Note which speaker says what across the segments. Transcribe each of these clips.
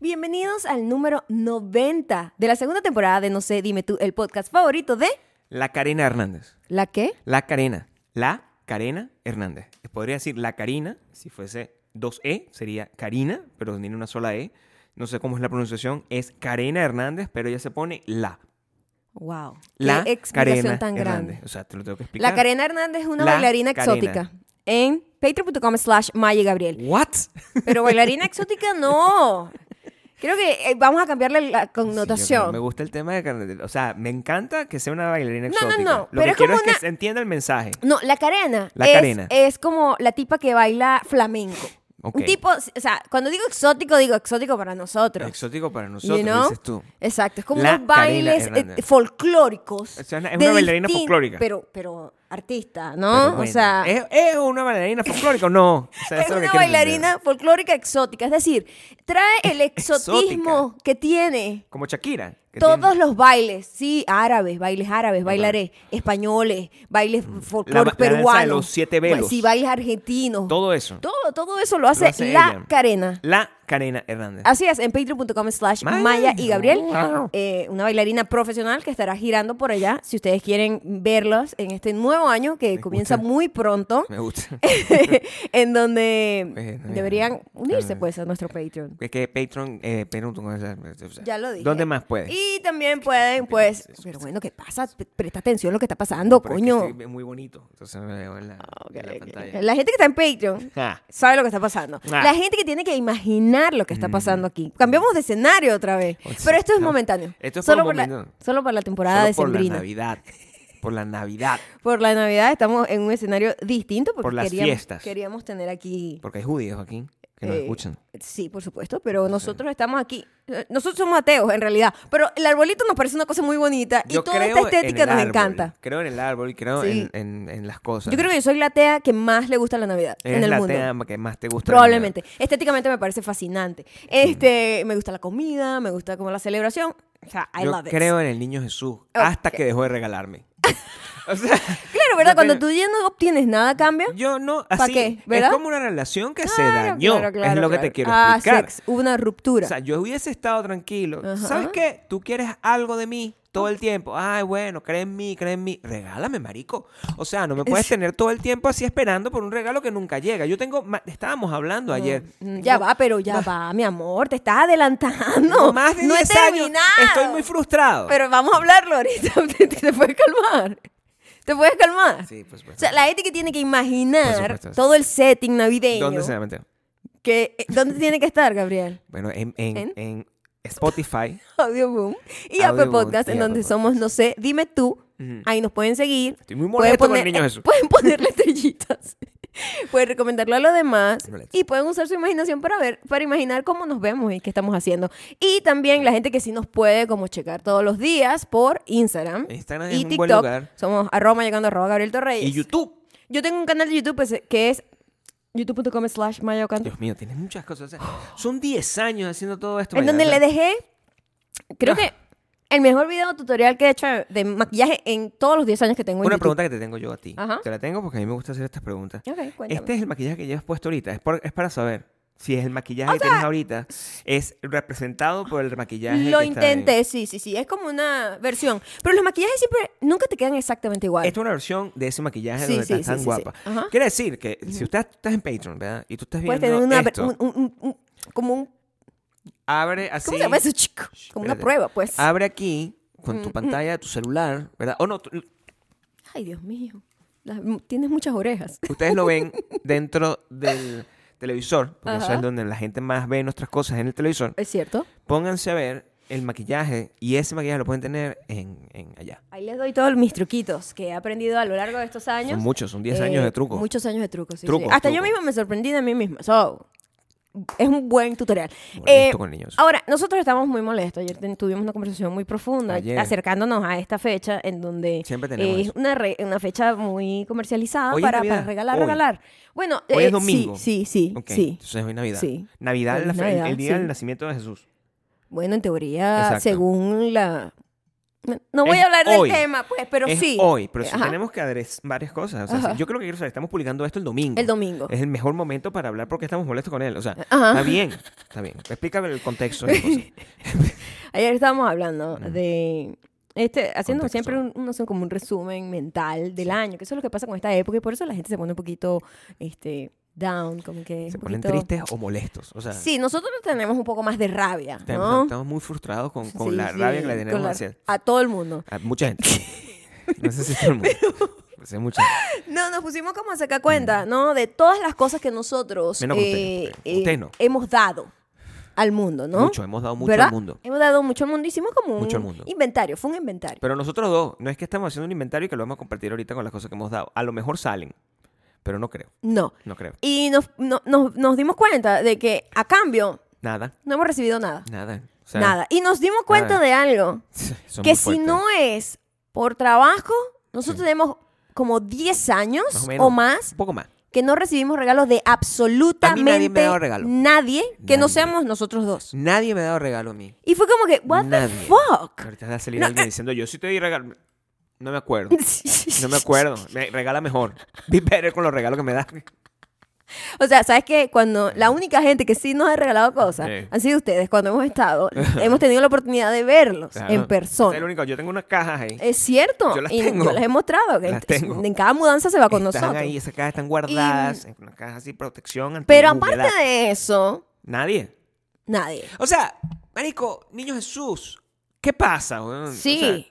Speaker 1: Bienvenidos al número 90 de la segunda temporada de No sé, dime tú, el podcast favorito de...
Speaker 2: La Karina Hernández.
Speaker 1: ¿La qué?
Speaker 2: La Karina. La Karina Hernández. Eh, Podría decir la Karina, si fuese dos E, sería Karina, pero tiene una sola E. No sé cómo es la pronunciación. Es Karina Hernández, pero ella se pone la.
Speaker 1: Wow.
Speaker 2: La
Speaker 1: qué explicación
Speaker 2: Karina
Speaker 1: tan grande.
Speaker 2: Hernández. O sea, te lo tengo que explicar.
Speaker 1: La Karena Hernández es una
Speaker 2: La
Speaker 1: bailarina
Speaker 2: Karena.
Speaker 1: exótica en patreon.com slash Maya Gabriel.
Speaker 2: ¿What?
Speaker 1: Pero bailarina exótica no. Creo que eh, vamos a cambiarle la
Speaker 2: Sí, yo creo-
Speaker 1: connotación.
Speaker 2: me gusta el tema de Karina. O sea, me encanta que sea una bailarina
Speaker 1: No, no,
Speaker 2: exótica.
Speaker 1: no,
Speaker 2: Lo
Speaker 1: pero
Speaker 2: que
Speaker 1: es
Speaker 2: quiero
Speaker 1: como
Speaker 2: es
Speaker 1: una-
Speaker 2: que se entienda el mensaje.
Speaker 1: no, la Karena,
Speaker 2: La
Speaker 1: es,
Speaker 2: Karena.
Speaker 1: es como la tipa que baila flamenco.
Speaker 2: Ok.
Speaker 1: Un tipo, o sea, cuando digo exótico, digo exótico para nosotros.
Speaker 2: Exótico para nosotros,
Speaker 1: You know?
Speaker 2: dices tú.
Speaker 1: Exacto, es como
Speaker 2: La
Speaker 1: unos bailes
Speaker 2: Karena Hernández.
Speaker 1: eh, folclóricos.
Speaker 2: O sea, es una- es
Speaker 1: de
Speaker 2: una bailarina
Speaker 1: distin-
Speaker 2: folclórica.
Speaker 1: Pero, pero artista,
Speaker 2: Pero
Speaker 1: ¿no? o
Speaker 2: bueno,
Speaker 1: sea,
Speaker 2: ¿es, es una bailarina folclórica o no? O sea,
Speaker 1: es
Speaker 2: eso lo que
Speaker 1: una
Speaker 2: quiero entender.
Speaker 1: bailarina folclórica exótica. Es decir, trae el exotismo que tiene
Speaker 2: Como Shakira. que
Speaker 1: todos
Speaker 2: tiene-
Speaker 1: los bailes. Sí, árabes, bailes árabes, bailaré, españoles, bailes folclóricos
Speaker 2: Mm. la danza de
Speaker 1: peruanos. pues,
Speaker 2: los siete velos.
Speaker 1: Sí, bailes argentinos. Todo,
Speaker 2: Todo eso.
Speaker 1: todo, eso lo hace,
Speaker 2: hace
Speaker 1: la ¿Ah,
Speaker 2: ella.
Speaker 1: Carena.
Speaker 2: La Karina Hernández.
Speaker 1: Así es, en patreon.com slash
Speaker 2: Maya.
Speaker 1: Maya y Gabriel,
Speaker 2: Wow.
Speaker 1: eh, una bailarina profesional que estará girando por allá. Si ustedes quieren verlos en este nuevo año que
Speaker 2: Me
Speaker 1: comienza
Speaker 2: gusta.
Speaker 1: muy pronto.
Speaker 2: Me gusta.
Speaker 1: en donde
Speaker 2: Bueno, ya.
Speaker 1: deberían unirse
Speaker 2: Claro.
Speaker 1: pues a nuestro Patreon.
Speaker 2: Es que Patreon, eh, Patreon, tú conoces, o sea,
Speaker 1: Ya lo dije.
Speaker 2: ¿Dónde más puedes?
Speaker 1: Y también pueden, pues. Pero bueno, ¿qué pasa? P- Presta atención a lo que está pasando,
Speaker 2: No, pero es que
Speaker 1: coño. Ah,
Speaker 2: estoy muy bonito. Entonces me veo en la,
Speaker 1: Ok,
Speaker 2: en la
Speaker 1: ok.
Speaker 2: pantalla.
Speaker 1: La gente que está en Patreon
Speaker 2: Ah,
Speaker 1: sabe lo que está pasando.
Speaker 2: Ah.
Speaker 1: La gente que tiene que imaginar lo que está pasando aquí. Cambiamos de escenario otra vez.
Speaker 2: O sea,
Speaker 1: Pero esto es
Speaker 2: no.
Speaker 1: momentáneo.
Speaker 2: Esto es
Speaker 1: solo
Speaker 2: por un
Speaker 1: la-
Speaker 2: momento.
Speaker 1: solo para la temporada
Speaker 2: solo
Speaker 1: de
Speaker 2: por la
Speaker 1: Sembrina.
Speaker 2: Navidad. Por la Navidad.
Speaker 1: Por la Navidad estamos en un escenario distinto porque
Speaker 2: Por las
Speaker 1: queríamos,
Speaker 2: fiestas.
Speaker 1: queríamos tener aquí
Speaker 2: Porque hay judíos aquí que nos
Speaker 1: Eh,
Speaker 2: escuchan.
Speaker 1: Sí, por supuesto, pero nosotros estamos aquí. eh, Nosotros somos ateos en realidad, pero el arbolito nos parece una cosa muy bonita y
Speaker 2: Yo
Speaker 1: toda
Speaker 2: creo
Speaker 1: esta estética
Speaker 2: en el
Speaker 1: nos
Speaker 2: árbol,
Speaker 1: encanta.
Speaker 2: Creo en el árbol y creo
Speaker 1: Sí.
Speaker 2: en, en- en las cosas.
Speaker 1: Yo creo que yo soy la atea que más le gusta la Navidad
Speaker 2: Eres
Speaker 1: en el
Speaker 2: la
Speaker 1: mundo.
Speaker 2: tema que más te gusta. en la Navidad.
Speaker 1: Probablemente. Estéticamente me parece fascinante. Este, me gusta la comida, me gusta como la celebración. O sea, I
Speaker 2: Yo
Speaker 1: love it.
Speaker 2: creo en el niño Jesús hasta que dejó de regalarme. o sea,
Speaker 1: Claro, ¿verdad?
Speaker 2: yo
Speaker 1: Cuando
Speaker 2: creo-
Speaker 1: tú ya no obtienes nada a cambio.
Speaker 2: yo no
Speaker 1: ¿Pa'
Speaker 2: así
Speaker 1: qué? ¿Verdad?
Speaker 2: es como una relación que se
Speaker 1: Claro,
Speaker 2: dañó,
Speaker 1: claro,
Speaker 2: es
Speaker 1: claro,
Speaker 2: lo que
Speaker 1: claro.
Speaker 2: te quiero
Speaker 1: Ah,
Speaker 2: explicar.
Speaker 1: sex, hubo una ruptura.
Speaker 2: O sea, yo hubiese estado tranquilo.
Speaker 1: Ajá.
Speaker 2: ¿Sabes qué? Tú quieres algo de mí todo el tiempo. Ay, bueno, cree en mí, cree en mí. Regálame, marico. O sea, no me puedes tener todo el tiempo así esperando por un regalo que nunca llega. Yo tengo, ma- estábamos hablando ayer.
Speaker 1: Mm, ya
Speaker 2: No-
Speaker 1: va, pero ya va, mi amor, te estás adelantando.
Speaker 2: no, más de
Speaker 1: no he
Speaker 2: 10 años.
Speaker 1: terminado.
Speaker 2: Estoy muy frustrado.
Speaker 1: Pero vamos a hablarlo ahorita. ¿Te, te- te puedes calmar? ¿Te puedes calmar?
Speaker 2: Sí, pues, por supuesto.
Speaker 1: O sea, la gente que tiene que imaginar
Speaker 2: Por supuesto.
Speaker 1: todo el setting navideño.
Speaker 2: ¿Dónde se va a meter?
Speaker 1: que, eh, ¿Dónde tiene que estar, Gabriel?
Speaker 2: Bueno, en, en-
Speaker 1: ¿En?
Speaker 2: en Spotify.
Speaker 1: Audio Boom y
Speaker 2: Audio
Speaker 1: Apple
Speaker 2: Boom
Speaker 1: Podcast,
Speaker 2: y
Speaker 1: en
Speaker 2: Apple
Speaker 1: donde
Speaker 2: Podcast.
Speaker 1: somos, no sé, dime tú.
Speaker 2: Ujú.
Speaker 1: Ahí nos pueden seguir.
Speaker 2: Estoy muy
Speaker 1: Pueden,
Speaker 2: molesto con el
Speaker 1: poner-
Speaker 2: niño
Speaker 1: eh,
Speaker 2: Jesús.
Speaker 1: pueden ponerle estrellitas. pueden recomendarlo a los demás.
Speaker 2: Molesto.
Speaker 1: Y pueden usar su imaginación para ver, para imaginar cómo nos vemos y qué estamos haciendo. Y también la gente que sí nos puede como checar todos los días por Instagram.
Speaker 2: Instagram
Speaker 1: y
Speaker 2: es un
Speaker 1: TikTok.
Speaker 2: buen lugar.
Speaker 1: Somos arroba llegando arroba Gabriel Torreyes.
Speaker 2: Y YouTube.
Speaker 1: Yo tengo un canal de YouTube pues, que es youtube.com slash mayocanto.
Speaker 2: Dios mío, tienes muchas cosas. o sea, son 10 años haciendo todo esto.
Speaker 1: En
Speaker 2: Mariana,
Speaker 1: donde
Speaker 2: o sea,
Speaker 1: le dejé, creo que
Speaker 2: Ah.
Speaker 1: el mejor video tutorial que he hecho de maquillaje en todos los 10 años que tengo en
Speaker 2: Una
Speaker 1: YouTube.
Speaker 2: pregunta que te tengo yo a ti.
Speaker 1: Ajá.
Speaker 2: Te la tengo porque a mí me gusta hacer estas preguntas.
Speaker 1: Ok, cuéntame.
Speaker 2: Este es el maquillaje que llevas puesto ahorita. Es, por- es para saber si es el maquillaje que tienes ahorita es representado por el maquillaje.
Speaker 1: Lo
Speaker 2: que está en-
Speaker 1: intenté, sí, sí, sí. Es como una versión. Pero los maquillajes siempre, nunca te quedan exactamente igual.
Speaker 2: Esta es una versión de ese maquillaje
Speaker 1: Sí,
Speaker 2: donde
Speaker 1: sí,
Speaker 2: estás
Speaker 1: sí,
Speaker 2: tan
Speaker 1: sí, sí.
Speaker 2: guapa.
Speaker 1: Ajá.
Speaker 2: Quiere decir que si usted estás en Patreon, ¿verdad? Y tú estás
Speaker 1: Puedes
Speaker 2: viendo
Speaker 1: tener una, ver-
Speaker 2: esto,
Speaker 1: un- un- un- un- como un,
Speaker 2: abre así.
Speaker 1: ¿cómo se llama eso, chico?
Speaker 2: Shh,
Speaker 1: Como una
Speaker 2: espérate. Ah.
Speaker 1: prueba, pues.
Speaker 2: Abre aquí con
Speaker 1: Mm,
Speaker 2: tu pantalla de tu celular, ¿verdad? O no, tú-
Speaker 1: Ay, Dios mío. Las- tienes muchas orejas.
Speaker 2: Ustedes lo ven dentro del televisor, porque eso
Speaker 1: Ajá.
Speaker 2: es donde la gente más ve nuestras cosas en el televisor.
Speaker 1: ¿Es cierto?
Speaker 2: Pónganse a ver el maquillaje y ese maquillaje lo pueden tener en, en allá.
Speaker 1: Ahí les doy todos mis truquitos que he aprendido a lo largo de estos años.
Speaker 2: Son muchos, son 10 años
Speaker 1: Eh,
Speaker 2: de truco.
Speaker 1: Muchos años de trucos, sí, sí.
Speaker 2: Trucos,
Speaker 1: Hasta yo
Speaker 2: trucos.
Speaker 1: misma me sorprendí de mí misma. So, es un buen tutorial.
Speaker 2: Molesto
Speaker 1: Eh,
Speaker 2: con niños.
Speaker 1: ahora, nosotros estamos muy molestos. Ayer ten- tuvimos una conversación muy profunda,
Speaker 2: Ayer.
Speaker 1: acercándonos a esta fecha en donde
Speaker 2: Siempre tenemos
Speaker 1: es
Speaker 2: eso.
Speaker 1: una, re- una fecha muy comercializada
Speaker 2: Hoy es
Speaker 1: para,
Speaker 2: Navidad.
Speaker 1: para regalar,
Speaker 2: Hoy.
Speaker 1: regalar. Bueno,
Speaker 2: Hoy
Speaker 1: eh,
Speaker 2: es domingo.
Speaker 1: Sí, sí, sí,
Speaker 2: Ok,
Speaker 1: sí.
Speaker 2: Entonces hoy es Navidad.
Speaker 1: Sí.
Speaker 2: Navidad,
Speaker 1: Hoy es
Speaker 2: la fe- el-
Speaker 1: Navidad,
Speaker 2: el día
Speaker 1: sí.
Speaker 2: del nacimiento de Jesús.
Speaker 1: Bueno, en teoría,
Speaker 2: Exacto.
Speaker 1: según la No- No voy
Speaker 2: Es
Speaker 1: a hablar
Speaker 2: hoy.
Speaker 1: del tema, pues, pero
Speaker 2: es
Speaker 1: sí.
Speaker 2: hoy, pero sí
Speaker 1: Ajá.
Speaker 2: tenemos que adres varias cosas. O sea,
Speaker 1: Ajá.
Speaker 2: si- yo creo que quiero saber, estamos publicando esto el domingo.
Speaker 1: El domingo.
Speaker 2: Es el mejor momento para hablar porque estamos molestos con él. O sea,
Speaker 1: Ajá.
Speaker 2: está bien, está bien. Explícame el contexto. de la cosa.
Speaker 1: Ayer estábamos hablando
Speaker 2: Ujú.
Speaker 1: de... Este, haciendo
Speaker 2: Contexto.
Speaker 1: siempre un, no sé, como un resumen mental del año, que eso es lo que pasa con esta época y por eso la gente se pone un poquito este, down, como que...
Speaker 2: Se
Speaker 1: un
Speaker 2: ponen
Speaker 1: poquito-
Speaker 2: tristes o molestos. O sea,
Speaker 1: Sí, nosotros tenemos un poco más de rabia,
Speaker 2: estamos,
Speaker 1: ¿no?
Speaker 2: estamos muy frustrados con, con
Speaker 1: Sí,
Speaker 2: la
Speaker 1: sí,
Speaker 2: rabia que le
Speaker 1: con
Speaker 2: tenemos
Speaker 1: la-
Speaker 2: hacia
Speaker 1: A todo el mundo.
Speaker 2: a mucha gente. No sé si todo el mundo. No sé, mucha gente.
Speaker 1: No, nos pusimos como a sacar cuenta, ¿no? De todas las cosas que nosotros
Speaker 2: Menos con usted,
Speaker 1: eh,
Speaker 2: usted.
Speaker 1: eh,
Speaker 2: Usted no.
Speaker 1: hemos dado al mundo, ¿no?
Speaker 2: Mucho, hemos dado mucho
Speaker 1: ¿Verdad?
Speaker 2: al mundo.
Speaker 1: Hemos dado mucho al mundo. Hicimos como un
Speaker 2: Mucho al mundo.
Speaker 1: inventario, fue un inventario.
Speaker 2: Pero nosotros dos, no es que estamos haciendo un inventario y que lo vamos a compartir ahorita con las cosas que hemos dado. A lo mejor salen, pero no creo,
Speaker 1: No.
Speaker 2: no creo.
Speaker 1: Y nos, no- nos- nos dimos cuenta de que a cambio
Speaker 2: Nada,
Speaker 1: no hemos recibido nada.
Speaker 2: nada. O sea,
Speaker 1: nada. Y nos dimos cuenta
Speaker 2: nada.
Speaker 1: de algo.
Speaker 2: son
Speaker 1: Que
Speaker 2: muy
Speaker 1: si
Speaker 2: fuertes.
Speaker 1: no es por trabajo, nosotros
Speaker 2: Sí.
Speaker 1: tenemos como 10 años
Speaker 2: Más o
Speaker 1: o
Speaker 2: menos.
Speaker 1: más
Speaker 2: Un poco más.
Speaker 1: que no recibimos regalos de absolutamente
Speaker 2: nadie me ha dado regalo.
Speaker 1: nadie que no
Speaker 2: Nadie.
Speaker 1: seamos nosotros dos.
Speaker 2: Nadie me ha dado regalo a mí.
Speaker 1: Y fue como que, what
Speaker 2: Nadie.
Speaker 1: the fuck?
Speaker 2: Ahorita va a salir alguien diciendo, yo sí te di regalo. No me acuerdo. No me acuerdo. Me- regala mejor. Be better con los regalos que me das.
Speaker 1: O sea, ¿sabes qué? Cuando la única gente que sí nos ha regalado cosas
Speaker 2: Sí.
Speaker 1: han sido ustedes. Cuando hemos estado, hemos tenido la oportunidad de verlos
Speaker 2: Claro.
Speaker 1: en
Speaker 2: Es el
Speaker 1: persona.
Speaker 2: único. Yo tengo unas cajas ahí.
Speaker 1: Es cierto.
Speaker 2: Yo las
Speaker 1: y
Speaker 2: tengo.
Speaker 1: yo las he mostrado. que
Speaker 2: Las
Speaker 1: en-
Speaker 2: tengo.
Speaker 1: En cada mudanza se va con
Speaker 2: están
Speaker 1: nosotros.
Speaker 2: ahí, esas cajas están guardadas. En una caja así, protección. Ante
Speaker 1: Pero
Speaker 2: la humedad.
Speaker 1: aparte de eso,
Speaker 2: Nadie.
Speaker 1: nadie.
Speaker 2: O sea, Marico, niño Jesús. ¿Qué pasa? weón? Mm, O
Speaker 1: Sí,
Speaker 2: sea,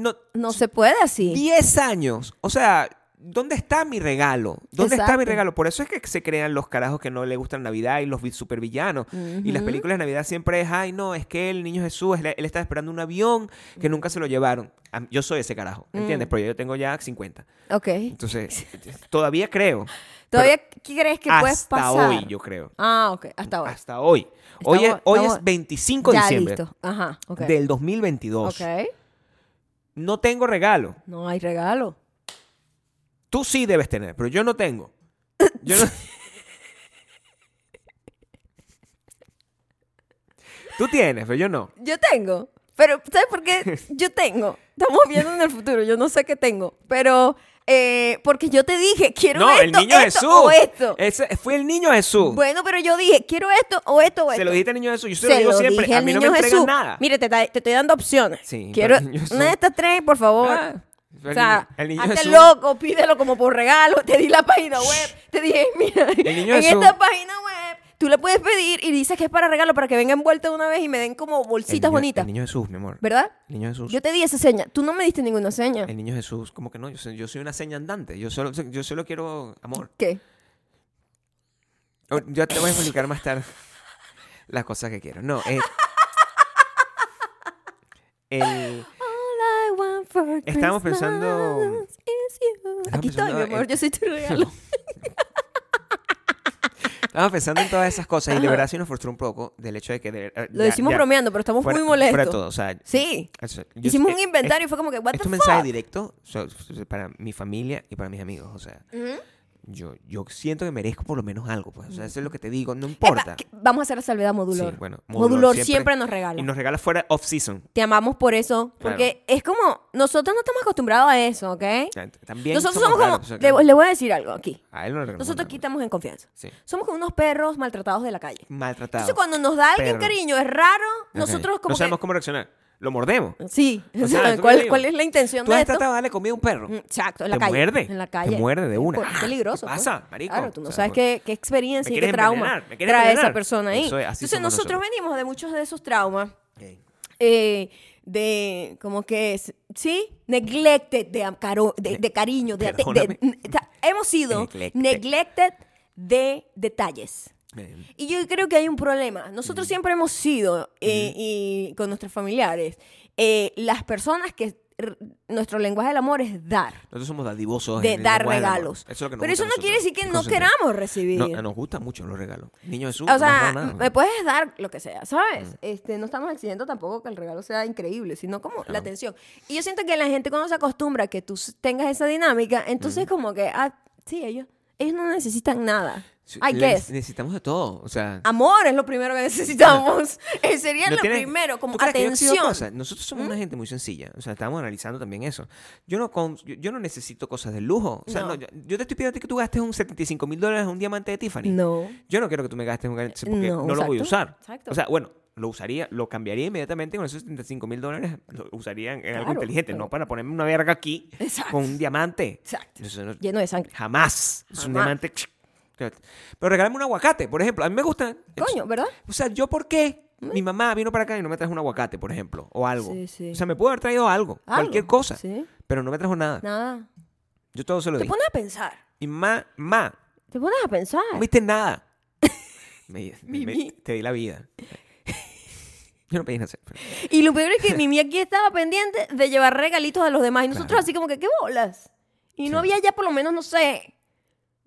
Speaker 2: no,
Speaker 1: no se puede así.
Speaker 2: 10 años. O sea, ¿dónde está mi regalo? ¿Dónde está mi
Speaker 1: Exacto.
Speaker 2: regalo? Por eso es que se crean los carajos que no le gustan Navidad y los vi- supervillanos. Y las
Speaker 1: Ujú.
Speaker 2: películas de Navidad siempre es, ay, no, es que el niño Jesús, él, él estaba esperando un avión que nunca se lo llevaron. A mí- Yo soy ese carajo, ¿entiendes?
Speaker 1: Mm.
Speaker 2: Pero yo tengo ya 50.
Speaker 1: Ok.
Speaker 2: Entonces, todavía creo.
Speaker 1: ¿Todavía qué crees que puede
Speaker 2: hasta
Speaker 1: pasar?
Speaker 2: hoy, yo creo.
Speaker 1: Ah, ok. Hasta ahora.
Speaker 2: Hasta hoy. Hoy es,
Speaker 1: Estamos-
Speaker 2: hoy
Speaker 1: estamos-
Speaker 2: es 25 de
Speaker 1: ya
Speaker 2: diciembre
Speaker 1: listo. Ajá, ok.
Speaker 2: del 2022.
Speaker 1: Ok.
Speaker 2: No tengo regalo.
Speaker 1: No hay regalo.
Speaker 2: Tú sí debes tener, pero yo no tengo. Yo no- Tú tienes, pero yo no.
Speaker 1: Yo tengo. Pero, ¿sabes por qué? Yo tengo. Estamos viendo en el futuro. Yo no sé qué tengo. Pero, eh, porque yo te dije, quiero
Speaker 2: no,
Speaker 1: esto,
Speaker 2: el niño
Speaker 1: esto
Speaker 2: Jesús.
Speaker 1: o esto.
Speaker 2: Ese fue el niño Jesús.
Speaker 1: Bueno, pero yo dije, quiero esto o esto o esto.
Speaker 2: se lo dijiste al niño Jesús. Yo se,
Speaker 1: Se
Speaker 2: lo digo
Speaker 1: lo
Speaker 2: siempre.
Speaker 1: dije
Speaker 2: a
Speaker 1: al
Speaker 2: mí no me
Speaker 1: niño
Speaker 2: entregan
Speaker 1: Jesús.
Speaker 2: nada.
Speaker 1: Mire, te, ta- te estoy dando opciones.
Speaker 2: Sí,
Speaker 1: quiero
Speaker 2: pero el niño
Speaker 1: una de
Speaker 2: Jesús-
Speaker 1: estas tres, por favor.
Speaker 2: Ah, pero
Speaker 1: o
Speaker 2: el
Speaker 1: sea,
Speaker 2: niño- el niño
Speaker 1: hazte
Speaker 2: Jesús-
Speaker 1: loco, pídelo como por regalo. Te di la página web. Te dije, mira,
Speaker 2: El niño
Speaker 1: en
Speaker 2: Jesús-
Speaker 1: esta página web tú la puedes pedir y dices que es para regalo para que venga envuelta de una vez y me den como
Speaker 2: El
Speaker 1: bolsitas
Speaker 2: niño-
Speaker 1: bonitas.
Speaker 2: El niño Jesús, mi amor.
Speaker 1: ¿Verdad?
Speaker 2: El niño Jesús.
Speaker 1: Yo te di esa seña. Tú no me diste ninguna seña.
Speaker 2: El niño Jesús, como que no, yo soy, yo soy una seña andante. Yo solo, yo solo quiero amor.
Speaker 1: ¿Qué?
Speaker 2: Oh, Yo te voy a explicar más tarde las cosas que quiero. No, eh, es. El,
Speaker 1: All I want for
Speaker 2: Estábamos
Speaker 1: Christmas
Speaker 2: pensando-
Speaker 1: is you.
Speaker 2: Estábamos
Speaker 1: Aquí estoy,
Speaker 2: pensando
Speaker 1: mi amor.
Speaker 2: en-
Speaker 1: Yo soy tu regalo.
Speaker 2: Estaba pensando en todas esas cosas y de verdad sí nos frustró un poco del hecho de que... de- eh,
Speaker 1: Lo
Speaker 2: ya-
Speaker 1: decimos
Speaker 2: ya,
Speaker 1: bromeando, pero estamos
Speaker 2: fuera-
Speaker 1: muy
Speaker 2: Fuera de
Speaker 1: molestos.
Speaker 2: todo, o sea...
Speaker 1: Sí.
Speaker 2: eso- yo-
Speaker 1: Hicimos
Speaker 2: eh,
Speaker 1: un
Speaker 2: eh,
Speaker 1: inventario y fue como que, what
Speaker 2: Es
Speaker 1: the
Speaker 2: un
Speaker 1: fuck?
Speaker 2: mensaje directo so- so- para mi familia y para mis amigos, o sea...
Speaker 1: Ujú.
Speaker 2: Yo, yo siento que merezco por lo menos algo, pues. O sea, eso es lo que te digo, no
Speaker 1: Epa,
Speaker 2: importa.
Speaker 1: que- vamos a hacer la salvedad modulor.
Speaker 2: Sí, bueno,
Speaker 1: modulor,
Speaker 2: Modulor
Speaker 1: siempre,
Speaker 2: siempre
Speaker 1: nos regala.
Speaker 2: Y nos regala fuera off-season.
Speaker 1: Te amamos por eso.
Speaker 2: Claro.
Speaker 1: Porque es como, nosotros no estamos acostumbrados a eso, ¿ok?
Speaker 2: Ya, t- También
Speaker 1: Nosotros somos, como,
Speaker 2: raros, o sea, que-
Speaker 1: le, le voy a decir algo aquí.
Speaker 2: A él no le regalamos
Speaker 1: Nosotros
Speaker 2: nada.
Speaker 1: aquí estamos en confianza.
Speaker 2: Sí.
Speaker 1: Somos como unos perros maltratados de la calle.
Speaker 2: Maltratado.
Speaker 1: Entonces cuando nos da alguien
Speaker 2: Perros.
Speaker 1: cariño, es raro,
Speaker 2: Ok.
Speaker 1: nosotros como
Speaker 2: No
Speaker 1: que...
Speaker 2: sabemos cómo reaccionar. Lo mordemos.
Speaker 1: Sí,
Speaker 2: O
Speaker 1: o
Speaker 2: sea,
Speaker 1: sea,
Speaker 2: ¿tú qué
Speaker 1: ¿cuál,
Speaker 2: digo?
Speaker 1: cuál es la intención
Speaker 2: Tú
Speaker 1: de
Speaker 2: has
Speaker 1: esto?
Speaker 2: tratado de darle comida a un perro.
Speaker 1: Mm, Exacto, en la
Speaker 2: te
Speaker 1: calle.
Speaker 2: muerde.
Speaker 1: En la calle.
Speaker 2: Te muerde de una. Ah,
Speaker 1: Por- Es peligroso.
Speaker 2: ¿Qué
Speaker 1: pues.
Speaker 2: pasa, marico?
Speaker 1: Claro, tú no
Speaker 2: O sea,
Speaker 1: sabes
Speaker 2: por-
Speaker 1: qué, qué experiencia
Speaker 2: me
Speaker 1: y qué
Speaker 2: quieres
Speaker 1: trauma
Speaker 2: envenenar, me quieres
Speaker 1: trae esa
Speaker 2: envenenar.
Speaker 1: persona ahí.
Speaker 2: Eso es, así
Speaker 1: Entonces
Speaker 2: somos
Speaker 1: nosotros,
Speaker 2: nosotros.
Speaker 1: venimos de muchos de esos traumas,
Speaker 2: Ok.
Speaker 1: eh, de como que, es- ¿sí? Neglected de, am- caro- de, de cariño. De, de-
Speaker 2: Perdóname.
Speaker 1: n- ta- hemos sido
Speaker 2: Neglected.
Speaker 1: neglected de detalles.
Speaker 2: Bien.
Speaker 1: Y yo creo que hay un problema.
Speaker 2: Mm.
Speaker 1: Nosotros siempre hemos sido, eh, y con nuestros familiares, eh, las personas que r- nuestro lenguaje del amor es dar,
Speaker 2: Nosotros somos dadivosos. en
Speaker 1: de
Speaker 2: el
Speaker 1: dar
Speaker 2: lenguaje del amor.
Speaker 1: regalos.
Speaker 2: Eso es lo que nos
Speaker 1: Pero eso
Speaker 2: gusta a
Speaker 1: no quiere
Speaker 2: nosotros.
Speaker 1: decir que no
Speaker 2: Concentrar.
Speaker 1: queramos recibir.
Speaker 2: No, nos gustan mucho los regalos. Niño Jesús.
Speaker 1: o sea,
Speaker 2: no nos da nada. Mm.
Speaker 1: me puedes dar lo que sea, ¿sabes? Este, no estamos exigiendo tampoco que el regalo sea increíble, sino como la atención. Y yo siento que la gente cuando se acostumbra a que tú s- tengas esa dinámica, entonces como que, ah, sí, ellos, ellos no necesitan nada.
Speaker 2: Sí,
Speaker 1: I
Speaker 2: le-
Speaker 1: guess.
Speaker 2: Necesitamos de todo. O sea,
Speaker 1: Amor es lo primero que necesitamos. Eh, Sería
Speaker 2: no
Speaker 1: lo
Speaker 2: tienes-
Speaker 1: primero, como
Speaker 2: ¿tú crees que yo exijo
Speaker 1: atención. ¿Mm?
Speaker 2: cosas? Nosotros somos una gente muy sencilla. O sea, estamos analizando también eso. Yo no, con- yo, yo no necesito cosas de lujo. O sea,
Speaker 1: No.
Speaker 2: no, yo, yo te estoy pidiendo a ti que tú gastes un 75 mil dólares en un diamante de Tiffany.
Speaker 1: No. Eh,
Speaker 2: Yo no quiero que tú me gastes un garante porque
Speaker 1: no,
Speaker 2: no, lo voy a
Speaker 1: exacto,
Speaker 2: usar.
Speaker 1: exacto.
Speaker 2: O sea, bueno, lo usaría, lo cambiaría inmediatamente con esos 75 mil dólares. Lo usaría en algo
Speaker 1: Claro,
Speaker 2: inteligente,
Speaker 1: pero-
Speaker 2: no para ponerme una verga aquí
Speaker 1: Exacto.
Speaker 2: con un diamante.
Speaker 1: Exacto.
Speaker 2: Eso no-
Speaker 1: Lleno de sangre.
Speaker 2: jamás. Es un
Speaker 1: Jamás.
Speaker 2: diamante. Pero regálame un aguacate, por ejemplo. A mí me gusta.
Speaker 1: Coño, ¿verdad?
Speaker 2: O sea, ¿yo por qué? Mi mamá vino para acá y no me trajo un aguacate, por ejemplo, o algo.
Speaker 1: Mm. Sí, sí.
Speaker 2: O sea, me pudo haber traído algo,
Speaker 1: Algo,
Speaker 2: cualquier cosa,
Speaker 1: sí.
Speaker 2: pero no me trajo nada.
Speaker 1: Nada.
Speaker 2: Yo todo se lo
Speaker 1: Te
Speaker 2: di.
Speaker 1: pones a pensar.
Speaker 2: Mi mamá, ma,
Speaker 1: Te pones a pensar.
Speaker 2: no me diste nada. Me- me-
Speaker 1: Mimi.
Speaker 2: te di la vida. Yo no pedí nada. pero-
Speaker 1: Y lo peor es que Mimi aquí estaba pendiente de llevar regalitos a los demás. Y nosotros
Speaker 2: Claro.
Speaker 1: así como que, ¿qué bolas? Y no
Speaker 2: Sí.
Speaker 1: había ya por lo menos, no sé,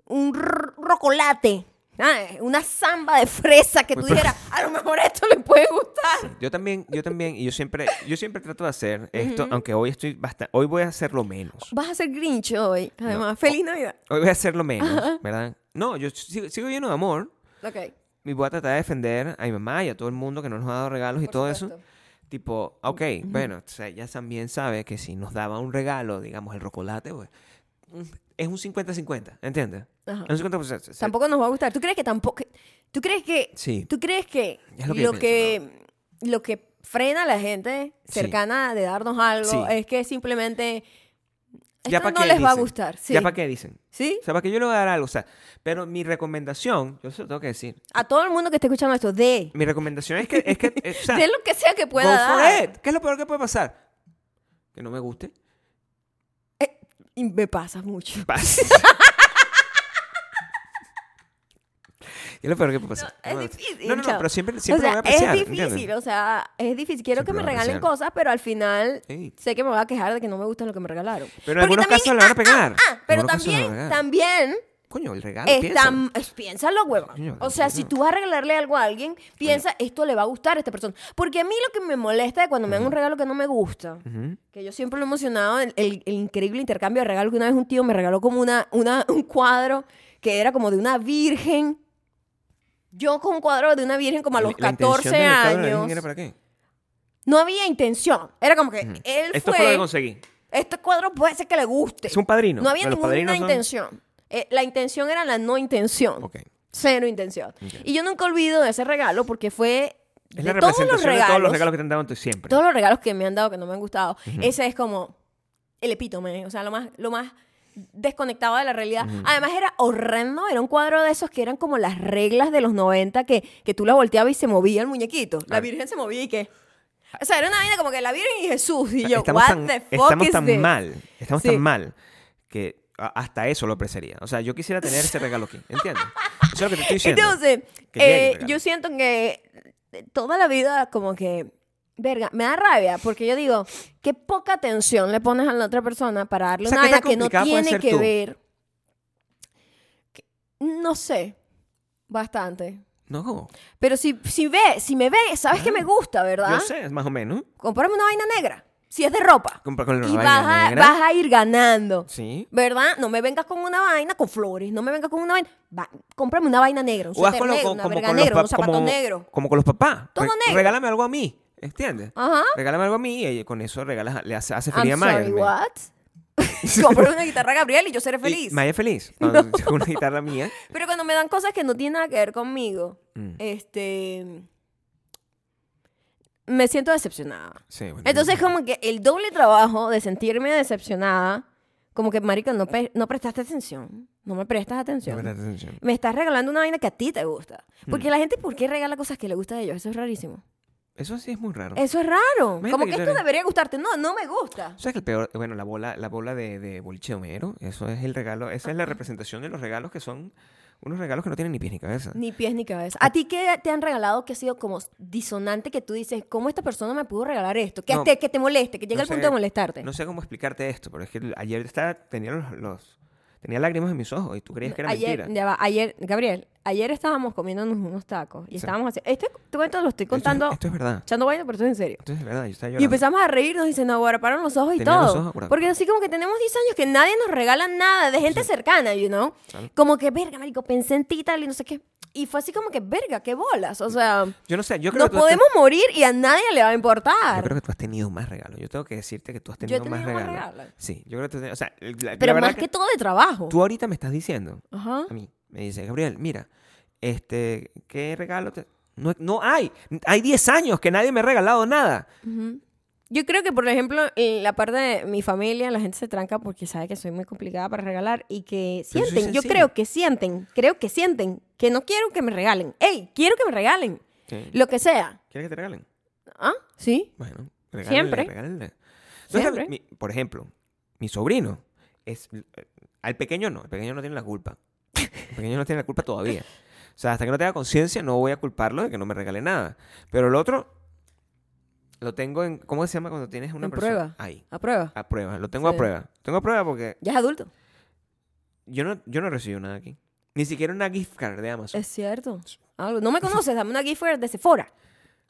Speaker 1: un r- rocolate. ¿sabes? Una samba de fresa que tú
Speaker 2: Pues, pero-
Speaker 1: dijeras, a lo mejor esto le puede gustar.
Speaker 2: Yo también, yo también, y yo siempre, yo siempre trato de hacer esto, aunque hoy estoy bastante, hoy voy a hacerlo menos.
Speaker 1: Vas a ser Grinch hoy. Además, feliz Navidad.
Speaker 2: Hoy voy a hacerlo menos, ¿verdad? No, yo sigo, sigo lleno de amor
Speaker 1: Ok.
Speaker 2: y voy a tratar de defender a mi mamá y a todo el mundo que no nos ha dado regalos y
Speaker 1: Por
Speaker 2: todo eso.
Speaker 1: supuesto.
Speaker 2: Tipo, ok, bueno, o sea, ella también sabe que si nos daba un regalo, digamos, el chocolate, pues, mm, es un 50-50, ¿entiendes?
Speaker 1: Ajá.
Speaker 2: Es un 50%. se- se-
Speaker 1: Tampoco nos va a gustar. ¿Tú crees que tampoco? ¿Tú crees que?
Speaker 2: Sí.
Speaker 1: ¿Tú crees que
Speaker 2: Es
Speaker 1: lo
Speaker 2: lo
Speaker 1: que
Speaker 2: que
Speaker 1: lo
Speaker 2: yo
Speaker 1: que, frena a la gente
Speaker 2: Sí.
Speaker 1: cercana de darnos algo
Speaker 2: Sí.
Speaker 1: es que simplemente
Speaker 2: ¿Ya
Speaker 1: esto
Speaker 2: pa'
Speaker 1: no
Speaker 2: qué
Speaker 1: les va a
Speaker 2: dicen?
Speaker 1: gustar? Sí.
Speaker 2: ¿Ya para qué dicen?
Speaker 1: ¿Sí?
Speaker 2: O sea, para que yo le voy a dar algo, o sea, pero mi recomendación, yo se lo tengo que decir,
Speaker 1: A todo el mundo que esté escuchando esto, de,
Speaker 2: mi recomendación es que, es que eh, o sea,
Speaker 1: de lo que sea que pueda
Speaker 2: go for
Speaker 1: dar.
Speaker 2: it. ¿Qué es lo peor que puede pasar? Que no me guste.
Speaker 1: Y me pasa mucho.
Speaker 2: Paz. ¿Qué es lo peor que puede pasar?
Speaker 1: No,
Speaker 2: No me
Speaker 1: es
Speaker 2: gusta.
Speaker 1: difícil,
Speaker 2: No, no, no,
Speaker 1: chao.
Speaker 2: pero siempre, siempre
Speaker 1: o sea,
Speaker 2: lo voy a apreciar.
Speaker 1: es difícil,
Speaker 2: ¿entiendes?
Speaker 1: o sea, es difícil. Quiero
Speaker 2: Siempre
Speaker 1: que me
Speaker 2: lo voy a
Speaker 1: regalen
Speaker 2: apreciar.
Speaker 1: cosas, pero al final
Speaker 2: Sí.
Speaker 1: sé que me voy a quejar de que no me gusta lo que me regalaron.
Speaker 2: Pero en
Speaker 1: Porque
Speaker 2: algunos casos le van a pegar.
Speaker 1: Ah, pero
Speaker 2: En algunos casos le van
Speaker 1: también,
Speaker 2: a pegar.
Speaker 1: también
Speaker 2: Coño, el regalo.
Speaker 1: Está,
Speaker 2: piénsalo.
Speaker 1: es- piénsalo, huevón.
Speaker 2: Coño,
Speaker 1: O sea,
Speaker 2: coño.
Speaker 1: si tú vas a regalarle algo a alguien, piensa, esto le va a gustar a esta persona. Porque a mí lo que me molesta de cuando me dan un regalo que no me gusta,
Speaker 2: Ujú.
Speaker 1: que yo siempre lo he emocionado, el, el- el increíble intercambio de regalos que una vez un tío me regaló como una, una, un cuadro que era como de una virgen. Yo con un cuadro de una virgen como a los
Speaker 2: La- la intención
Speaker 1: 14
Speaker 2: del mercado de la
Speaker 1: años.
Speaker 2: Virgen era para qué?
Speaker 1: No había intención. Era como que él
Speaker 2: Esto
Speaker 1: fue...
Speaker 2: fue lo que conseguí.
Speaker 1: Este cuadro puede ser que le guste.
Speaker 2: Es un padrino.
Speaker 1: No había
Speaker 2: Pero los
Speaker 1: ninguna
Speaker 2: padrinos son-
Speaker 1: intención. Eh, la intención era la no intención.
Speaker 2: Ok.
Speaker 1: Cero intención. Y yo nunca olvido de ese regalo porque fue
Speaker 2: Es
Speaker 1: de
Speaker 2: la
Speaker 1: todos los
Speaker 2: representación de
Speaker 1: regalos.
Speaker 2: todos los regalos que te han dado antes siempre.
Speaker 1: todos los regalos que me han dado que no me han gustado. Ese es como el epítome, o sea, lo más, lo más desconectado de la realidad. Además era horrendo, era un cuadro de esos que eran como las reglas de los 90 que, que tú la volteabas y se movía el muñequito. La
Speaker 2: Claro.
Speaker 1: Virgen se movía y qué. O sea, era una vaina como que la Virgen y Jesús. Y yo,
Speaker 2: estamos
Speaker 1: what
Speaker 2: tan,
Speaker 1: the fuck
Speaker 2: estamos
Speaker 1: is
Speaker 2: tan
Speaker 1: this?
Speaker 2: mal. Estamos
Speaker 1: Sí.
Speaker 2: tan mal que a- hasta eso lo apreciaría. O sea, yo quisiera tener ese regalo aquí. ¿Entiendes? Eso es lo que te estoy diciendo.
Speaker 1: Entonces,
Speaker 2: Que llegue
Speaker 1: eh,
Speaker 2: el regalo.
Speaker 1: yo siento que eh, toda la vida como que, verga, me da rabia porque yo digo, qué poca atención le pones a la otra persona para darle
Speaker 2: O sea,
Speaker 1: una
Speaker 2: ¿qué tan
Speaker 1: vaina que no
Speaker 2: complicada puede
Speaker 1: tiene
Speaker 2: ser
Speaker 1: que
Speaker 2: tú?
Speaker 1: ver. Que- No sé, bastante.
Speaker 2: No.
Speaker 1: Pero si, si ve, si me ve, sabes que me gusta, ¿verdad?
Speaker 2: Yo sé, más o menos.
Speaker 1: Comprarme una vaina negra, si es de ropa.
Speaker 2: Comprar con la
Speaker 1: y
Speaker 2: vaina
Speaker 1: vas a,
Speaker 2: negra.
Speaker 1: vas a ir ganando.
Speaker 2: Sí.
Speaker 1: ¿Verdad? No me vengas con una vaina con flores, no me vengas con una vaina. Va, cómprame una vaina negra, un
Speaker 2: O vas
Speaker 1: suéter
Speaker 2: con lo-
Speaker 1: negro,
Speaker 2: con-
Speaker 1: una
Speaker 2: como
Speaker 1: verga
Speaker 2: con los
Speaker 1: negra,
Speaker 2: pa-
Speaker 1: unos zapatos
Speaker 2: como-
Speaker 1: negros.
Speaker 2: como con los papás.
Speaker 1: Todo
Speaker 2: Re-
Speaker 1: negro.
Speaker 2: Regálame algo a mí. ¿Entiendes?
Speaker 1: Ajá.
Speaker 2: Regálame algo a mí y con eso regalas, le hace, hace
Speaker 1: I'm
Speaker 2: feliz a Maya.
Speaker 1: sorry,
Speaker 2: también.
Speaker 1: what? Compré una guitarra a Gabriel y yo seré
Speaker 2: Y
Speaker 1: feliz.
Speaker 2: Maya es feliz. Cuando tengo una guitarra mía.
Speaker 1: Pero cuando me dan cosas que no tienen nada que ver conmigo,
Speaker 2: Mm.
Speaker 1: este. Me siento decepcionada.
Speaker 2: Sí, bueno.
Speaker 1: Entonces, como que el doble trabajo de sentirme decepcionada, como que, marica, no, pe- no prestaste atención. No me prestas
Speaker 2: No
Speaker 1: atención.
Speaker 2: me das atención.
Speaker 1: me estás regalando una vaina que a ti te gusta.
Speaker 2: Hmm.
Speaker 1: Porque la gente, ¿por qué regala cosas que le gustan a ellos? Eso es rarísimo.
Speaker 2: Eso sí es muy raro.
Speaker 1: Eso es raro.
Speaker 2: Imagínate
Speaker 1: Como
Speaker 2: que
Speaker 1: que
Speaker 2: yo
Speaker 1: esto
Speaker 2: le-
Speaker 1: debería gustarte. No, no me gusta.
Speaker 2: ¿Sabes que el peor? Bueno, la bola, la bola de, de boliche homero, eso es el regalo, esa es la representación de los regalos que son unos regalos que no tienen ni pies ni cabeza.
Speaker 1: Ni pies ni cabeza. ¿A ti qué te han regalado que ha sido como disonante que tú dices, ¿cómo esta persona me pudo regalar esto? Que,
Speaker 2: No.
Speaker 1: te, que te moleste, que llegue
Speaker 2: No
Speaker 1: al
Speaker 2: sé-
Speaker 1: punto de molestarte.
Speaker 2: No sé cómo explicarte esto, pero es que ayer estaba, tenía los, los- Tenía lágrimas en mis ojos y tú creías que era
Speaker 1: ayer,
Speaker 2: mentira.
Speaker 1: ya va, ayer, Gabriel, ayer estábamos comiéndonos unos tacos y
Speaker 2: Sí.
Speaker 1: estábamos haciendo. Este cuento lo estoy
Speaker 2: Esto es-
Speaker 1: contando,
Speaker 2: Esto, es verdad.
Speaker 1: echando vaina, pero esto es en serio.
Speaker 2: Esto es verdad. Yo estaba
Speaker 1: Y
Speaker 2: llorando.
Speaker 1: empezamos a reírnos diciendo, ahora pararon los ojos y
Speaker 2: Tenía los
Speaker 1: todo.
Speaker 2: ojos guardados.
Speaker 1: Porque así como que tenemos 10 años que nadie nos regala nada de gente cercana, you know.
Speaker 2: Claro.
Speaker 1: Como que, verga, marico, pensé en ti y tal y no sé qué. Y fue así como que, verga, qué bolas. O sea,
Speaker 2: Yo no sé. Yo creo,
Speaker 1: nos
Speaker 2: que tú has ten-
Speaker 1: podemos morir y a nadie le va a
Speaker 2: yo
Speaker 1: importar.
Speaker 2: creo que tú has tenido más regalos. Yo tengo que decirte que tú has
Speaker 1: he
Speaker 2: tenido, más
Speaker 1: tenido más
Speaker 2: regalos.
Speaker 1: regalos.
Speaker 2: Sí, yo creo que tú has tenido- O sea, el- la, la
Speaker 1: Pero
Speaker 2: verdad
Speaker 1: más que, todo de trabajo.
Speaker 2: tú ahorita me estás diciendo
Speaker 1: Ajá.
Speaker 2: a mí. Me dice, Gabriel, mira, este, ¿qué regalo te- No, no hay. Hay 10 años que nadie me ha regalado nada.
Speaker 1: Ujú. Yo creo que, por ejemplo, en la parte de mi familia, la gente se tranca porque sabe que soy muy complicada para regalar y que
Speaker 2: Pero eso es
Speaker 1: sienten, yo
Speaker 2: sencillo.
Speaker 1: creo que sienten, creo que sienten que no quiero que me regalen. ¡Ey! Quiero que me regalen.
Speaker 2: ¿Qué?
Speaker 1: Lo que sea.
Speaker 2: ¿Quieres que te regalen?
Speaker 1: ¿Ah? ¿Sí?
Speaker 2: Bueno,
Speaker 1: Siempre.
Speaker 2: regálenle, regálenle. No,
Speaker 1: Siempre.
Speaker 2: sabe, mi- por ejemplo, mi sobrino es eh, al pequeño no, el pequeño no tiene la culpa. El pequeño no tiene la culpa todavía. O sea, hasta que no tenga conciencia no voy a culparlo de que no me regale nada. Pero el otro lo tengo en ¿cómo se llama cuando tienes una
Speaker 1: En
Speaker 2: persona
Speaker 1: prueba.
Speaker 2: ahí?
Speaker 1: A prueba.
Speaker 2: A prueba, lo tengo
Speaker 1: Sí.
Speaker 2: a prueba. Tengo a prueba porque
Speaker 1: Ya es adulto.
Speaker 2: yo no yo no recibo nada aquí. Ni siquiera una gift card de Amazon.
Speaker 1: Es cierto. Algo- No me conoces, dame una gift card de Sephora.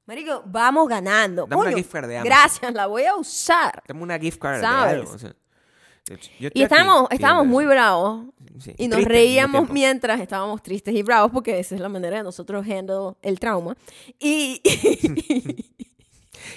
Speaker 1: Marico, vamos ganando.
Speaker 2: Dame una
Speaker 1: Coño,
Speaker 2: gift card de Amazon.
Speaker 1: Gracias, la voy a usar.
Speaker 2: Tengo una gift card
Speaker 1: ¿Sabes?
Speaker 2: de algo, o sea, yo- yo estoy
Speaker 1: Y
Speaker 2: aquí,
Speaker 1: estábamos,
Speaker 2: ¿entiendes?
Speaker 1: estábamos muy bravos.
Speaker 2: Sí,
Speaker 1: Y nos
Speaker 2: triste al mismo
Speaker 1: reíamos
Speaker 2: tiempo.
Speaker 1: mientras estábamos tristes y bravos, porque esa es la manera de nosotros handle el trauma. Y,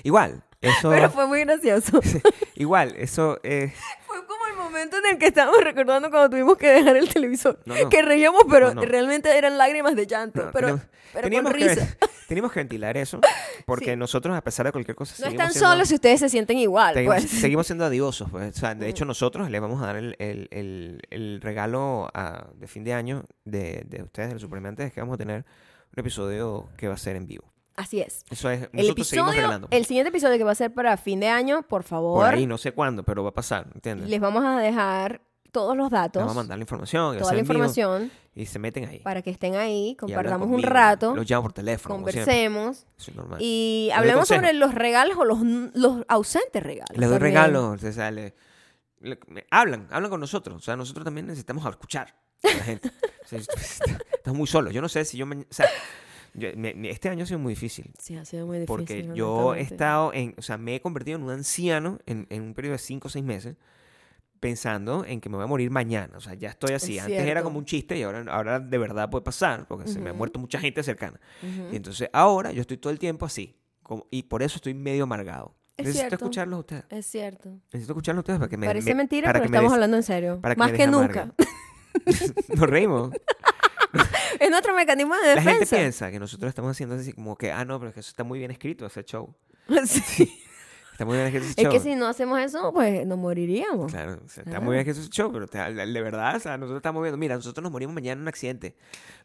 Speaker 2: Igual, eso
Speaker 1: pero fue muy gracioso.
Speaker 2: Igual, eso eh, es...
Speaker 1: Fue como el momento en el que estábamos recordando cuando tuvimos que dejar el televisor.
Speaker 2: No, no.
Speaker 1: Que reíamos, pero
Speaker 2: No, no.
Speaker 1: realmente eran lágrimas de llanto.
Speaker 2: no,
Speaker 1: pero
Speaker 2: teníamos-
Speaker 1: pero con
Speaker 2: teníamos que,
Speaker 1: risa.
Speaker 2: teníamos que ventilar eso, porque
Speaker 1: Sí.
Speaker 2: nosotros, a pesar de cualquier cosa,
Speaker 1: No
Speaker 2: seguimos
Speaker 1: están
Speaker 2: siendo-
Speaker 1: solos si ustedes se sienten igual,
Speaker 2: seguimos,
Speaker 1: pues.
Speaker 2: seguimos siendo adivosos. pues. O sea, de hecho, nosotros le vamos a dar el, el- el- el regalo a- de fin de año de, de ustedes, de los supermercantes, que vamos a tener un episodio que va a ser en vivo.
Speaker 1: Así es.
Speaker 2: Eso es, nosotros
Speaker 1: El
Speaker 2: seguimos
Speaker 1: episodio,
Speaker 2: regalando.
Speaker 1: el siguiente episodio que va a ser para fin de año, por
Speaker 2: Por
Speaker 1: favor,
Speaker 2: ahí, no sé cuándo, pero va a pasar, ¿entiendes?
Speaker 1: les vamos a dejar todos los datos,
Speaker 2: Les vamos a mandar la información, que va
Speaker 1: toda
Speaker 2: a ser
Speaker 1: la
Speaker 2: en vivo,
Speaker 1: información,
Speaker 2: y se meten ahí.
Speaker 1: para que estén ahí,
Speaker 2: y hablan
Speaker 1: compartamos un
Speaker 2: conmigo,
Speaker 1: rato,
Speaker 2: Los llamo por teléfono. como siempre.
Speaker 1: conversemos
Speaker 2: Eso es normal.
Speaker 1: y
Speaker 2: Les doy
Speaker 1: hablemos
Speaker 2: consejo.
Speaker 1: sobre los regalos o los, los ausentes regalos.
Speaker 2: Les doy
Speaker 1: también.
Speaker 2: regalos, o sea, le- le- me- hablan, hablan con nosotros. O sea, nosotros también necesitamos escuchar a la gente. O sea, estás muy solo. Yo no sé si yo me... o sea, yo- me- me- este año ha sido muy difícil.
Speaker 1: Sí, ha sido muy difícil.
Speaker 2: Porque yo he
Speaker 1: honestamente.
Speaker 2: estado en... O sea, me he convertido en un anciano en, en un periodo de 5 o 6 meses pensando en que me voy a morir mañana. O sea, ya estoy así.
Speaker 1: Es
Speaker 2: Antes era
Speaker 1: cierto.
Speaker 2: como un chiste y ahora, ahora de verdad puede pasar porque se me ha
Speaker 1: Ujú.
Speaker 2: muerto mucha gente cercana.
Speaker 1: Ujú.
Speaker 2: Y entonces ahora yo estoy todo el tiempo así. como- y por eso estoy medio amargado.
Speaker 1: Es
Speaker 2: Necesito
Speaker 1: cierto.
Speaker 2: escucharlos a ustedes.
Speaker 1: Es cierto.
Speaker 2: Necesito escucharlo a ustedes para que me
Speaker 1: Parece
Speaker 2: me-
Speaker 1: mentira,
Speaker 2: para
Speaker 1: pero
Speaker 2: que me
Speaker 1: estamos
Speaker 2: des-
Speaker 1: hablando en serio.
Speaker 2: para que
Speaker 1: Más
Speaker 2: me
Speaker 1: que
Speaker 2: desamargue.
Speaker 1: nunca.
Speaker 2: Nos reímos.
Speaker 1: es nuestro mecanismo de
Speaker 2: La gente
Speaker 1: defensa.
Speaker 2: piensa que nosotros estamos haciendo así como que, ah, no, pero es que eso está muy bien escrito, ese show.
Speaker 1: Sí.
Speaker 2: Está muy bien escrito ese
Speaker 1: Es
Speaker 2: show.
Speaker 1: que Ah. si no hacemos eso, pues nos moriríamos.
Speaker 2: Claro, o sea, está
Speaker 1: Claro.
Speaker 2: muy bien escrito ese show, pero te- de verdad, o sea, nosotros estamos viendo, mira, nosotros nos morimos mañana en un accidente.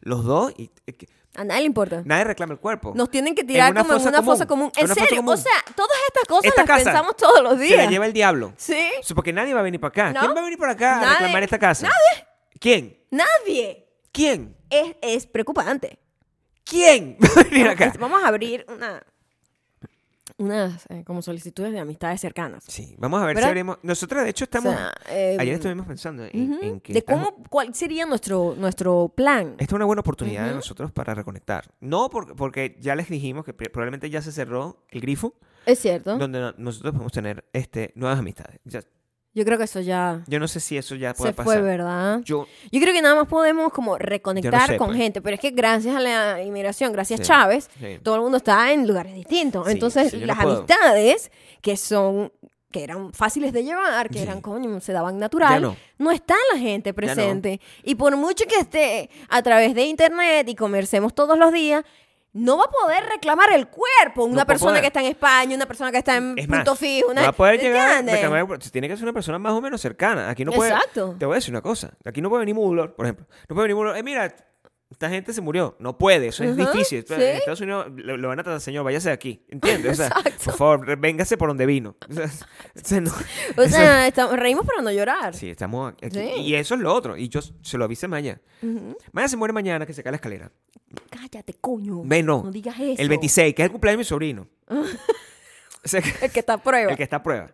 Speaker 2: Los dos y es que
Speaker 1: A nadie le importa.
Speaker 2: nadie reclama el cuerpo.
Speaker 1: Nos tienen que tirar
Speaker 2: una
Speaker 1: como en
Speaker 2: fosa
Speaker 1: una fosa
Speaker 2: común.
Speaker 1: común. En
Speaker 2: Una fosa
Speaker 1: serio, o
Speaker 2: común.
Speaker 1: sea, todas estas cosas
Speaker 2: Esta
Speaker 1: las
Speaker 2: casa
Speaker 1: pensamos todos los
Speaker 2: Se la
Speaker 1: días.
Speaker 2: lleva el diablo.
Speaker 1: ¿Sí?
Speaker 2: O sea, porque nadie va a venir para acá.
Speaker 1: No.
Speaker 2: ¿Quién va a venir para acá
Speaker 1: Nadie.
Speaker 2: a reclamar esta casa? Nadie. ¿Quién?
Speaker 1: Nadie.
Speaker 2: ¿Quién?
Speaker 1: Es, es preocupante.
Speaker 2: ¿Quién va a venir acá?
Speaker 1: Es- Vamos a abrir una unas eh, como solicitudes de amistades cercanas.
Speaker 2: Sí, vamos a ver
Speaker 1: ¿Verdad?
Speaker 2: si abrimos. Nosotros, de hecho, estamos.
Speaker 1: O sea, eh,
Speaker 2: Ayer estuvimos pensando en,
Speaker 1: ujú,
Speaker 2: en que
Speaker 1: de
Speaker 2: estamos-
Speaker 1: cómo cuál sería nuestro nuestro plan.
Speaker 2: esta es una buena oportunidad de
Speaker 1: Ujú.
Speaker 2: nosotros para reconectar. No por- porque ya les dijimos que pre- probablemente ya se cerró el grifo
Speaker 1: Es cierto.
Speaker 2: donde no- nosotros podemos tener este, nuevas amistades. Ya-
Speaker 1: Yo creo que eso ya
Speaker 2: yo no sé si eso ya puede
Speaker 1: se
Speaker 2: pasar.
Speaker 1: fue, ¿verdad?
Speaker 2: Yo
Speaker 1: Yo creo que nada más podemos como reconectar
Speaker 2: sé,
Speaker 1: con
Speaker 2: pues.
Speaker 1: gente, pero es que gracias a la inmigración, gracias
Speaker 2: Sí.
Speaker 1: Chávez,
Speaker 2: sí,
Speaker 1: todo el mundo está en lugares distintos.
Speaker 2: Sí,
Speaker 1: Entonces,
Speaker 2: sí, yo no
Speaker 1: las
Speaker 2: puedo.
Speaker 1: amistades que son que eran fáciles de llevar, que
Speaker 2: Sí.
Speaker 1: eran coño, se daban natural,
Speaker 2: Ya no.
Speaker 1: está la gente presente. Y por mucho que esté a través de internet y conversemos todos los días, no va a poder reclamar el cuerpo una
Speaker 2: va a
Speaker 1: persona
Speaker 2: poder.
Speaker 1: que está en España, una persona que está en
Speaker 2: es más,
Speaker 1: punto fijo, una
Speaker 2: no va a poder
Speaker 1: ¿te
Speaker 2: llegar.
Speaker 1: entiendes?
Speaker 2: reclamar por- tiene que ser una persona más o menos cercana. Aquí no puede.
Speaker 1: Exacto.
Speaker 2: Te voy a decir una cosa. Aquí no puede venir Mudlor, por ejemplo. No puede venir Mudlor. Eh, mira, esta gente se murió. No puede. Eso es
Speaker 1: Ujú,
Speaker 2: difícil. Esto-
Speaker 1: sí.
Speaker 2: En Estados Unidos lo, lo van a tratar, señor, váyase de aquí. ¿Entiendes? O sea,
Speaker 1: Exacto.
Speaker 2: por favor, véngase por donde vino. O sea, o sea, no-
Speaker 1: O sea, estamos, reímos para no llorar.
Speaker 2: Sí, estamos aquí.
Speaker 1: Sí.
Speaker 2: Y eso es lo otro. Y yo se lo avisé a Maya.
Speaker 1: Ujú.
Speaker 2: Maya se muere mañana que se cae la escalera.
Speaker 1: Cállate, coño.
Speaker 2: Ve, no.
Speaker 1: No digas eso.
Speaker 2: El 26, que es el cumpleaños de mi sobrino. O sea, que-
Speaker 1: El que está a prueba.
Speaker 2: el que está a prueba.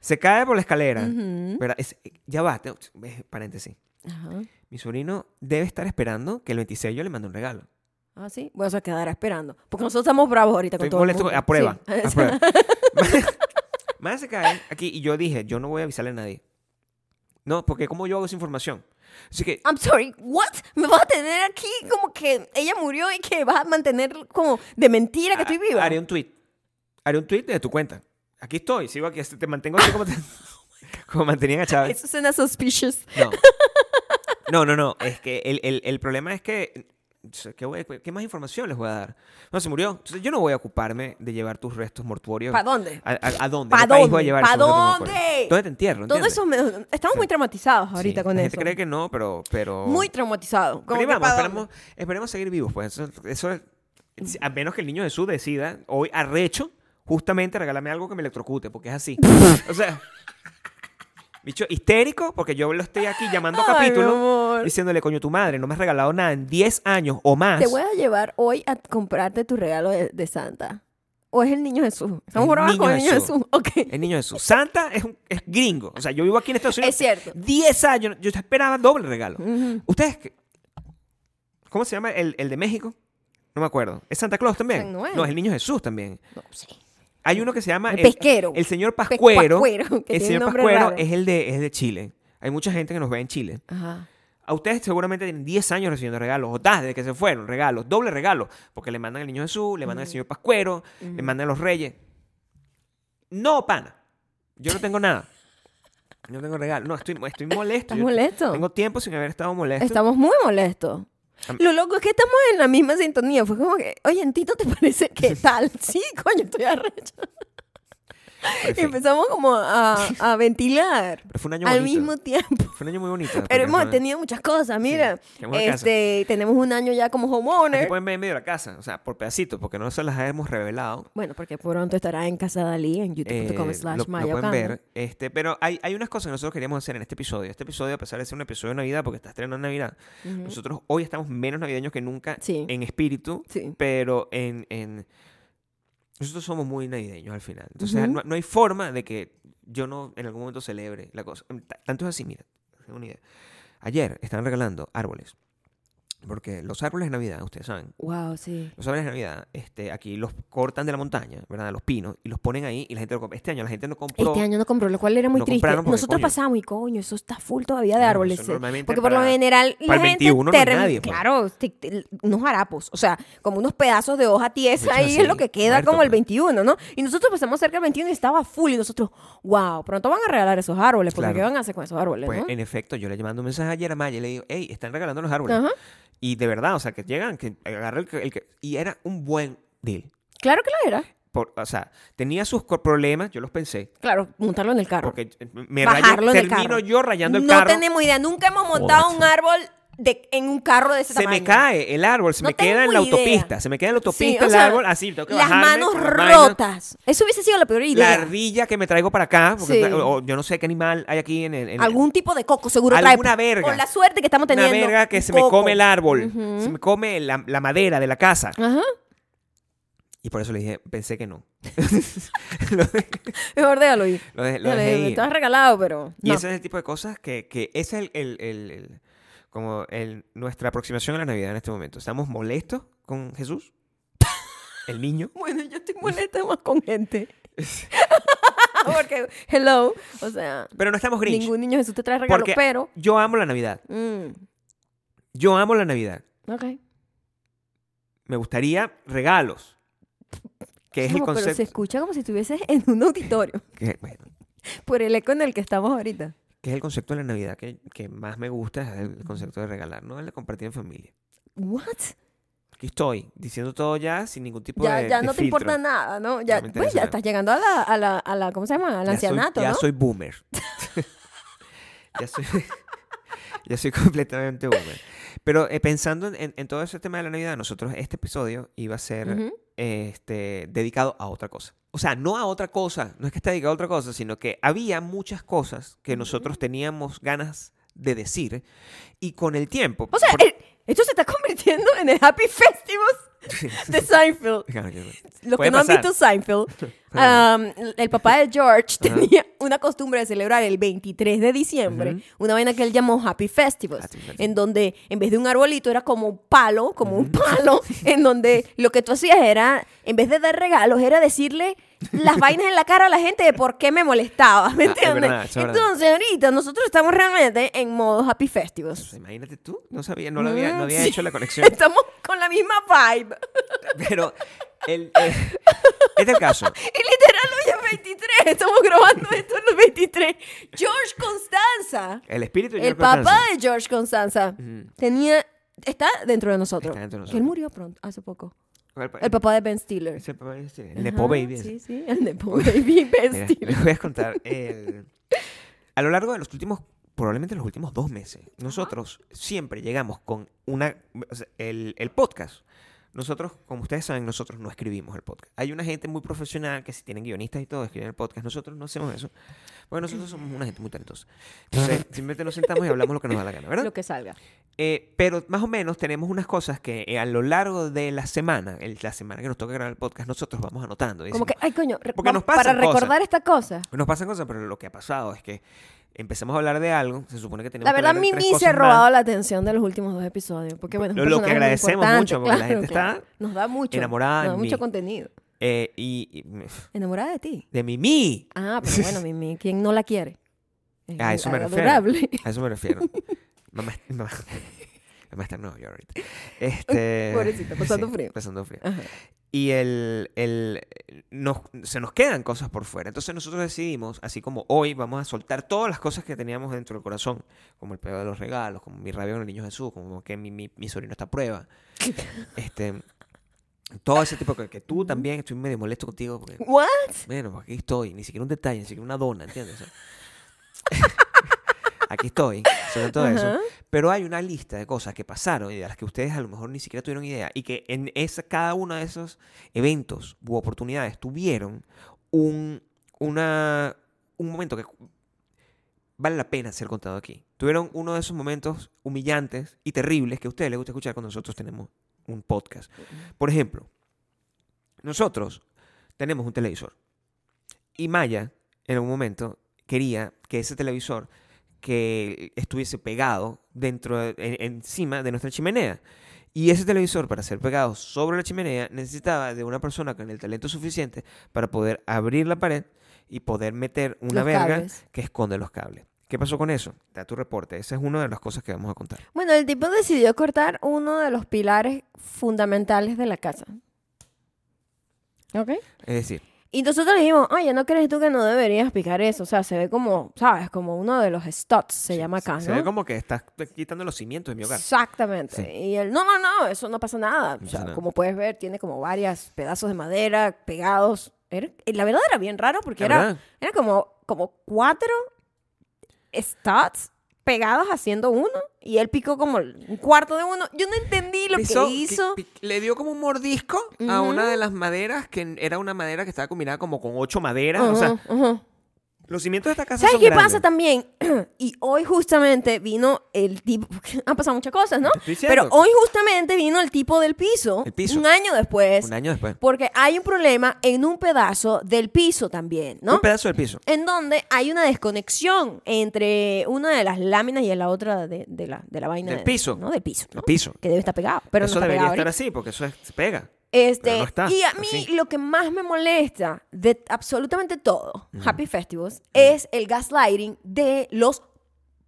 Speaker 2: Se cae por la escalera.
Speaker 1: Ujú.
Speaker 2: ¿verdad? Es- ya va, te- eh, paréntesis.
Speaker 1: Ajá.
Speaker 2: Mi sobrino debe estar esperando que el 26 yo le mande un regalo.
Speaker 1: Ah, sí. Bueno, se quedará esperando. Porque nosotros estamos bravos ahorita con
Speaker 2: Estoy
Speaker 1: todo. el
Speaker 2: molesto.
Speaker 1: mundo.
Speaker 2: A prueba.
Speaker 1: Sí.
Speaker 2: a prueba. Madre se cae aquí y yo dije, yo no voy a avisarle a nadie. No, porque ¿cómo yo hago esa información? Así que,
Speaker 1: I'm sorry, what? Me vas a tener aquí como que ella murió y que vas a mantener como de mentira que estoy
Speaker 2: ha-
Speaker 1: viva.
Speaker 2: haré un tweet. Haré un tweet de tu cuenta. Aquí estoy, sigo aquí, este, te mantengo así
Speaker 1: Oh
Speaker 2: como, te- como mantenían a Chávez.
Speaker 1: Eso suena suspicious.
Speaker 2: No. No, no, no. Es que el, el- el problema es que. ¿qué, voy a- qué más información les voy a dar? No, se murió. Entonces, yo no voy a ocuparme de llevar tus restos mortuarios.
Speaker 1: ¿Para dónde?
Speaker 2: ¿A, a- a dónde?
Speaker 1: ¿Pa
Speaker 2: ¿A qué país
Speaker 1: dónde?
Speaker 2: voy a llevar
Speaker 1: ¿Pa
Speaker 2: esos restos mortuorios?
Speaker 1: dónde?
Speaker 2: ¿Dónde te entierro?
Speaker 1: Todo
Speaker 2: ¿Entiendes?
Speaker 1: eso me- estamos muy traumatizados ahorita
Speaker 2: Sí,
Speaker 1: con
Speaker 2: la
Speaker 1: eso.
Speaker 2: gente cree que no, pero. pero...
Speaker 1: Muy traumatizados.
Speaker 2: pero
Speaker 1: Como
Speaker 2: ahí
Speaker 1: que
Speaker 2: vamos,
Speaker 1: ¿pa'
Speaker 2: esperemos, esperemos seguir vivos, pues. Eso, eso es- A menos que el niño Jesús decida, hoy arrecho, justamente regálame algo que me electrocute, porque es así. o sea. Bicho, histérico, porque yo lo estoy aquí llamando a
Speaker 1: Ay, mi
Speaker 2: capítulo
Speaker 1: amor.
Speaker 2: diciéndole, coño, tu madre, no me has regalado nada en 10 años o más.
Speaker 1: Te voy a llevar hoy a comprarte tu regalo de, de Santa. ¿O es el niño Jesús? Estamos
Speaker 2: El
Speaker 1: bravos con el
Speaker 2: niño
Speaker 1: niño Jesús.
Speaker 2: Jesús. Eh,
Speaker 1: Ok.
Speaker 2: El niño Jesús. Santa es, un, es gringo. O sea, yo vivo aquí en Estados Unidos.
Speaker 1: Es cierto.
Speaker 2: 10 años. Yo esperaba doble regalo.
Speaker 1: Ujú.
Speaker 2: ¿Ustedes qué- ¿Cómo se llama el, el de México? No me acuerdo. ¿Es Santa Claus también?
Speaker 1: San Noel.
Speaker 2: No, es el niño Jesús también.
Speaker 1: No, sí.
Speaker 2: Hay uno que se llama...
Speaker 1: El pesquero.
Speaker 2: El señor
Speaker 1: Pe-
Speaker 2: Pascuero.
Speaker 1: Pascuero, que
Speaker 2: el
Speaker 1: tiene
Speaker 2: señor
Speaker 1: un nombre
Speaker 2: Pascuero
Speaker 1: raro.
Speaker 2: es el de, es de Chile. Hay mucha gente que nos ve en Chile.
Speaker 1: Ajá.
Speaker 2: A ustedes seguramente tienen 10 años recibiendo regalos, o tarde desde que se fueron, regalos, doble regalo, porque le mandan el niño Jesús, le mandan el señor Pascuero, le mandan los reyes. No, pana. Yo no tengo nada. No tengo regalo. No, estoy, estoy molesto.
Speaker 1: ¿Estás
Speaker 2: Yo
Speaker 1: molesto?
Speaker 2: Tengo tiempo sin haber estado molesto.
Speaker 1: Estamos muy molestos.
Speaker 2: Am-
Speaker 1: Lo loco es que estamos en la misma sintonía. Fue como que, oye, Tito, ¿te parece que tal? Sí, coño, estoy arrecho.
Speaker 2: Pero, en
Speaker 1: Y
Speaker 2: fin,
Speaker 1: empezamos como a, a ventilar
Speaker 2: pero fue un año
Speaker 1: al
Speaker 2: bonito.
Speaker 1: mismo tiempo.
Speaker 2: Fue un año muy bonito. porque
Speaker 1: Pero hemos
Speaker 2: fue-
Speaker 1: tenido muchas cosas, mira.
Speaker 2: tenemos la casa.
Speaker 1: Este, tenemos un año ya como
Speaker 2: Aquí
Speaker 1: homeowner.
Speaker 2: pueden ver en medio de la casa, o sea, por pedacitos, porque no se las hemos revelado.
Speaker 1: Bueno, porque pronto estará en casa de Ali en youtube.com
Speaker 2: Eh,
Speaker 1: slash
Speaker 2: lo, lo
Speaker 1: Maya
Speaker 2: pueden
Speaker 1: Ocampo.
Speaker 2: ver. Este, pero hay, hay unas cosas que nosotros queríamos hacer en este episodio. Este episodio, a pesar de ser un episodio de Navidad, porque está estrenando en Navidad, nosotros hoy estamos menos navideños que nunca
Speaker 1: Sí.
Speaker 2: en espíritu,
Speaker 1: Sí.
Speaker 2: pero en, en- Nosotros somos muy navideños al final. Entonces,
Speaker 1: Ujú.
Speaker 2: no, no hay forma de que yo no en algún momento celebre la cosa. T- Tanto es así, mira, tengo una idea. Ayer estaban regalando árboles. Porque los árboles de Navidad, ustedes saben,
Speaker 1: Wow, sí.
Speaker 2: los árboles de Navidad, este, aquí los cortan de la montaña, ¿verdad? Los pinos, y los ponen ahí y la gente lo compra. Este año la gente no compró.
Speaker 1: Este año no compró, lo cual era muy
Speaker 2: no
Speaker 1: triste.
Speaker 2: compraron porque,
Speaker 1: Nosotros
Speaker 2: coño.
Speaker 1: pasamos y coño, eso está full todavía de
Speaker 2: Claro,
Speaker 1: árboles.
Speaker 2: eso
Speaker 1: eh.
Speaker 2: normalmente
Speaker 1: Porque por lo
Speaker 2: para-
Speaker 1: general la
Speaker 2: para el
Speaker 1: gente
Speaker 2: 21 no hay nadie, pues.
Speaker 1: Claro, te- te- unos harapos, o sea, como unos pedazos de hoja tiesa
Speaker 2: Mucho
Speaker 1: ahí
Speaker 2: así,
Speaker 1: es lo que queda
Speaker 2: muerto,
Speaker 1: como el
Speaker 2: pues.
Speaker 1: 21, ¿no? Y nosotros pasamos cerca del 21 y estaba full y nosotros, wow, pronto van a regalar esos árboles, porque
Speaker 2: Claro.
Speaker 1: ¿qué van a hacer con esos árboles,
Speaker 2: Pues,
Speaker 1: no?
Speaker 2: en efecto, yo le mando un mensaje ayer a Maya y le digo, hey, están regalando los árboles.
Speaker 1: Ajá.
Speaker 2: Y de verdad, o sea, que llegan, que agarra el que... el que- y era un buen deal.
Speaker 1: Claro que lo era.
Speaker 2: Por- o sea, tenía sus co- problemas, yo los pensé.
Speaker 1: Claro, montarlo en el carro.
Speaker 2: Porque me
Speaker 1: bajarlo
Speaker 2: rayo,
Speaker 1: en el
Speaker 2: termino
Speaker 1: carro.
Speaker 2: yo rayando el
Speaker 1: no
Speaker 2: carro.
Speaker 1: tenemos idea, nunca hemos montado
Speaker 2: Joder.
Speaker 1: un árbol de, en un carro de ese
Speaker 2: Se
Speaker 1: tamaño.
Speaker 2: me cae el árbol, se
Speaker 1: No
Speaker 2: me queda en
Speaker 1: tengo
Speaker 2: la
Speaker 1: idea.
Speaker 2: autopista, se me queda en la
Speaker 1: Sí,
Speaker 2: autopista
Speaker 1: o
Speaker 2: el
Speaker 1: sea,
Speaker 2: árbol, así, tengo que
Speaker 1: Las
Speaker 2: bajarme
Speaker 1: manos
Speaker 2: con las vainas.
Speaker 1: rotas. Eso hubiese sido la peor
Speaker 2: La
Speaker 1: idea.
Speaker 2: ardilla que me traigo para acá, porque
Speaker 1: Sí.
Speaker 2: tra- o- o yo no sé qué animal hay aquí en el... en-
Speaker 1: Algún tipo de coco seguro trae.
Speaker 2: Alguna verga.
Speaker 1: Con la suerte que estamos
Speaker 2: una
Speaker 1: teniendo.
Speaker 2: verga que
Speaker 1: un
Speaker 2: se me
Speaker 1: coco.
Speaker 2: come el árbol, se me come la, la madera de la casa.
Speaker 1: Ajá.
Speaker 2: Y por eso le dije, pensé que no.
Speaker 1: Mejor déjalo ir.
Speaker 2: Lo, de- lo
Speaker 1: Déjalo
Speaker 2: dejé
Speaker 1: ir.
Speaker 2: ir.
Speaker 1: Te has regalado, pero.
Speaker 2: Y
Speaker 1: no.
Speaker 2: ese es el tipo de cosas que, que ese es el, el- el- el- como el, nuestra aproximación a la Navidad en este momento. Estamos molestos con Jesús, el niño.
Speaker 1: Bueno, yo estoy molesta más con gente. Porque, hello. O sea,
Speaker 2: Pero no estamos grinch.
Speaker 1: ningún niño Jesús te trae regalo,
Speaker 2: porque
Speaker 1: pero.
Speaker 2: yo amo la Navidad.
Speaker 1: mm,
Speaker 2: Yo amo la Navidad.
Speaker 1: ok.
Speaker 2: Me gustaría regalos. Que es el
Speaker 1: No, Pero se
Speaker 2: concepto.
Speaker 1: escucha como si estuvieses en un auditorio.
Speaker 2: Que, bueno,
Speaker 1: por el eco en el que estamos ahorita.
Speaker 2: que es el concepto de la Navidad que, que más me gusta, es el concepto de regalar, ¿no? El de compartir en familia.
Speaker 1: ¿What?
Speaker 2: Aquí estoy, diciendo todo ya sin ningún tipo
Speaker 1: Ya,
Speaker 2: de.
Speaker 1: ya
Speaker 2: Pues, de
Speaker 1: no te
Speaker 2: filtro.
Speaker 1: importa nada, ¿no? Ya,
Speaker 2: No me
Speaker 1: pues ya
Speaker 2: interesa nada.
Speaker 1: estás llegando a la, a la, a la ¿cómo se llama? Al
Speaker 2: Ya soy-
Speaker 1: ancianato,
Speaker 2: ya
Speaker 1: ¿no?
Speaker 2: soy boomer. ya soy. ya soy completamente boomer. Pero eh, pensando en- en, en todo ese tema de la Navidad, nosotros este episodio iba a ser
Speaker 1: Ujú.
Speaker 2: este, dedicado a otra cosa. O sea, no a otra cosa, no es que esté dedicado a otra cosa, sino que había muchas cosas que nosotros teníamos ganas de decir y con el tiempo.
Speaker 1: O sea, eh,
Speaker 2: porque-
Speaker 1: el- esto se está convirtiendo en el Happy Festivals de Seinfeld.
Speaker 2: Claro que-
Speaker 1: Los que
Speaker 2: Puede
Speaker 1: no
Speaker 2: pasar.
Speaker 1: han visto Seinfeld, um, el papá de George tenía una costumbre de celebrar el 23 de diciembre, una vaina que él llamó Happy Festivals,
Speaker 2: Happy Festivals.
Speaker 1: en donde en vez de un arbolito era como un palo, como un palo, en donde lo que tú hacías era, en vez de dar regalos, era decirle las vainas en la cara a la gente de por qué me molestabas, ¿me
Speaker 2: Ah, es
Speaker 1: entiendes?
Speaker 2: verdad, eso es verdad.
Speaker 1: Entonces ahorita nosotros estamos realmente en modo Happy Festivals.
Speaker 2: Imagínate tú, no sabía, no, lo había, no
Speaker 1: Mm,
Speaker 2: había
Speaker 1: sí.
Speaker 2: hecho la conexión.
Speaker 1: Estamos con la misma vibe.
Speaker 2: Pero el, el- este es el caso.
Speaker 1: Y literal hoy es 23, estamos grabando esto en los 23. George Constanza,
Speaker 2: El espíritu de
Speaker 1: el
Speaker 2: George
Speaker 1: papá
Speaker 2: Constanza.
Speaker 1: de George Constanza, tenía, está dentro de nosotros.
Speaker 2: Está dentro de nosotros.
Speaker 1: Que él murió pronto, hace poco.
Speaker 2: ¿Cuál pa-
Speaker 1: El papá de Ben Stiller.
Speaker 2: es el papá de este?
Speaker 1: Ajá,
Speaker 2: El Nepo Baby. ese.
Speaker 1: Sí, sí, el Nepo Baby, Ben
Speaker 2: Mira,
Speaker 1: Stiller.
Speaker 2: les voy a contar. el- a lo largo de los últimos, probablemente los últimos dos meses, nosotros siempre llegamos con una. o sea, el, el podcast. Nosotros, como ustedes saben, nosotros no escribimos el podcast. Hay una gente muy profesional que si tienen guionistas y todo, escriben el podcast. Nosotros no hacemos eso. Porque nosotros somos una gente muy talentosa. Entonces, simplemente nos sentamos y hablamos lo que nos da la gana, ¿verdad?
Speaker 1: Lo que salga.
Speaker 2: Eh, pero más o menos tenemos unas cosas que eh, a lo largo de la semana, el- la semana que nos toca grabar el podcast, nosotros vamos anotando.
Speaker 1: Como
Speaker 2: Decimos,
Speaker 1: que, ay coño, re-
Speaker 2: Porque
Speaker 1: vamos-
Speaker 2: nos pasan
Speaker 1: para
Speaker 2: cosas.
Speaker 1: recordar esta cosa.
Speaker 2: nos pasan cosas, pero lo que ha pasado es que empezamos a hablar de algo, se supone que tenemos
Speaker 1: La verdad,
Speaker 2: que hablar de
Speaker 1: Mimi
Speaker 2: tres
Speaker 1: se ha
Speaker 2: cosas
Speaker 1: robado
Speaker 2: más,
Speaker 1: la atención de los últimos dos episodios. Porque bueno, es un
Speaker 2: Lo- lo que
Speaker 1: personaje muy
Speaker 2: agradecemos
Speaker 1: importante,
Speaker 2: mucho, porque la gente está
Speaker 1: Nos da mucho.
Speaker 2: enamorada de
Speaker 1: Nos da mucho
Speaker 2: mí.
Speaker 1: contenido.
Speaker 2: eh, y, y-
Speaker 1: Enamorada de ti.
Speaker 2: de Mimi.
Speaker 1: Ah, pero bueno, Mimi, ¿quién no la quiere? Es
Speaker 2: A eso me refiero.
Speaker 1: adorable.
Speaker 2: A eso me refiero. mamá, mamá, mamá está en Nueva York ahorita. Este,
Speaker 1: pobrecita, pasando frío.
Speaker 2: Pasando frío.
Speaker 1: Ajá.
Speaker 2: Y el, el- nos- se nos quedan cosas por fuera. Entonces nosotros decidimos, así como hoy, vamos a soltar todas las cosas que teníamos dentro del corazón, como el pedo de los regalos, como mi rabia con el niño Jesús, como que mi, mi- mi sobrino está a prueba. este, todo ese tipo de cosas. Que tú también estoy medio molesto contigo. Porque,
Speaker 1: ¿What?
Speaker 2: bueno, pues aquí estoy. Ni siquiera un detalle, ni siquiera una dona, ¿entiendes? O sea, aquí estoy, sobre todo eso.
Speaker 1: Ajá.
Speaker 2: Pero hay una lista de cosas que pasaron y de las que ustedes a lo mejor ni siquiera tuvieron idea y que en esa, cada uno de esos eventos u oportunidades tuvieron un, una, un momento que vale la pena ser contado aquí. Tuvieron uno de esos momentos humillantes y terribles que a ustedes les gusta escuchar cuando nosotros tenemos un podcast. Por ejemplo, nosotros tenemos un televisor y Maya en algún momento quería que ese televisor que estuviese pegado dentro de- en- encima de nuestra chimenea. Y ese televisor, para ser pegado sobre la chimenea, necesitaba de una persona con el talento suficiente para poder abrir la pared y poder meter una
Speaker 1: Los
Speaker 2: verga
Speaker 1: cables.
Speaker 2: que esconde los cables. ¿Qué pasó con eso? Da tu reporte. Esa es una de las cosas que vamos a contar.
Speaker 1: Bueno, el tipo decidió cortar uno de los pilares fundamentales de la casa. ¿Ok?
Speaker 2: Es decir,
Speaker 1: Y nosotros le dijimos, oye, ¿no crees tú que no deberías picar eso? O sea, se ve como, ¿sabes? Como uno de los studs, se llama acá,
Speaker 2: se
Speaker 1: ¿no?
Speaker 2: ve como que estás quitando los cimientos de mi hogar.
Speaker 1: Exactamente.
Speaker 2: Sí.
Speaker 1: Y él, no, no, no, eso no pasa nada.
Speaker 2: No
Speaker 1: O sea,
Speaker 2: pasa nada.
Speaker 1: como puedes ver, tiene como varias pedazos de madera pegados. Era- y la verdad era bien raro porque
Speaker 2: La
Speaker 1: era,
Speaker 2: verdad.
Speaker 1: era como, como cuatro stats pegados haciendo uno y él picó como un cuarto de uno. Yo no entendí lo
Speaker 2: Pisó-
Speaker 1: que hizo.
Speaker 2: pi- pi- Le dio como un mordisco a una de las maderas que n- era una madera que estaba combinada como con ocho maderas. ah, O sea,
Speaker 1: Ujú, ujú.
Speaker 2: los cimientos de esta casa
Speaker 1: ¿Sabes
Speaker 2: son
Speaker 1: qué
Speaker 2: grandes.
Speaker 1: pasa también? y hoy justamente vino el tipo. Han pasado muchas cosas, ¿no?
Speaker 2: estoy diciendo.
Speaker 1: Pero hoy justamente vino el tipo del piso.
Speaker 2: El piso.
Speaker 1: Un año después.
Speaker 2: Un año después.
Speaker 1: Porque hay un problema en un pedazo del piso también, ¿no?
Speaker 2: Un pedazo del piso.
Speaker 1: En donde hay una desconexión entre una de las láminas y la otra de, de la, de la vaina.
Speaker 2: Del
Speaker 1: de-
Speaker 2: piso.
Speaker 1: ¿no? Del piso. ¿no?
Speaker 2: El piso.
Speaker 1: Que debe estar pegado. Pero
Speaker 2: eso
Speaker 1: no está
Speaker 2: debería
Speaker 1: pegado
Speaker 2: estar
Speaker 1: ahorita.
Speaker 2: así porque eso es- se pega.
Speaker 1: Este,
Speaker 2: Pero no está,
Speaker 1: y a mí
Speaker 2: así.
Speaker 1: lo que más me molesta de absolutamente todo Happy Festivals es el gaslighting de los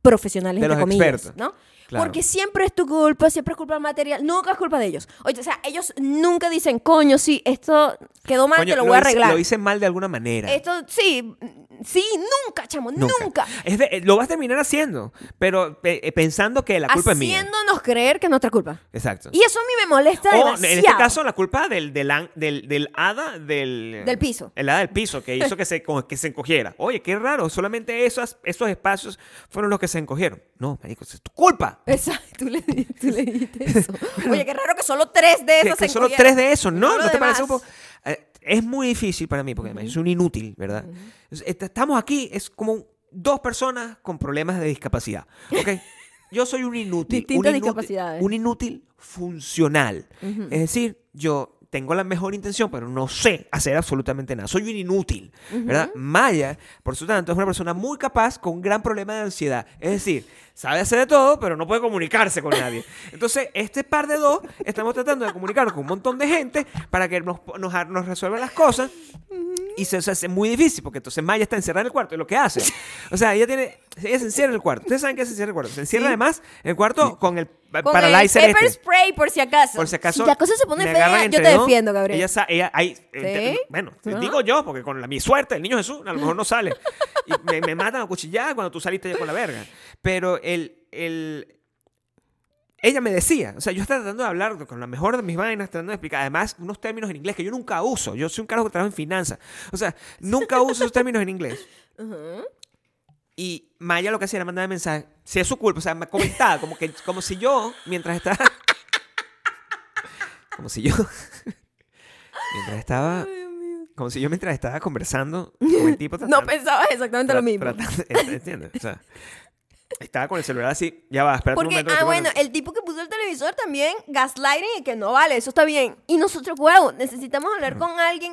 Speaker 1: profesionales
Speaker 2: De
Speaker 1: entre
Speaker 2: los
Speaker 1: comillas,
Speaker 2: expertos.
Speaker 1: ¿no?
Speaker 2: Claro.
Speaker 1: Porque siempre es tu culpa, siempre es culpa del material, nunca es culpa de ellos. Oye, o sea, ellos nunca dicen, coño, sí, esto quedó mal,
Speaker 2: Coño,
Speaker 1: te lo voy a
Speaker 2: hice-
Speaker 1: arreglar.
Speaker 2: Lo hice mal de alguna manera.
Speaker 1: Esto, sí, mm, sí, nunca, chamo, nunca.
Speaker 2: Es de- eh, lo vas a terminar haciendo, pero eh, eh, pensando que la culpa es mía.
Speaker 1: Haciéndonos creer que es nuestra culpa.
Speaker 2: Exacto.
Speaker 1: Y eso a mí me molesta
Speaker 2: O,
Speaker 1: demasiado.
Speaker 2: en este caso, la culpa del, del, an- del, del hada del...
Speaker 1: Del piso.
Speaker 2: El hada del piso, que hizo que se, co- que se encogiera. Oye, qué raro, solamente esos, esos espacios fueron los que se encogieron. No, marico, esa es tu culpa.
Speaker 1: Exacto, tú le, di- tú le dijiste eso. Oye, qué raro que solo tres de
Speaker 2: Que,
Speaker 1: esos
Speaker 2: que
Speaker 1: se
Speaker 2: solo
Speaker 1: encogieron.
Speaker 2: tres de esos, ¿no?
Speaker 1: lo
Speaker 2: ¿No te
Speaker 1: demás.
Speaker 2: parece un poco...? Eh, Es muy difícil para mí, porque además es un inútil, ¿verdad? Es- est- Estamos aquí, es como dos personas con problemas de discapacidad, ¿ok? yo soy un inútil.
Speaker 1: Distintas
Speaker 2: un inútil-
Speaker 1: discapacidades.
Speaker 2: Un inútil funcional. Es decir, yo tengo la mejor intención, pero no sé hacer absolutamente nada. Soy un inútil, ¿verdad? Maya, por su tanto, es una persona muy capaz con un gran problema de ansiedad. Es decir, sabe hacer de todo, pero no puede comunicarse con nadie. Entonces, este par de dos, estamos tratando de comunicarnos con un montón de gente para que nos, nos, nos resuelvan las cosas. Y se, se hace muy difícil, porque entonces Maya está encerrada en el cuarto, es lo que hace. O sea, ella tiene ella se encierra en el cuarto. Ustedes saben que se encierra en el cuarto. Se encierra además en el cuarto con el pa-
Speaker 1: Con
Speaker 2: paralyzer
Speaker 1: el paper
Speaker 2: este.
Speaker 1: spray, por si acaso.
Speaker 2: Por si acaso.
Speaker 1: la cosa se pone
Speaker 2: me agarran
Speaker 1: fea, yo
Speaker 2: entre
Speaker 1: te
Speaker 2: dos,
Speaker 1: defiendo, Gabriel.
Speaker 2: Ella, sa- ella ahí, eh,
Speaker 1: ¿Sí?
Speaker 2: bueno,
Speaker 1: ¿No?
Speaker 2: digo yo, porque con la, mi suerte, el niño Jesús, a lo mejor no sale. Y me, me matan a cuchilladas cuando tú saliste ya con la verga. Pero el, el. Ella me decía, o sea, yo estaba tratando de hablar con la mejor de mis vainas, tratando de explicar, además, unos términos en inglés que yo nunca uso. Yo soy un carajo que trabaja en finanzas. O sea, nunca uso esos términos en inglés.
Speaker 1: Ujú.
Speaker 2: Y Maya lo que hacía era mandarme mensaje. Si es su culpa, o sea, me comentaba, como, que, como si yo, mientras estaba. Como si yo. Mientras estaba. Como si yo, mientras estaba conversando con el tipo.
Speaker 1: No
Speaker 2: tratando-
Speaker 1: pensabas exactamente lo
Speaker 2: tra-
Speaker 1: mismo.
Speaker 2: tratando- ¿Entiendes? O sea, estaba con el celular así, ya va, espérate un
Speaker 1: Porque,
Speaker 2: momento. que
Speaker 1: ah,
Speaker 2: tengo que-
Speaker 1: bueno, el tipo que puso el televisor también, gaslighting y que no vale, eso está bien. Y nosotros, huevo, necesitamos hablar con alguien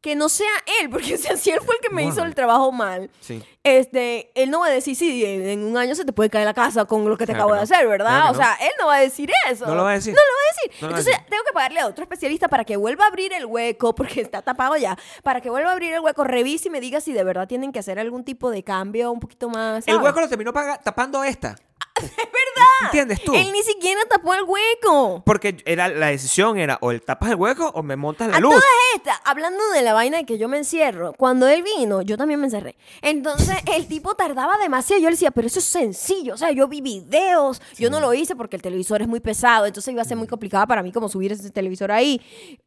Speaker 1: que no sea él, porque o sea, si él fue el que me hizo
Speaker 2: Bueno.
Speaker 1: el trabajo mal,
Speaker 2: Sí.
Speaker 1: este, él no va a decir, sí, en, en un año se te puede caer la casa con lo que te
Speaker 2: Claro
Speaker 1: acabo
Speaker 2: que
Speaker 1: de
Speaker 2: no.
Speaker 1: hacer, ¿verdad?
Speaker 2: Claro
Speaker 1: o
Speaker 2: que
Speaker 1: sea, él no va a decir eso.
Speaker 2: No lo va a decir.
Speaker 1: No lo va a decir.
Speaker 2: No lo va a
Speaker 1: Entonces,
Speaker 2: decir.
Speaker 1: tengo que pagarle a otro especialista para que vuelva a abrir el hueco, porque está tapado ya, para que vuelva a abrir el hueco, revise y me diga si de verdad tienen que hacer algún tipo de cambio un poquito más...
Speaker 2: El
Speaker 1: ¿sabes?
Speaker 2: hueco lo terminó paga- tapando esta.
Speaker 1: ¡Es verdad!
Speaker 2: ¿Entiendes tú?
Speaker 1: Él ni siquiera tapó el hueco.
Speaker 2: Porque era, la decisión era o el tapas el hueco o me montas la
Speaker 1: A
Speaker 2: luz.
Speaker 1: todas estas, hablando de la vaina de que yo me encierro, cuando él vino, yo también me encerré. Entonces, el tipo tardaba demasiado. Yo le decía, pero eso es sencillo. O sea, yo vi videos. Yo no lo hice porque el televisor es muy pesado. Entonces, iba a ser muy complicado para mí como subir ese televisor ahí.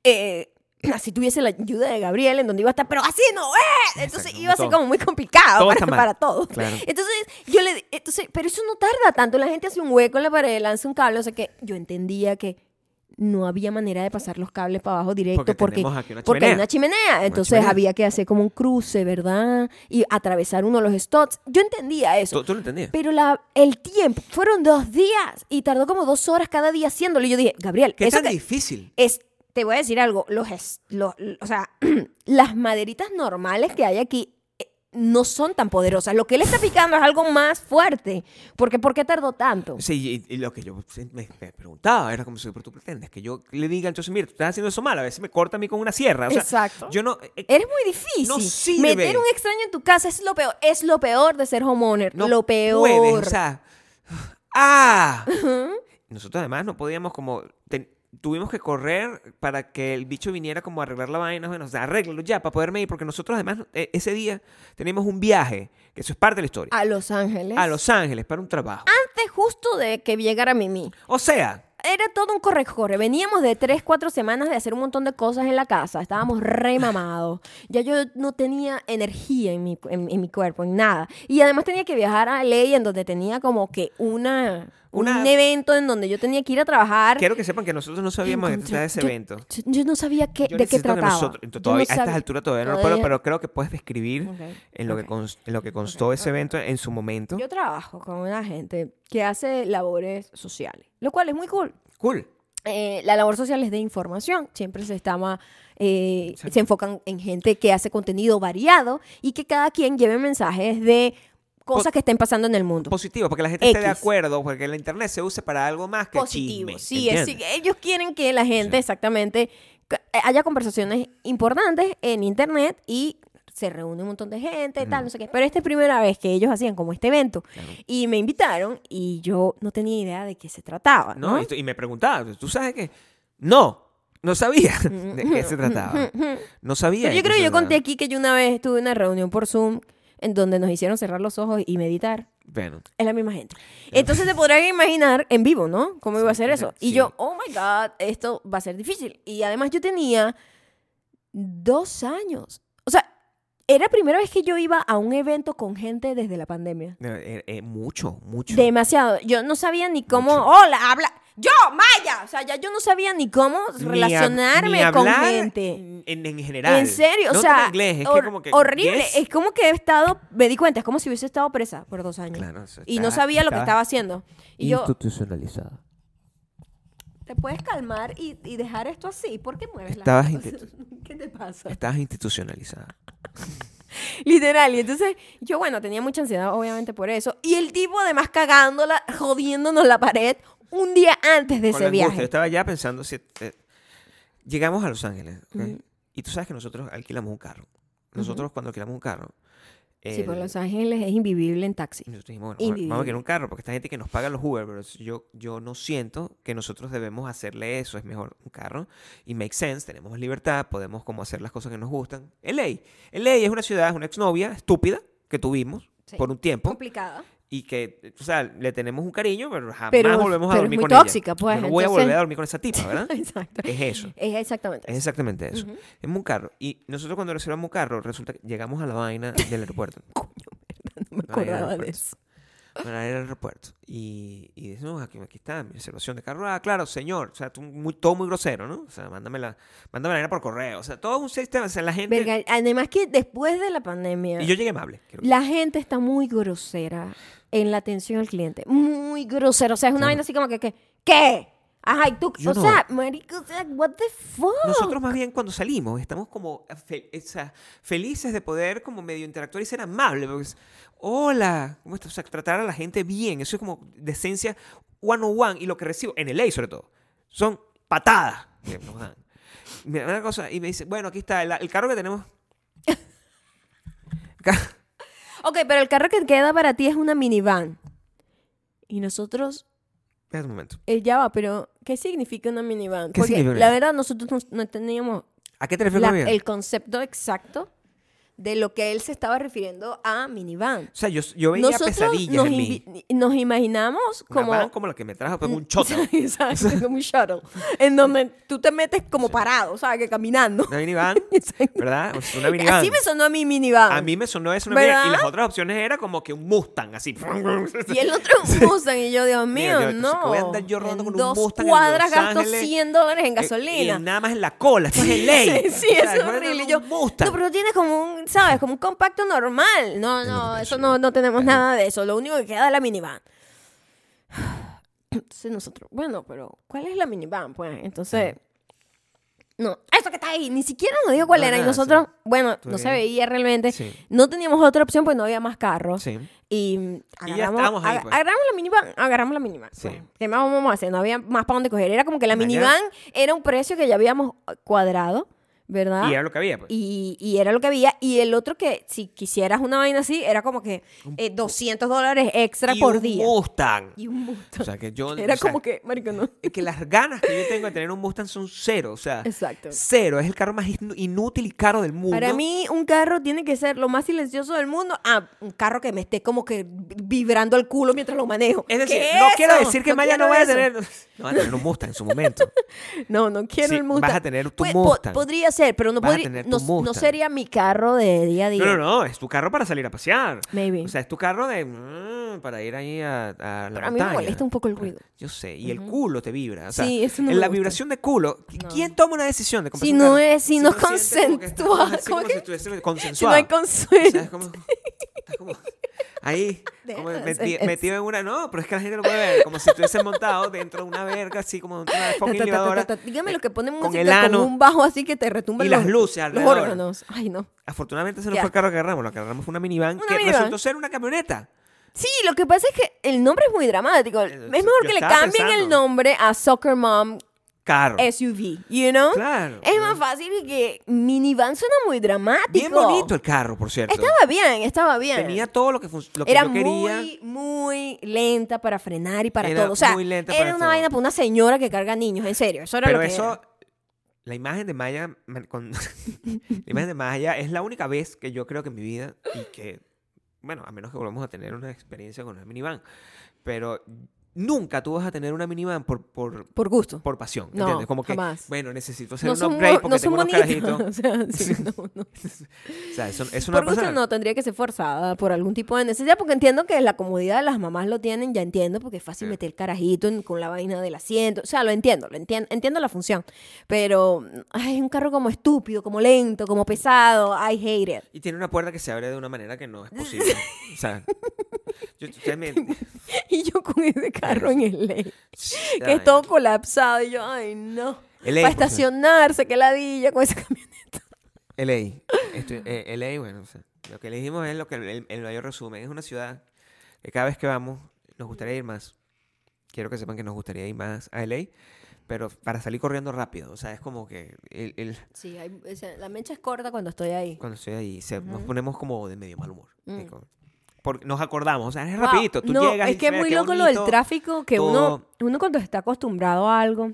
Speaker 1: Eh, así tuviese la ayuda de Gabriel, en donde iba a estar, pero así no es. Entonces,
Speaker 2: Exacto,
Speaker 1: iba a ser
Speaker 2: todo.
Speaker 1: como muy complicado
Speaker 2: Todo
Speaker 1: para,
Speaker 2: está mal.
Speaker 1: para todos.
Speaker 2: Claro.
Speaker 1: Entonces, yo le. Entonces, pero eso no tarda tanto. La gente hace un hueco en la pared, lanza un cable. O sea que yo entendía que no había manera de pasar los cables para abajo directo
Speaker 2: Porque
Speaker 1: porque,
Speaker 2: tenemos aquí una
Speaker 1: porque hay
Speaker 2: chimenea.
Speaker 1: una chimenea. Entonces
Speaker 2: chimenea.
Speaker 1: había que hacer como un cruce, ¿verdad? Y atravesar uno de los stops. Yo entendía eso.
Speaker 2: ¿Tú, tú lo entendías?
Speaker 1: Pero la, el tiempo, fueron dos días y tardó como dos horas cada día haciéndolo. Y yo dije, Gabriel,
Speaker 2: ¿Qué
Speaker 1: eso
Speaker 2: tan
Speaker 1: que-
Speaker 2: difícil?
Speaker 1: es, te voy a decir algo, los, es- los- o sea, las maderitas normales que hay aquí eh, no son tan poderosas. Lo que él está picando es algo más fuerte. Porque, ¿Por qué tardó tanto?
Speaker 2: Sí, y, y lo que yo se- me, me preguntaba era como si, pero tú pretendes que yo le diga, entonces, mira, tú estás haciendo eso mal, a veces me corta a mí con una sierra. O sea,
Speaker 1: Exacto.
Speaker 2: Yo no. eh,
Speaker 1: Eres muy difícil.
Speaker 2: No sirve.
Speaker 1: Meter un extraño en tu casa es lo peor. Es lo peor de ser homeowner.
Speaker 2: no
Speaker 1: lo peor.
Speaker 2: puedes, o sea, ¡Ah! Nosotros además no podíamos como. ten- tuvimos que correr para que el bicho viniera como a arreglar la vaina. Bueno, o sea, arréglalo ya para poderme ir, porque nosotros además eh, ese día tenemos un viaje, que eso es parte de la historia,
Speaker 1: a Los Ángeles. Ah.
Speaker 2: a Los Ángeles para un trabajo.
Speaker 1: Antes justo de que llegara Mimi.
Speaker 2: O sea,
Speaker 1: Era todo un corre-corre. Veníamos de tres, cuatro semanas de hacer un montón de cosas en la casa. Estábamos
Speaker 2: Ah.
Speaker 1: re mamados. Ya yo no tenía energía en mi, en, en mi cuerpo, en nada. Y además tenía que viajar a LA, en donde tenía como que una,
Speaker 2: Una-
Speaker 1: un evento en donde yo tenía que ir a trabajar.
Speaker 2: quiero que sepan que nosotros no sabíamos de qué
Speaker 1: Encontré-
Speaker 2: trataba ese
Speaker 1: yo-
Speaker 2: evento.
Speaker 1: Yo, yo no sabía qué, de
Speaker 2: Yo
Speaker 1: qué
Speaker 2: necesito que
Speaker 1: trataba.
Speaker 2: nosotros-
Speaker 1: Yo no
Speaker 2: todavía, a
Speaker 1: sabía-
Speaker 2: estas alturas todavía no lo
Speaker 1: todavía-
Speaker 2: puedo, pero creo que puedes describir
Speaker 1: Ok,
Speaker 2: en, lo que
Speaker 1: ok.
Speaker 2: cons- en lo que constó ese evento en su momento.
Speaker 1: Yo trabajo con una gente que hace labores sociales, lo cual es muy cool.
Speaker 2: Cool.
Speaker 1: Eh, la labor social es de información, siempre se está ma- eh, se enfocan en gente que hace contenido variado y que cada quien lleve mensajes de cosas que estén pasando en el mundo.
Speaker 2: Positivo, porque la gente esté de
Speaker 1: X.
Speaker 2: acuerdo, porque la internet se use para algo más que
Speaker 1: positivo.
Speaker 2: chisme,
Speaker 1: sí, es,
Speaker 2: ¿entiendes?
Speaker 1: sí, ellos quieren que la gente exactamente c- haya conversaciones importantes en internet y se reúne un montón de gente, tal, no sé qué. Pero esta es primera vez que ellos hacían como este evento. Y me invitaron y yo no tenía idea de qué se trataba.
Speaker 2: ¿No?
Speaker 1: Ah, ¿no?
Speaker 2: Y tú- Y me preguntaba, pues, ¿tú sabes qué? No, no sabía
Speaker 1: Mm,
Speaker 2: de qué se trataba. No sabía.
Speaker 1: Pero
Speaker 2: de
Speaker 1: yo
Speaker 2: qué
Speaker 1: creo
Speaker 2: se
Speaker 1: que yo
Speaker 2: trataba.
Speaker 1: conté aquí que yo una vez tuve una reunión por Zoom en donde nos hicieron cerrar los ojos y meditar.
Speaker 2: Bueno,
Speaker 1: Es la misma gente. Entonces te podrán imaginar en vivo, ¿no? ¿Cómo iba a ser eso? Y
Speaker 2: sí.
Speaker 1: yo, oh my God, esto va a ser difícil. Y además yo tenía dos años. O sea, era la primera vez que yo iba a un evento con gente desde la pandemia.
Speaker 2: eh, eh, mucho, mucho.
Speaker 1: Demasiado. Yo no sabía ni cómo,
Speaker 2: Mucho.
Speaker 1: hola, habla. yo, Maya. O sea, ya yo no sabía ni cómo
Speaker 2: Ni hab-
Speaker 1: relacionarme
Speaker 2: ni
Speaker 1: con
Speaker 2: hablar
Speaker 1: gente.
Speaker 2: En, en general.
Speaker 1: En serio,
Speaker 2: No
Speaker 1: o sea,
Speaker 2: tan inglés, es
Speaker 1: hor-
Speaker 2: que como que
Speaker 1: horrible.
Speaker 2: yes.
Speaker 1: Es como que he estado, me di cuenta, es como si hubiese estado presa por dos años.
Speaker 2: Claro, o sea,
Speaker 1: y no
Speaker 2: está-
Speaker 1: sabía lo que
Speaker 2: está
Speaker 1: estaba haciendo. Y yo,
Speaker 2: Institucionalizada.
Speaker 1: ¿te puedes calmar y, y dejar esto así? ¿Por qué mueves
Speaker 2: Estabas
Speaker 1: las cosas? ¿Qué te pasa?
Speaker 2: Estabas institucionalizada.
Speaker 1: Literal. Y entonces, yo, bueno, tenía mucha ansiedad, obviamente, por eso. Y el tipo, además, cagándola, jodiéndonos la pared un día antes de
Speaker 2: Con
Speaker 1: ese
Speaker 2: angustia.
Speaker 1: viaje.
Speaker 2: Yo estaba ya pensando si... eh, llegamos a Los Ángeles, ¿ok? Y tú sabes que nosotros alquilamos un carro. Nosotros cuando alquilamos un carro...
Speaker 1: Sí,
Speaker 2: el-
Speaker 1: por Los Ángeles es invivible en taxi.
Speaker 2: Y nosotros dijimos, bueno, vamos- vamos a
Speaker 1: Invivible.
Speaker 2: alquilar un carro, porque esta gente que nos paga los Uber, pero yo, yo no siento que nosotros debemos hacerle eso, es mejor un carro. Y make sense, tenemos libertad, podemos como hacer las cosas que nos gustan. LA, LA es una ciudad, es una exnovia estúpida que tuvimos
Speaker 1: Sí.
Speaker 2: por un tiempo
Speaker 1: Complicada.
Speaker 2: y que, o sea, le tenemos un cariño, pero jamás
Speaker 1: Pero-
Speaker 2: volvemos a
Speaker 1: pero es
Speaker 2: dormir
Speaker 1: muy
Speaker 2: con ella.
Speaker 1: tóxica, pues,
Speaker 2: Yo no voy a
Speaker 1: entonces-
Speaker 2: volver a dormir con esa tipa, ¿Ah, ¿verdad? Eh,
Speaker 1: Exacto.
Speaker 2: es eso.
Speaker 1: Es exactamente.
Speaker 2: Es
Speaker 1: eso.
Speaker 2: exactamente eso. Es un carro. Y nosotros cuando reservamos un carro, resulta que llegamos a la vaina del aeropuerto.
Speaker 1: No me
Speaker 2: No, era
Speaker 1: acordaba de
Speaker 2: aeropuerto.
Speaker 1: eso.
Speaker 2: Bueno, era el aeropuerto. Y, y dice, no, aquí, aquí está mi reservación de carro. Ah, claro, señor. O sea, tú muy, todo muy grosero, ¿no? O sea, mándamela, mándamela era por correo. O sea, todo un sistema. O sea, la gente...
Speaker 1: Verga, además que después de la pandemia,
Speaker 2: Y yo llegué amable. quiero que-
Speaker 1: la gente está muy grosera en la atención al cliente. Muy grosera. O sea, es una vaina así como que, que ¿qué? Ajá, y tú,
Speaker 2: Yo
Speaker 1: o
Speaker 2: no.
Speaker 1: sea, marico, o sea, what the fuck?
Speaker 2: Nosotros más bien cuando salimos estamos como eh, fe- o sea, felices de poder como medio interactuar y ser amable. Porque es, hola, ¿cómo estás? O sea, tratar a la gente bien. Eso es como decencia one on one. Y lo que recibo, en el ley sobre todo, son patadas que nos dan. Me dan una cosa y me dice, bueno, aquí está el, el carro que tenemos. Ca-
Speaker 1: Ok, pero el carro que queda para ti es una minivan. Y nosotros,
Speaker 2: Espera un momento.
Speaker 1: eh, ya va, pero ¿qué significa una minivan?
Speaker 2: ¿Qué
Speaker 1: Porque
Speaker 2: significa?
Speaker 1: la verdad nosotros no- no teníamos
Speaker 2: ¿A qué te refieres
Speaker 1: la-
Speaker 2: con miedo?
Speaker 1: el concepto exacto de lo que él se estaba refiriendo a minivan.
Speaker 2: O sea, yo, yo veía pesadillas
Speaker 1: nos,
Speaker 2: en mí.
Speaker 1: invi- nos imaginamos
Speaker 2: Una
Speaker 1: como...
Speaker 2: van como la que me trajo, pero un choto.
Speaker 1: Exacto, como un shuttle. En donde tú te metes como parado, ¿sabes? Que caminando.
Speaker 2: Una minivan, ¿verdad? O sea, Una minivan.
Speaker 1: Así me sonó a mí minivan.
Speaker 2: A mí me sonó eso. Una
Speaker 1: Ah. ¿Verdad?
Speaker 2: mierda. y las otras opciones era como que un Mustang, así.
Speaker 1: Y el otro es un Mustang y yo, Dios mío,
Speaker 2: Dios,
Speaker 1: no.
Speaker 2: voy a andar yo rodando
Speaker 1: En
Speaker 2: con un
Speaker 1: dos
Speaker 2: Mustang en
Speaker 1: cuadras
Speaker 2: Los
Speaker 1: gasto
Speaker 2: Ángeles. Eh,
Speaker 1: 100 dólares en
Speaker 2: Y,
Speaker 1: gasolina.
Speaker 2: nada más en la cola, esto es el ley.
Speaker 1: Sí, sí,
Speaker 2: O sea,
Speaker 1: es
Speaker 2: no era
Speaker 1: horrible.
Speaker 2: un
Speaker 1: Yo,
Speaker 2: Mustang.
Speaker 1: no, pero tienes como un, ¿sabes? Como un compacto normal. No, no,
Speaker 2: pero
Speaker 1: eso
Speaker 2: sí.
Speaker 1: no, no tenemos nada de eso. Lo único que queda es la minivan. Entonces nosotros, bueno, pero ¿cuál es la minivan? Pues entonces, no, eso que está ahí, ni siquiera nos dijo cuál
Speaker 2: No,
Speaker 1: era. Y
Speaker 2: nada, sí.
Speaker 1: nosotros, bueno,
Speaker 2: Tú
Speaker 1: no se
Speaker 2: bien.
Speaker 1: veía realmente.
Speaker 2: Sí.
Speaker 1: No teníamos otra opción, pues no había más carros.
Speaker 2: Sí.
Speaker 1: Y mm,
Speaker 2: Y ya
Speaker 1: agarramos,
Speaker 2: estábamos ahí,
Speaker 1: aga-
Speaker 2: pues.
Speaker 1: agarramos la minivan, agarramos la minivan.
Speaker 2: Sí.
Speaker 1: Bueno, ¿Qué más vamos a hacer? No había más para dónde coger. Era como que la
Speaker 2: Mañana-
Speaker 1: minivan era un precio que ya habíamos uh, cuadrado, ¿verdad?
Speaker 2: Y era lo que había, pues.
Speaker 1: ¿Ah? Y, y era lo que había. Y el otro que, si quisieras una vaina así, era como que eh, 200 dólares extra
Speaker 2: Y
Speaker 1: por
Speaker 2: un
Speaker 1: día.
Speaker 2: Mustang.
Speaker 1: Y un montón.
Speaker 2: O sea, que yo.
Speaker 1: era
Speaker 2: o sea,
Speaker 1: como que, marico, no.
Speaker 2: es que las ganas que yo tengo de tener un Mustang son cero. O sea,
Speaker 1: Exacto.
Speaker 2: cero. Es el carro más inú- inútil y caro del mundo.
Speaker 1: Para mí, un carro tiene que ser lo más silencioso del mundo. Ah, un carro que me esté como que vibrando el culo mientras lo manejo.
Speaker 2: Es decir,
Speaker 1: ¿Qué
Speaker 2: no
Speaker 1: eso?
Speaker 2: quiero decir que Maya
Speaker 1: quiero
Speaker 2: no vaya a
Speaker 1: eso.
Speaker 2: tener. No va a tener un Mustang en su momento.
Speaker 1: No, no quiero
Speaker 2: Sí,
Speaker 1: el
Speaker 2: vas
Speaker 1: Mustang.
Speaker 2: a tener tu
Speaker 1: Pues, po-
Speaker 2: Mustang.
Speaker 1: podría ser, pero no,
Speaker 2: Vas a
Speaker 1: podría-
Speaker 2: tener tu
Speaker 1: no, no
Speaker 2: Mustang.
Speaker 1: sería mi carro de día a día.
Speaker 2: No, no, no, es tu carro para salir a pasear.
Speaker 1: Maybe.
Speaker 2: O sea, es tu carro de mm, para ir ahí a, a la
Speaker 1: Pero a mí me
Speaker 2: montaña.
Speaker 1: molesta un poco el ruido.
Speaker 2: Yo sé, y el culo te vibra. O sea,
Speaker 1: Sí, eso no
Speaker 2: en
Speaker 1: me
Speaker 2: la
Speaker 1: gusta.
Speaker 2: vibración de culo, ¿qui-
Speaker 1: No.
Speaker 2: ¿quién toma una decisión de comprar
Speaker 1: Si
Speaker 2: un
Speaker 1: no
Speaker 2: carro?
Speaker 1: es- si no
Speaker 2: no sientes como que estás
Speaker 1: consensuado,
Speaker 2: así como
Speaker 1: ¿cómo
Speaker 2: si
Speaker 1: que?
Speaker 2: estuviese
Speaker 1: Si no hay
Speaker 2: consensuado. O sea, es
Speaker 1: consuelo.
Speaker 2: como, estás como ahí,
Speaker 1: Deja
Speaker 2: como
Speaker 1: de
Speaker 2: meti-
Speaker 1: hacer eso.
Speaker 2: metido en una. No, pero es que la gente lo puede ver, como si estuviese montado dentro de una verga, así como de una
Speaker 1: Ta,
Speaker 2: fucking
Speaker 1: ta, ta, ta,
Speaker 2: elevadora.
Speaker 1: ta, ta. Dígame lo que ponen
Speaker 2: con
Speaker 1: música
Speaker 2: el
Speaker 1: con
Speaker 2: ano
Speaker 1: un bajo así que te retumba
Speaker 2: y
Speaker 1: los,
Speaker 2: las luces
Speaker 1: los
Speaker 2: alrededor.
Speaker 1: órganos. Ay, no.
Speaker 2: Eh, Afortunadamente ese no
Speaker 1: Ya.
Speaker 2: fue el carro que agarramos, lo que agarramos fue una minivan
Speaker 1: Una
Speaker 2: que
Speaker 1: minivan.
Speaker 2: resultó ser una camioneta.
Speaker 1: Sí, lo que pasa es que el nombre es muy dramático. Es
Speaker 2: Eh,
Speaker 1: mejor
Speaker 2: yo
Speaker 1: que le
Speaker 2: estaba
Speaker 1: cambien el
Speaker 2: pensando.
Speaker 1: nombre a Soccer Mom
Speaker 2: Carro.
Speaker 1: SUV, you know?
Speaker 2: Claro.
Speaker 1: Es más fácil y que minivan suena muy dramático.
Speaker 2: Bien bonito el carro, por cierto.
Speaker 1: Estaba bien, estaba bien.
Speaker 2: Tenía todo lo que, fun- lo que
Speaker 1: era
Speaker 2: yo quería.
Speaker 1: muy, muy lenta para frenar y para
Speaker 2: Era
Speaker 1: todo. O sea,
Speaker 2: muy lenta
Speaker 1: era
Speaker 2: para
Speaker 1: una
Speaker 2: todo.
Speaker 1: vaina para una señora que carga niños, en serio. Eso era
Speaker 2: Pero
Speaker 1: lo que
Speaker 2: eso,
Speaker 1: era.
Speaker 2: la imagen de Maya, man- con- la imagen de Maya es la única vez que yo creo que en mi vida y que, bueno, a menos que volvamos a tener una experiencia con una minivan, pero nunca tú vas a tener una minivan por, por,
Speaker 1: Por gusto.
Speaker 2: por pasión.
Speaker 1: No,
Speaker 2: ¿entiendes? Como que,
Speaker 1: jamás.
Speaker 2: bueno, necesito hacer
Speaker 1: No
Speaker 2: un
Speaker 1: son,
Speaker 2: upgrade
Speaker 1: mo-
Speaker 2: porque
Speaker 1: no son
Speaker 2: tengo unos
Speaker 1: bonitos.
Speaker 2: carajitos.
Speaker 1: O sea, sí, no, no.
Speaker 2: O sea, eso, eso no va
Speaker 1: Por
Speaker 2: a
Speaker 1: gusto
Speaker 2: pasar.
Speaker 1: no, tendría que ser forzada por algún tipo de necesidad, porque entiendo que la comodidad de las mamás lo tienen, ya entiendo, porque es fácil
Speaker 2: Sí.
Speaker 1: meter el carajito en- con la vaina del asiento, o sea, lo entiendo, lo entiendo, entiendo la función, pero ay, es un carro como estúpido, como lento, como pesado, I hate it.
Speaker 2: Y tiene una puerta que se abre de una manera que no es posible. O sea, yo, ustedes me-
Speaker 1: Y yo con ese carro en el ley, que
Speaker 2: Ay,
Speaker 1: es todo colapsado, y yo, ay, no. Para
Speaker 2: LA, por cierto.
Speaker 1: estacionarse, que ladilla con ese camioneta.
Speaker 2: LA. Esto- eh, LA, bueno, o sea, lo que le dijimos es lo que el, el mayor resumen. Es una ciudad que cada vez que vamos nos gustaría ir más. Quiero que sepan que nos gustaría ir más a LA, pero para salir corriendo rápido. O sea, es como que el- el-
Speaker 1: Sí, hay- o sea, la mecha es corta cuando estoy ahí.
Speaker 2: cuando estoy ahí se- nos
Speaker 1: Ujú.
Speaker 2: ponemos como de medio mal humor.
Speaker 1: Mm.
Speaker 2: Y con- porque nos acordamos, o sea, es
Speaker 1: Wow,
Speaker 2: rapidito. Tú
Speaker 1: no,
Speaker 2: llegas y
Speaker 1: es que es
Speaker 2: mira,
Speaker 1: muy
Speaker 2: qué
Speaker 1: loco lo del
Speaker 2: bonito.
Speaker 1: tráfico, que uno,
Speaker 2: todo.
Speaker 1: uno cuando está acostumbrado a algo,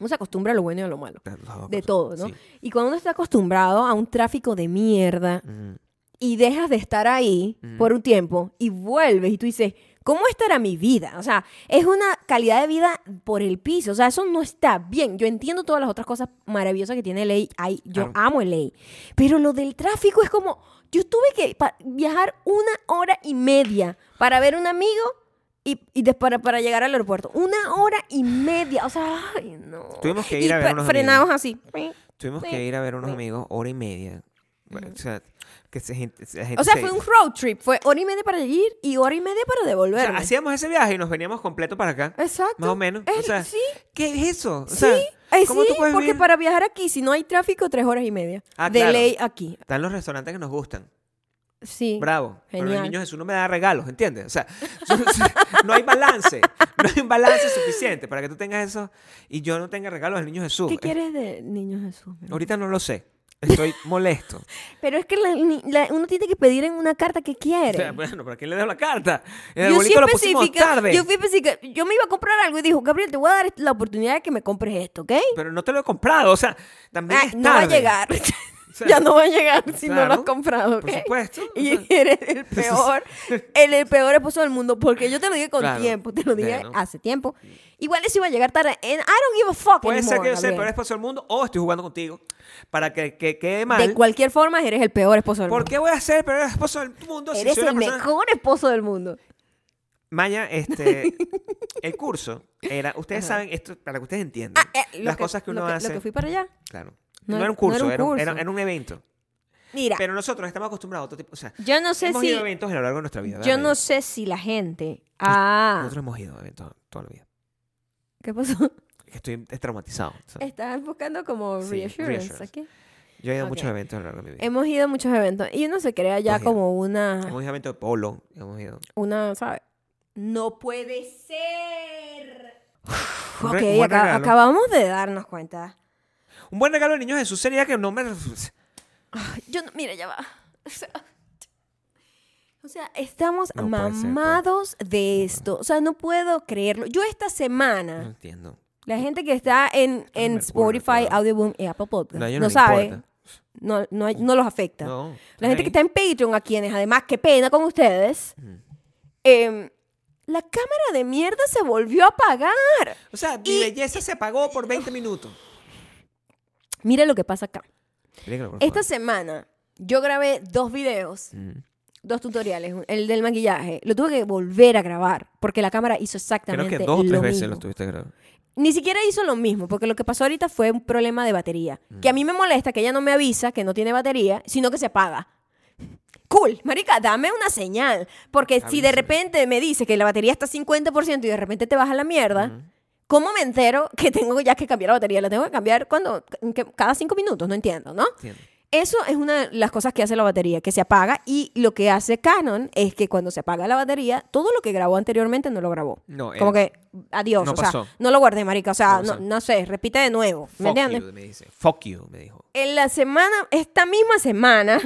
Speaker 1: uno se acostumbra a lo bueno y a lo malo, de todo, ¿no?
Speaker 2: Sí.
Speaker 1: Y cuando uno está acostumbrado a un tráfico de mierda
Speaker 2: Ujú.
Speaker 1: y dejas de estar ahí
Speaker 2: Ujú.
Speaker 1: por un tiempo y vuelves y tú dices, ¿cómo estará mi vida? O sea, es una calidad de vida por el piso, o sea, eso no está bien. Yo entiendo todas las otras cosas maravillosas que tiene ley, Ay, yo
Speaker 2: Claro.
Speaker 1: amo el ley, pero lo del tráfico es como, yo tuve que pa- viajar una hora y media para ver un amigo. Y, y des- para, para llegar al aeropuerto. Una hora y media. O sea, ay, no.
Speaker 2: Tuvimos que
Speaker 1: Y
Speaker 2: ir a ver
Speaker 1: fre-
Speaker 2: unos amigos.
Speaker 1: frenados así.
Speaker 2: Tuvimos
Speaker 1: Sí,
Speaker 2: que ir a ver a unos
Speaker 1: sí.
Speaker 2: amigos hora y media. Bueno, O sea, que se, gente, la gente
Speaker 1: O sea,
Speaker 2: se-
Speaker 1: fue un road trip. Fue hora y media para ir y hora y media para
Speaker 2: o sea,
Speaker 1: devolverme.
Speaker 2: hacíamos ese viaje y nos veníamos completo para acá.
Speaker 1: Exacto.
Speaker 2: Más o menos. O
Speaker 1: Es-
Speaker 2: sea,
Speaker 1: sí,
Speaker 2: ¿Qué es eso? O
Speaker 1: sí.
Speaker 2: sea,
Speaker 1: eh,
Speaker 2: ¿cómo
Speaker 1: sí,
Speaker 2: tú puedes
Speaker 1: porque
Speaker 2: vivir?
Speaker 1: para viajar aquí, si no hay tráfico, tres horas y media.
Speaker 2: Ah,
Speaker 1: de
Speaker 2: claro.
Speaker 1: ley aquí.
Speaker 2: Están los restaurantes que nos gustan.
Speaker 1: Sí.
Speaker 2: Bravo. Pero el
Speaker 1: Genial.
Speaker 2: niño Jesús no me da regalos, ¿entiendes? O sea, no hay balance. No hay un balance suficiente para que tú tengas eso y yo no tenga regalos del niño Jesús.
Speaker 1: ¿Qué
Speaker 2: Eh,
Speaker 1: quieres de Niño Jesús?
Speaker 2: Ahorita no lo sé. Estoy molesto.
Speaker 1: Pero es que la- ni- la- uno tiene que pedir en una carta qué
Speaker 2: O sea,
Speaker 1: quiere.
Speaker 2: bueno, ¿para quién le dejo la carta? El
Speaker 1: Yo sí
Speaker 2: arbolito lo pusimos
Speaker 1: especifica-
Speaker 2: tarde.
Speaker 1: yo fui específica. Yo me iba a comprar algo y dijo, Gabriel, te voy a dar la oportunidad de que me compres esto, ¿ok?
Speaker 2: Pero no te lo he comprado. O sea, también
Speaker 1: Ah,
Speaker 2: es
Speaker 1: no va a
Speaker 2: tarde.
Speaker 1: llegar.
Speaker 2: O sea,
Speaker 1: ya no va a llegar si no lo has
Speaker 2: claro,
Speaker 1: comprado, ¿ok?
Speaker 2: Por supuesto. o
Speaker 1: Y
Speaker 2: sea,
Speaker 1: eres el peor, el, el peor esposo del mundo. Porque yo te lo dije con
Speaker 2: Claro,
Speaker 1: tiempo, te lo dije
Speaker 2: claro.
Speaker 1: hace tiempo. Igual eso iba a llegar tarde. And I don't give a fuck
Speaker 2: puede ser que
Speaker 1: anymore,
Speaker 2: yo sea
Speaker 1: Gabriel.
Speaker 2: el peor esposo del mundo o estoy jugando contigo para que, que quede mal.
Speaker 1: De cualquier forma, eres el peor esposo del
Speaker 2: ¿Por
Speaker 1: mundo.
Speaker 2: qué voy a ser el peor esposo del mundo si
Speaker 1: eres
Speaker 2: soy
Speaker 1: el
Speaker 2: una persona... Mm,
Speaker 1: mejor esposo del mundo.
Speaker 2: Maya, este, el curso era... Ustedes
Speaker 1: Ajá.
Speaker 2: saben, esto para que ustedes entiendan,
Speaker 1: Ah, eh, lo
Speaker 2: las cosas que
Speaker 1: lo
Speaker 2: uno hace...
Speaker 1: Lo que fui para allá.
Speaker 2: Claro.
Speaker 1: No
Speaker 2: No,
Speaker 1: era-
Speaker 2: era un curso,
Speaker 1: no
Speaker 2: era un, era- era un evento.
Speaker 1: Mira,
Speaker 2: Pero nosotros estamos acostumbrados a otro tipo... O sea,
Speaker 1: yo no sé
Speaker 2: hemos
Speaker 1: si.
Speaker 2: ido a eventos a lo largo de nuestra
Speaker 1: Yo
Speaker 2: vida. ¿verdad,
Speaker 1: no
Speaker 2: Maya?
Speaker 1: sé si la gente. Ah,
Speaker 2: Nosotros hemos ido a eventos toda la vida.
Speaker 1: ¿qué pasó?
Speaker 2: Es que Estoy traumatizado. o sea,
Speaker 1: Estás buscando como
Speaker 2: Sí,
Speaker 1: reassurance,
Speaker 2: reassurance.
Speaker 1: aquí.
Speaker 2: yo he
Speaker 1: ok. Em,
Speaker 2: ido a muchos eventos a lo largo de mi vida.
Speaker 1: Hemos ido a muchos eventos y uno se crea ya
Speaker 2: Hemos ido.
Speaker 1: como una.
Speaker 2: Hemos ido a eventos de polo, hemos ido...
Speaker 1: una, ¿sabes? No puede ser.
Speaker 2: Un
Speaker 1: ok,
Speaker 2: re- un buen
Speaker 1: acá-
Speaker 2: regalo.
Speaker 1: acabamos de darnos cuenta.
Speaker 2: Un buen regalo del niño Jesús sería que no me...
Speaker 1: Ay, Yo, no- mira, ya va. O sea, o sea, estamos
Speaker 2: No puede ser, pues.
Speaker 1: mamados de esto. O sea, no puedo creerlo. Yo esta
Speaker 2: No
Speaker 1: semana,
Speaker 2: entiendo.
Speaker 1: la gente que está en, en
Speaker 2: Mercurio,
Speaker 1: Spotify,
Speaker 2: claro.
Speaker 1: Audioboom y Apple Podcast,
Speaker 2: No, a ellos
Speaker 1: no
Speaker 2: no les
Speaker 1: sabe,
Speaker 2: importa.
Speaker 1: no, no, hay- no los afecta.
Speaker 2: No.
Speaker 1: La gente que está en Patreon, a quienes además, qué pena con ustedes,
Speaker 2: Ujú.
Speaker 1: em, la cámara de mierda se volvió a apagar.
Speaker 2: O sea, mi
Speaker 1: Y-
Speaker 2: belleza se apagó por 20 minutos.
Speaker 1: Mira lo que pasa acá. Esta semana yo grabé dos videos,
Speaker 2: Mm.
Speaker 1: dos tutoriales. un- El del maquillaje lo tuve que volver a grabar porque la cámara hizo
Speaker 2: Creo
Speaker 1: exactamente
Speaker 2: que dos o
Speaker 1: lo
Speaker 2: tres veces
Speaker 1: mismo.
Speaker 2: lo estuviste grabando.
Speaker 1: Ni siquiera hizo lo mismo porque lo que pasó ahorita fue un problema de batería. Que a mí me molesta que ella no me avisa que no tiene batería, sino que se apaga. Cool, marica, dame una señal. Porque si de
Speaker 2: Avísame.
Speaker 1: repente me dice que la batería está 50% y de repente te baja la mierda, ¿cómo me entero que tengo ya que cambiar la batería? La tengo que cambiar cuando, que- cada cinco minutos, no entiendo, ¿no?
Speaker 2: Entiendo.
Speaker 1: Eso es una de las cosas que hace la batería, que se apaga y lo que hace Canon es que cuando se apaga la batería, todo lo que grabó anteriormente no lo grabó.
Speaker 2: No,
Speaker 1: Como
Speaker 2: es-
Speaker 1: que adiós.
Speaker 2: No
Speaker 1: o sea,
Speaker 2: pasó.
Speaker 1: no lo guardé, marica. O sea,
Speaker 2: No
Speaker 1: no,
Speaker 2: pasó.
Speaker 1: no sé, repite de nuevo. ¿Me
Speaker 2: Fuck
Speaker 1: entiendes?
Speaker 2: you, me dice. Fuck you, me dijo.
Speaker 1: En la semana, esta misma semana,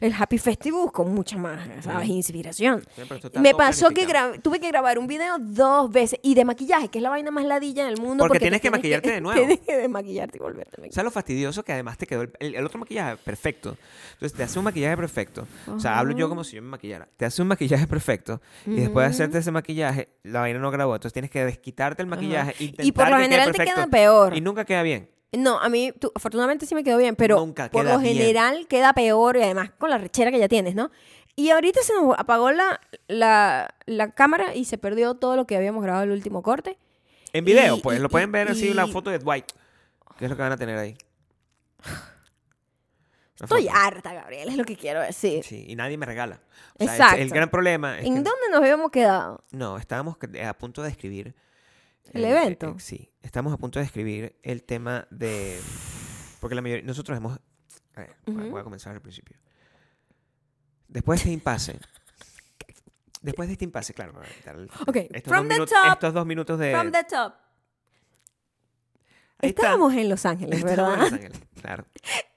Speaker 1: el Happy Festival con mucha más, ¿sabes? Inspiración.
Speaker 2: Sí, pero esto está
Speaker 1: Me
Speaker 2: todo
Speaker 1: pasó que
Speaker 2: planificado.
Speaker 1: gra- tuve que grabar un video dos veces y de maquillaje, que es la vaina más ladilla del mundo.
Speaker 2: Porque
Speaker 1: te
Speaker 2: tienes que maquillarte de nuevo.
Speaker 1: Tienes que desmaquillarte y volverte a
Speaker 2: O
Speaker 1: maquillar.
Speaker 2: sea, lo fastidioso que además te quedó el, el- el otro maquillaje perfecto. Entonces, te hace un maquillaje perfecto. O sea, hablo yo como si yo me maquillara. Te hace un maquillaje perfecto y después de
Speaker 1: Mm.
Speaker 2: hacerte ese maquillaje, la vaina no grabó. Entonces, tienes que desquitarte el maquillaje.
Speaker 1: Y por
Speaker 2: Intentar
Speaker 1: lo
Speaker 2: que quede
Speaker 1: general te
Speaker 2: perfecto,
Speaker 1: queda peor.
Speaker 2: Y nunca queda bien.
Speaker 1: No, a mí, tú- afortunadamente sí me quedó bien, pero
Speaker 2: Nunca
Speaker 1: por
Speaker 2: queda
Speaker 1: lo
Speaker 2: bien.
Speaker 1: general queda peor y además con la rechera que ya tienes, ¿no? Y ahorita se nos apagó la, la, la cámara y se perdió todo lo que habíamos grabado el último corte.
Speaker 2: En video,
Speaker 1: Y-
Speaker 2: pues
Speaker 1: y-
Speaker 2: lo pueden ver
Speaker 1: y-
Speaker 2: así, la
Speaker 1: y-
Speaker 2: foto de Dwight. ¿Qué es lo que van a tener ahí? Una
Speaker 1: Estoy
Speaker 2: foto.
Speaker 1: harta, Gabriel, es lo que quiero decir.
Speaker 2: Sí, y nadie me regala. O sea, ese- El
Speaker 1: Exacto.
Speaker 2: gran problema es
Speaker 1: ¿En
Speaker 2: que-
Speaker 1: dónde nos habíamos quedado?
Speaker 2: No, estábamos cre- a punto de escribir. eh,
Speaker 1: ¿El evento?
Speaker 2: sí, estamos a punto de escribir el tema de. Porque la mayoría. Nosotros hemos. A ver, voy a-
Speaker 1: Ujú.
Speaker 2: voy a comenzar al principio. Después de este impasse. después de este impasse, claro. me voy a quitar el-
Speaker 1: Ok,
Speaker 2: Estos,
Speaker 1: from
Speaker 2: dos
Speaker 1: the
Speaker 2: minu-
Speaker 1: top,
Speaker 2: estos dos minutos de.
Speaker 1: From the top.
Speaker 2: Eh, Ahí está.
Speaker 1: Estábamos en Los Ángeles,
Speaker 2: Estábamos en
Speaker 1: ¿verdad?
Speaker 2: Los Ángeles, Claro.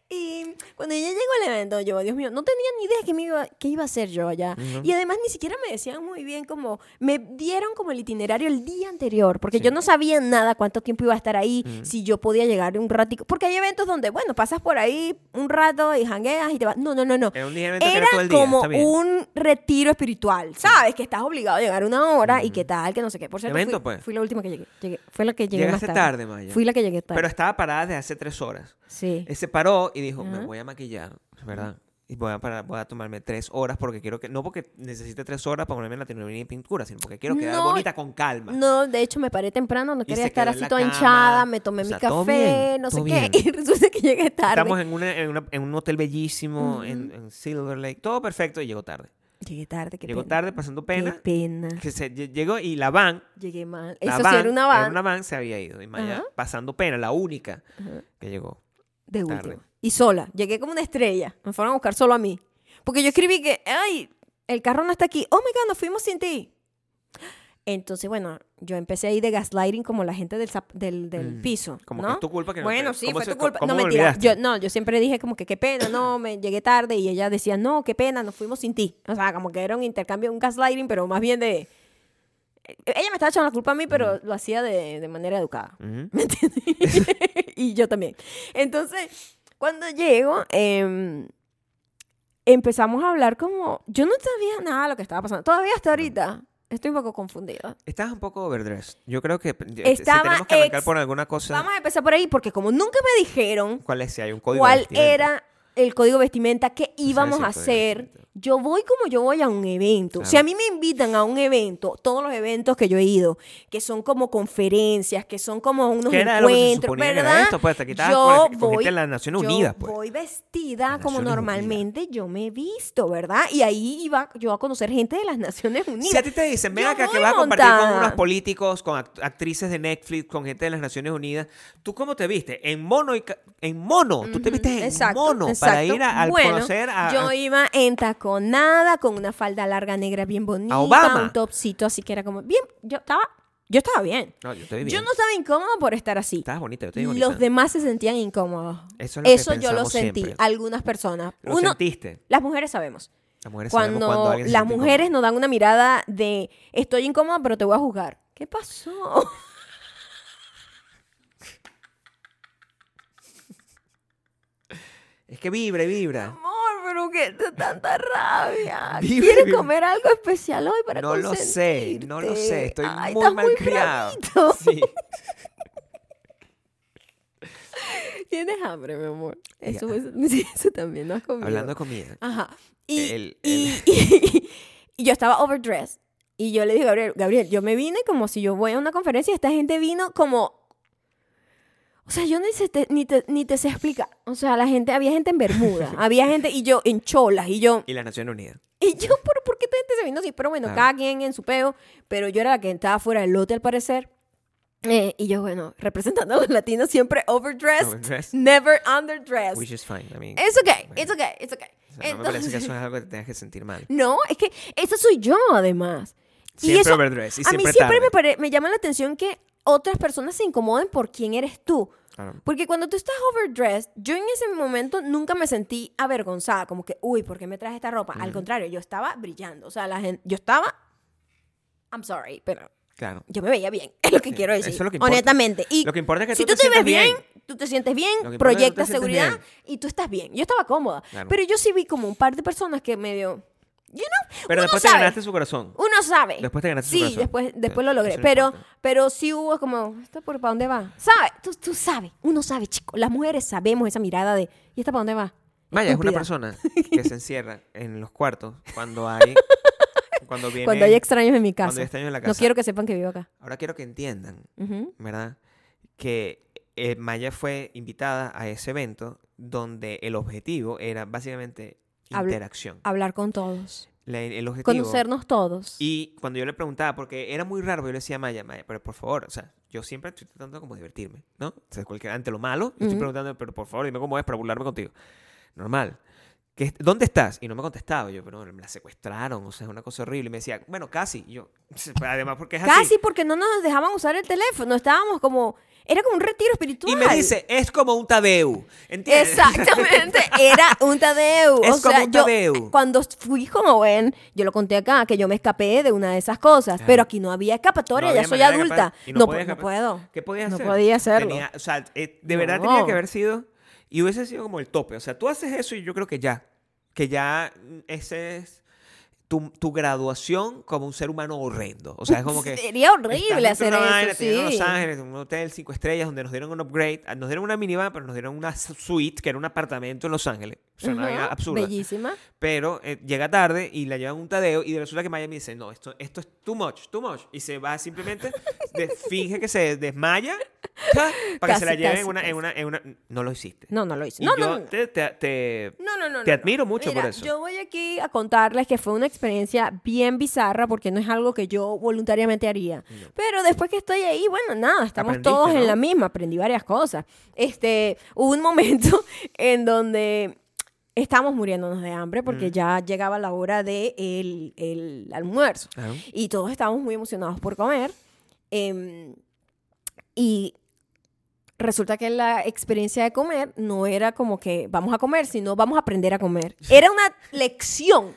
Speaker 1: Y cuando yo llego al evento, yo, Dios mío, no tenía ni idea que me iba, qué iba a hacer yo allá.
Speaker 2: Ujú.
Speaker 1: Y además ni siquiera me decían muy bien como, me dieron como el itinerario el día anterior, porque
Speaker 2: Sí.
Speaker 1: yo no sabía nada cuánto tiempo iba a estar ahí,
Speaker 2: Ujú.
Speaker 1: si yo podía llegar un ratico, porque hay eventos donde, bueno, pasas por ahí un rato y jangueas y te vas. No, no, no, no.
Speaker 2: Era un día de evento que
Speaker 1: Era
Speaker 2: era todo el día.
Speaker 1: como
Speaker 2: está bien.
Speaker 1: un retiro espiritual, ¿sabes? Que estás obligado a llegar una hora y qué tal, que no sé qué. Por cierto, fui-
Speaker 2: Evento,
Speaker 1: fui,
Speaker 2: pues.
Speaker 1: la última que llegué. Llegué- Fue la que llegué más
Speaker 2: Llegaste tarde, Maya.
Speaker 1: Fui la que llegué tarde.
Speaker 2: Pero estaba parada desde hace tres horas.
Speaker 1: sí.
Speaker 2: Él se paró y dijo, me
Speaker 1: Ajá.
Speaker 2: voy a maquillar, ¿verdad? Y voy a, parar- voy a tomarme tres horas porque quiero que... No porque necesite tres horas para ponerme la tinurina y pintura, sino porque quiero quedar
Speaker 1: No,
Speaker 2: bonita con calma.
Speaker 1: No, de hecho me paré temprano, no
Speaker 2: Y
Speaker 1: quería
Speaker 2: se
Speaker 1: estar
Speaker 2: quedó en
Speaker 1: así
Speaker 2: la
Speaker 1: toda
Speaker 2: cama.
Speaker 1: hinchada, me tomé
Speaker 2: O
Speaker 1: mi
Speaker 2: sea,
Speaker 1: café,
Speaker 2: todo bien,
Speaker 1: no sé
Speaker 2: todo
Speaker 1: qué,
Speaker 2: bien.
Speaker 1: y resulta que llegué tarde.
Speaker 2: Estamos en, una- en, una- en un hotel bellísimo, en, en Silver Lake, todo perfecto y llegó tarde.
Speaker 1: Llegué tarde, qué
Speaker 2: llegó
Speaker 1: pena.
Speaker 2: tarde, pasando pena.
Speaker 1: Qué pena.
Speaker 2: Que se, lle- llegó y la van...
Speaker 1: Llegué mal.
Speaker 2: la
Speaker 1: Eso
Speaker 2: van,
Speaker 1: sí, era una van
Speaker 2: se había ido. Y Maya,
Speaker 1: Ajá.
Speaker 2: pasando pena, la única
Speaker 1: Ajá.
Speaker 2: que llegó.
Speaker 1: de
Speaker 2: tarde.
Speaker 1: último. Y sola, llegué como una estrella. Me fueron a buscar solo a mí. Porque yo escribí que, ay, el carro no está aquí. Oh my God, nos fuimos sin ti. Entonces, bueno, yo empecé ahí de gaslighting como la gente del, zap- del, del
Speaker 2: Mm.
Speaker 1: piso.
Speaker 2: Como
Speaker 1: ¿no?
Speaker 2: que es tu culpa que no
Speaker 1: Bueno,
Speaker 2: te-
Speaker 1: sí,
Speaker 2: ¿cómo
Speaker 1: fue
Speaker 2: se-
Speaker 1: tu culpa.
Speaker 2: cómo
Speaker 1: No,
Speaker 2: me
Speaker 1: mentira.
Speaker 2: olvidaste?
Speaker 1: Yo, no, yo siempre dije como que qué pena, no, me llegué tarde y ella decía, no, qué pena, nos fuimos sin ti. O sea, como que era un intercambio, un gaslighting, pero más bien de... eh, Ella me estaba echando la culpa a mí, pero lo hacía de, de manera educada.
Speaker 2: Ujú.
Speaker 1: ¿Me entiendes? y yo también. Entonces, cuando llego, em, empezamos a hablar como... Yo no sabía nada de lo que estaba pasando. Todavía hasta ahorita estoy un poco confundida.
Speaker 2: Estabas un poco overdressed. Yo creo que eh,
Speaker 1: Estaba
Speaker 2: si tenemos que arrancar
Speaker 1: ex-
Speaker 2: por alguna cosa...
Speaker 1: Vamos a empezar por ahí porque como nunca me dijeron
Speaker 2: ¿Cuál es? Si hay un código de
Speaker 1: cuál
Speaker 2: vestimenta.
Speaker 1: era el código vestimenta que íbamos
Speaker 2: si
Speaker 1: a
Speaker 2: el código de
Speaker 1: hacer.
Speaker 2: vestimenta.
Speaker 1: Yo voy como yo voy a un evento.
Speaker 2: Claro.
Speaker 1: Si a mí me invitan a un evento, todos los eventos que yo he ido, que son como conferencias, que son como unos
Speaker 2: ¿Qué era lo que se
Speaker 1: encuentros,
Speaker 2: suponía que era
Speaker 1: ¿verdad?
Speaker 2: esto? Pues, te quitabas
Speaker 1: yo
Speaker 2: con- con gente
Speaker 1: voy
Speaker 2: de las Naciones
Speaker 1: yo
Speaker 2: Unidas, pues.
Speaker 1: voy vestida
Speaker 2: Las
Speaker 1: como
Speaker 2: Naciones
Speaker 1: normalmente yo me he visto, ¿verdad? Y ahí iba yo a conocer gente de las Naciones Unidas.
Speaker 2: Si a ti te dicen, ven
Speaker 1: yo
Speaker 2: acá que
Speaker 1: voy
Speaker 2: vas a compartir
Speaker 1: montada.
Speaker 2: con unos políticos, con act- actrices de Netflix, con gente de las Naciones Unidas, ¿tú cómo te viste? En mono y ca- en mono, tú te viste en
Speaker 1: Exacto,
Speaker 2: mono para
Speaker 1: exacto.
Speaker 2: ir a, al
Speaker 1: Bueno,
Speaker 2: conocer a,
Speaker 1: Yo iba en taconada, con una falda larga negra bien bonita,
Speaker 2: Obama.
Speaker 1: un topsito así que era como bien, yo estaba, yo estaba bien.
Speaker 2: No, yo te vi
Speaker 1: Yo
Speaker 2: bien.
Speaker 1: no estaba incómoda por estar así.
Speaker 2: Estabas bonita, yo te vi bonita.
Speaker 1: Los demás se sentían incómodos.
Speaker 2: Eso es lo que
Speaker 1: yo lo
Speaker 2: pensamos
Speaker 1: sentí.
Speaker 2: siempre.
Speaker 1: Algunas personas.
Speaker 2: Lo
Speaker 1: Uno-
Speaker 2: sentiste.
Speaker 1: las mujeres sabemos.
Speaker 2: Las mujeres
Speaker 1: Cuando,
Speaker 2: sabemos cuando alguien se
Speaker 1: las
Speaker 2: siente
Speaker 1: mujeres nos dan una mirada de estoy incómoda, pero te voy a juzgar. ¿Qué pasó?
Speaker 2: incómodo. Es que vibra, vibra.
Speaker 1: Amor, pero que te da tanta rabia.
Speaker 2: Vive,
Speaker 1: ¿Quieres
Speaker 2: vive.
Speaker 1: comer algo especial hoy para
Speaker 2: No lo sé, no lo sé.
Speaker 1: consentirte?
Speaker 2: Estoy
Speaker 1: Ay,
Speaker 2: muy
Speaker 1: estás
Speaker 2: mal criado.
Speaker 1: bravito.
Speaker 2: Sí.
Speaker 1: Tienes hambre, mi amor.
Speaker 2: Ya.
Speaker 1: Eso, es- sí, eso también, no has comido.
Speaker 2: Hablando de comida.
Speaker 1: Ajá. Y,
Speaker 2: El-
Speaker 1: y- y yo estaba overdressed. Y yo le dije a Gabriel, Gabriel, yo me vine como si yo voy a una conferencia y esta gente vino como... O sea, yo ni, se te, ni, te, ni te sé explicar. O sea, la gente, había gente en Bermuda, había gente y yo en cholas y yo...
Speaker 2: Y las Naciones Unidas.
Speaker 1: Y yo, ¿por, ¿por qué esta gente se vino así? Pero bueno,
Speaker 2: Claro.
Speaker 1: cada quien en su peo. Pero yo era la que estaba fuera del lote, al parecer. Eh, y yo, bueno, representando a los latinos, siempre overdressed,
Speaker 2: Overdressed.
Speaker 1: never underdressed.
Speaker 2: Which is fine. I mean,
Speaker 1: It's okay,
Speaker 2: bueno,
Speaker 1: it's okay, it's okay.
Speaker 2: o sea, no me parece que eso es algo que te tengas que sentir mal.
Speaker 1: No, es que esa soy yo, además.
Speaker 2: Siempre
Speaker 1: eso-
Speaker 2: overdress y
Speaker 1: a mí
Speaker 2: siempre
Speaker 1: siempre me,
Speaker 2: tarde.
Speaker 1: pare- me llama la atención que otras personas se incomoden por quién eres tú.
Speaker 2: Claro.
Speaker 1: Porque cuando tú estás overdressed, yo en ese momento nunca me sentí avergonzada, como que, uy, ¿por qué me traes esta ropa? Al contrario, yo estaba brillando. O sea, la gente, yo estaba, I'm sorry, pero
Speaker 2: Claro.
Speaker 1: yo me veía bien, es lo que
Speaker 2: Sí,
Speaker 1: quiero decir.
Speaker 2: eso es lo que importa.
Speaker 1: Honestamente. Y
Speaker 2: Lo que importa es que
Speaker 1: si
Speaker 2: tú
Speaker 1: tú,
Speaker 2: te
Speaker 1: te, ves
Speaker 2: sientas
Speaker 1: bien,
Speaker 2: bien.
Speaker 1: tú te sientes
Speaker 2: Lo que importa es
Speaker 1: bien,
Speaker 2: que tú te
Speaker 1: proyectas
Speaker 2: sientes
Speaker 1: seguridad
Speaker 2: bien.
Speaker 1: y tú estás bien. Yo estaba cómoda.
Speaker 2: Claro.
Speaker 1: Pero yo sí vi como un par de personas que medio. You know, uno
Speaker 2: Pero después
Speaker 1: sabe.
Speaker 2: te ganaste su corazón.
Speaker 1: Uno sabe.
Speaker 2: Después te ganaste su
Speaker 1: Sí,
Speaker 2: corazón.
Speaker 1: después, después
Speaker 2: Sí,
Speaker 1: lo
Speaker 2: eso
Speaker 1: logré.
Speaker 2: no
Speaker 1: Pero,
Speaker 2: importa.
Speaker 1: pero sí hubo como, ¿esta por para dónde va? ¿Sabe? Tú, tú sabes. Uno sabe, chico. Las mujeres sabemos esa mirada de, ¿y esta para dónde va?
Speaker 2: Maya es
Speaker 1: Estúpida.
Speaker 2: una persona que se encierra en los cuartos cuando hay. Cuando viene.
Speaker 1: Cuando hay extraños en mi casa.
Speaker 2: cuando hay extraños en la
Speaker 1: No
Speaker 2: casa.
Speaker 1: quiero que sepan que vivo acá.
Speaker 2: Ahora quiero que entiendan,
Speaker 1: Ujú.
Speaker 2: ¿verdad? Que eh, Maya fue invitada a ese evento donde el objetivo era básicamente
Speaker 1: Habla-
Speaker 2: interacción.
Speaker 1: Hablar con todos.
Speaker 2: La- el objetivo.
Speaker 1: Conocernos todos.
Speaker 2: Y cuando yo le preguntaba, porque era muy raro, yo le decía a Maya, Maya, pero por favor, o sea, yo siempre estoy tratando como de divertirme, ¿no? O sea, cualquier, ante lo malo, yo estoy
Speaker 1: Ujú.
Speaker 2: preguntando, pero por favor, dime cómo es para burlarme contigo. Normal. ¿Qué est- ¿Dónde estás? Y no me contestaba. Yo, pero me la secuestraron, o sea, es una cosa horrible. Y me decía, bueno, casi. Y yo, además, porque es así.
Speaker 1: Casi porque no nos dejaban usar el teléfono. Estábamos como. Era como un retiro espiritual.
Speaker 2: Y me dice, es como un Tadeu. ¿Entiendes?
Speaker 1: Exactamente, era un Tadeu.
Speaker 2: Es
Speaker 1: o sea,
Speaker 2: como un
Speaker 1: yo,
Speaker 2: Tadeu.
Speaker 1: cuando fui joven, yo lo conté acá, que yo me escapé de una de esas cosas,
Speaker 2: Claro.
Speaker 1: pero aquí no había escapatoria,
Speaker 2: No
Speaker 1: ya
Speaker 2: había
Speaker 1: soy
Speaker 2: manera de
Speaker 1: adulta.
Speaker 2: escapar. Y
Speaker 1: No,
Speaker 2: podías
Speaker 1: pu- no
Speaker 2: escapar.
Speaker 1: puedo.
Speaker 2: ¿Qué podías
Speaker 1: No
Speaker 2: hacer?
Speaker 1: podía hacerlo.
Speaker 2: Tenía- o sea, eh, de verdad
Speaker 1: No.
Speaker 2: tenía que haber sido. Y hubiese sido como el tope. O sea, tú haces eso y yo creo que ya. Que ya mm, ese es tu, tu graduación como un ser humano horrendo. O sea, es como que.
Speaker 1: Sería horrible
Speaker 2: estás dentro
Speaker 1: hacer
Speaker 2: de una
Speaker 1: eso.
Speaker 2: vaina, te llevan a
Speaker 1: sí.
Speaker 2: Los Ángeles, un hotel cinco estrellas donde nos dieron un upgrade. Ah, Nos dieron una minivan, pero nos dieron una suite que era un apartamento en Los Ángeles. O sea, una
Speaker 1: Ajá,
Speaker 2: vaina absurda.
Speaker 1: Bellísima.
Speaker 2: Pero eh, llega tarde y la llevan a un tadeo y resulta que Miami dice, no, esto, esto es too much, too much. Y se va simplemente, de- finge que se desmaya ja, para que
Speaker 1: Casi,
Speaker 2: se la lleven
Speaker 1: casi,
Speaker 2: en, una,
Speaker 1: casi.
Speaker 2: en, una, en una... No lo hiciste.
Speaker 1: No, no lo hice.
Speaker 2: Y
Speaker 1: No,
Speaker 2: yo
Speaker 1: no, no.
Speaker 2: Te, te- te-
Speaker 1: No, no, no.
Speaker 2: Te
Speaker 1: no,
Speaker 2: admiro
Speaker 1: no.
Speaker 2: mucho
Speaker 1: Mira,
Speaker 2: por eso.
Speaker 1: Yo voy aquí a contarles que fue una experiencia bien bizarra porque no es algo que yo voluntariamente haría. Pero después que estoy ahí, bueno, nada, estamos
Speaker 2: Aprendiste,
Speaker 1: todos
Speaker 2: ¿no?
Speaker 1: en la misma. Aprendí varias cosas. Este, hubo un momento en donde estábamos muriéndonos de hambre
Speaker 2: Mm.
Speaker 1: porque ya llegaba la hora del de el- el almuerzo.
Speaker 2: Claro.
Speaker 1: Y todos estábamos muy emocionados por comer. Em, y resulta que la experiencia de comer no era como que vamos a comer, sino vamos a aprender a comer. Era una lección.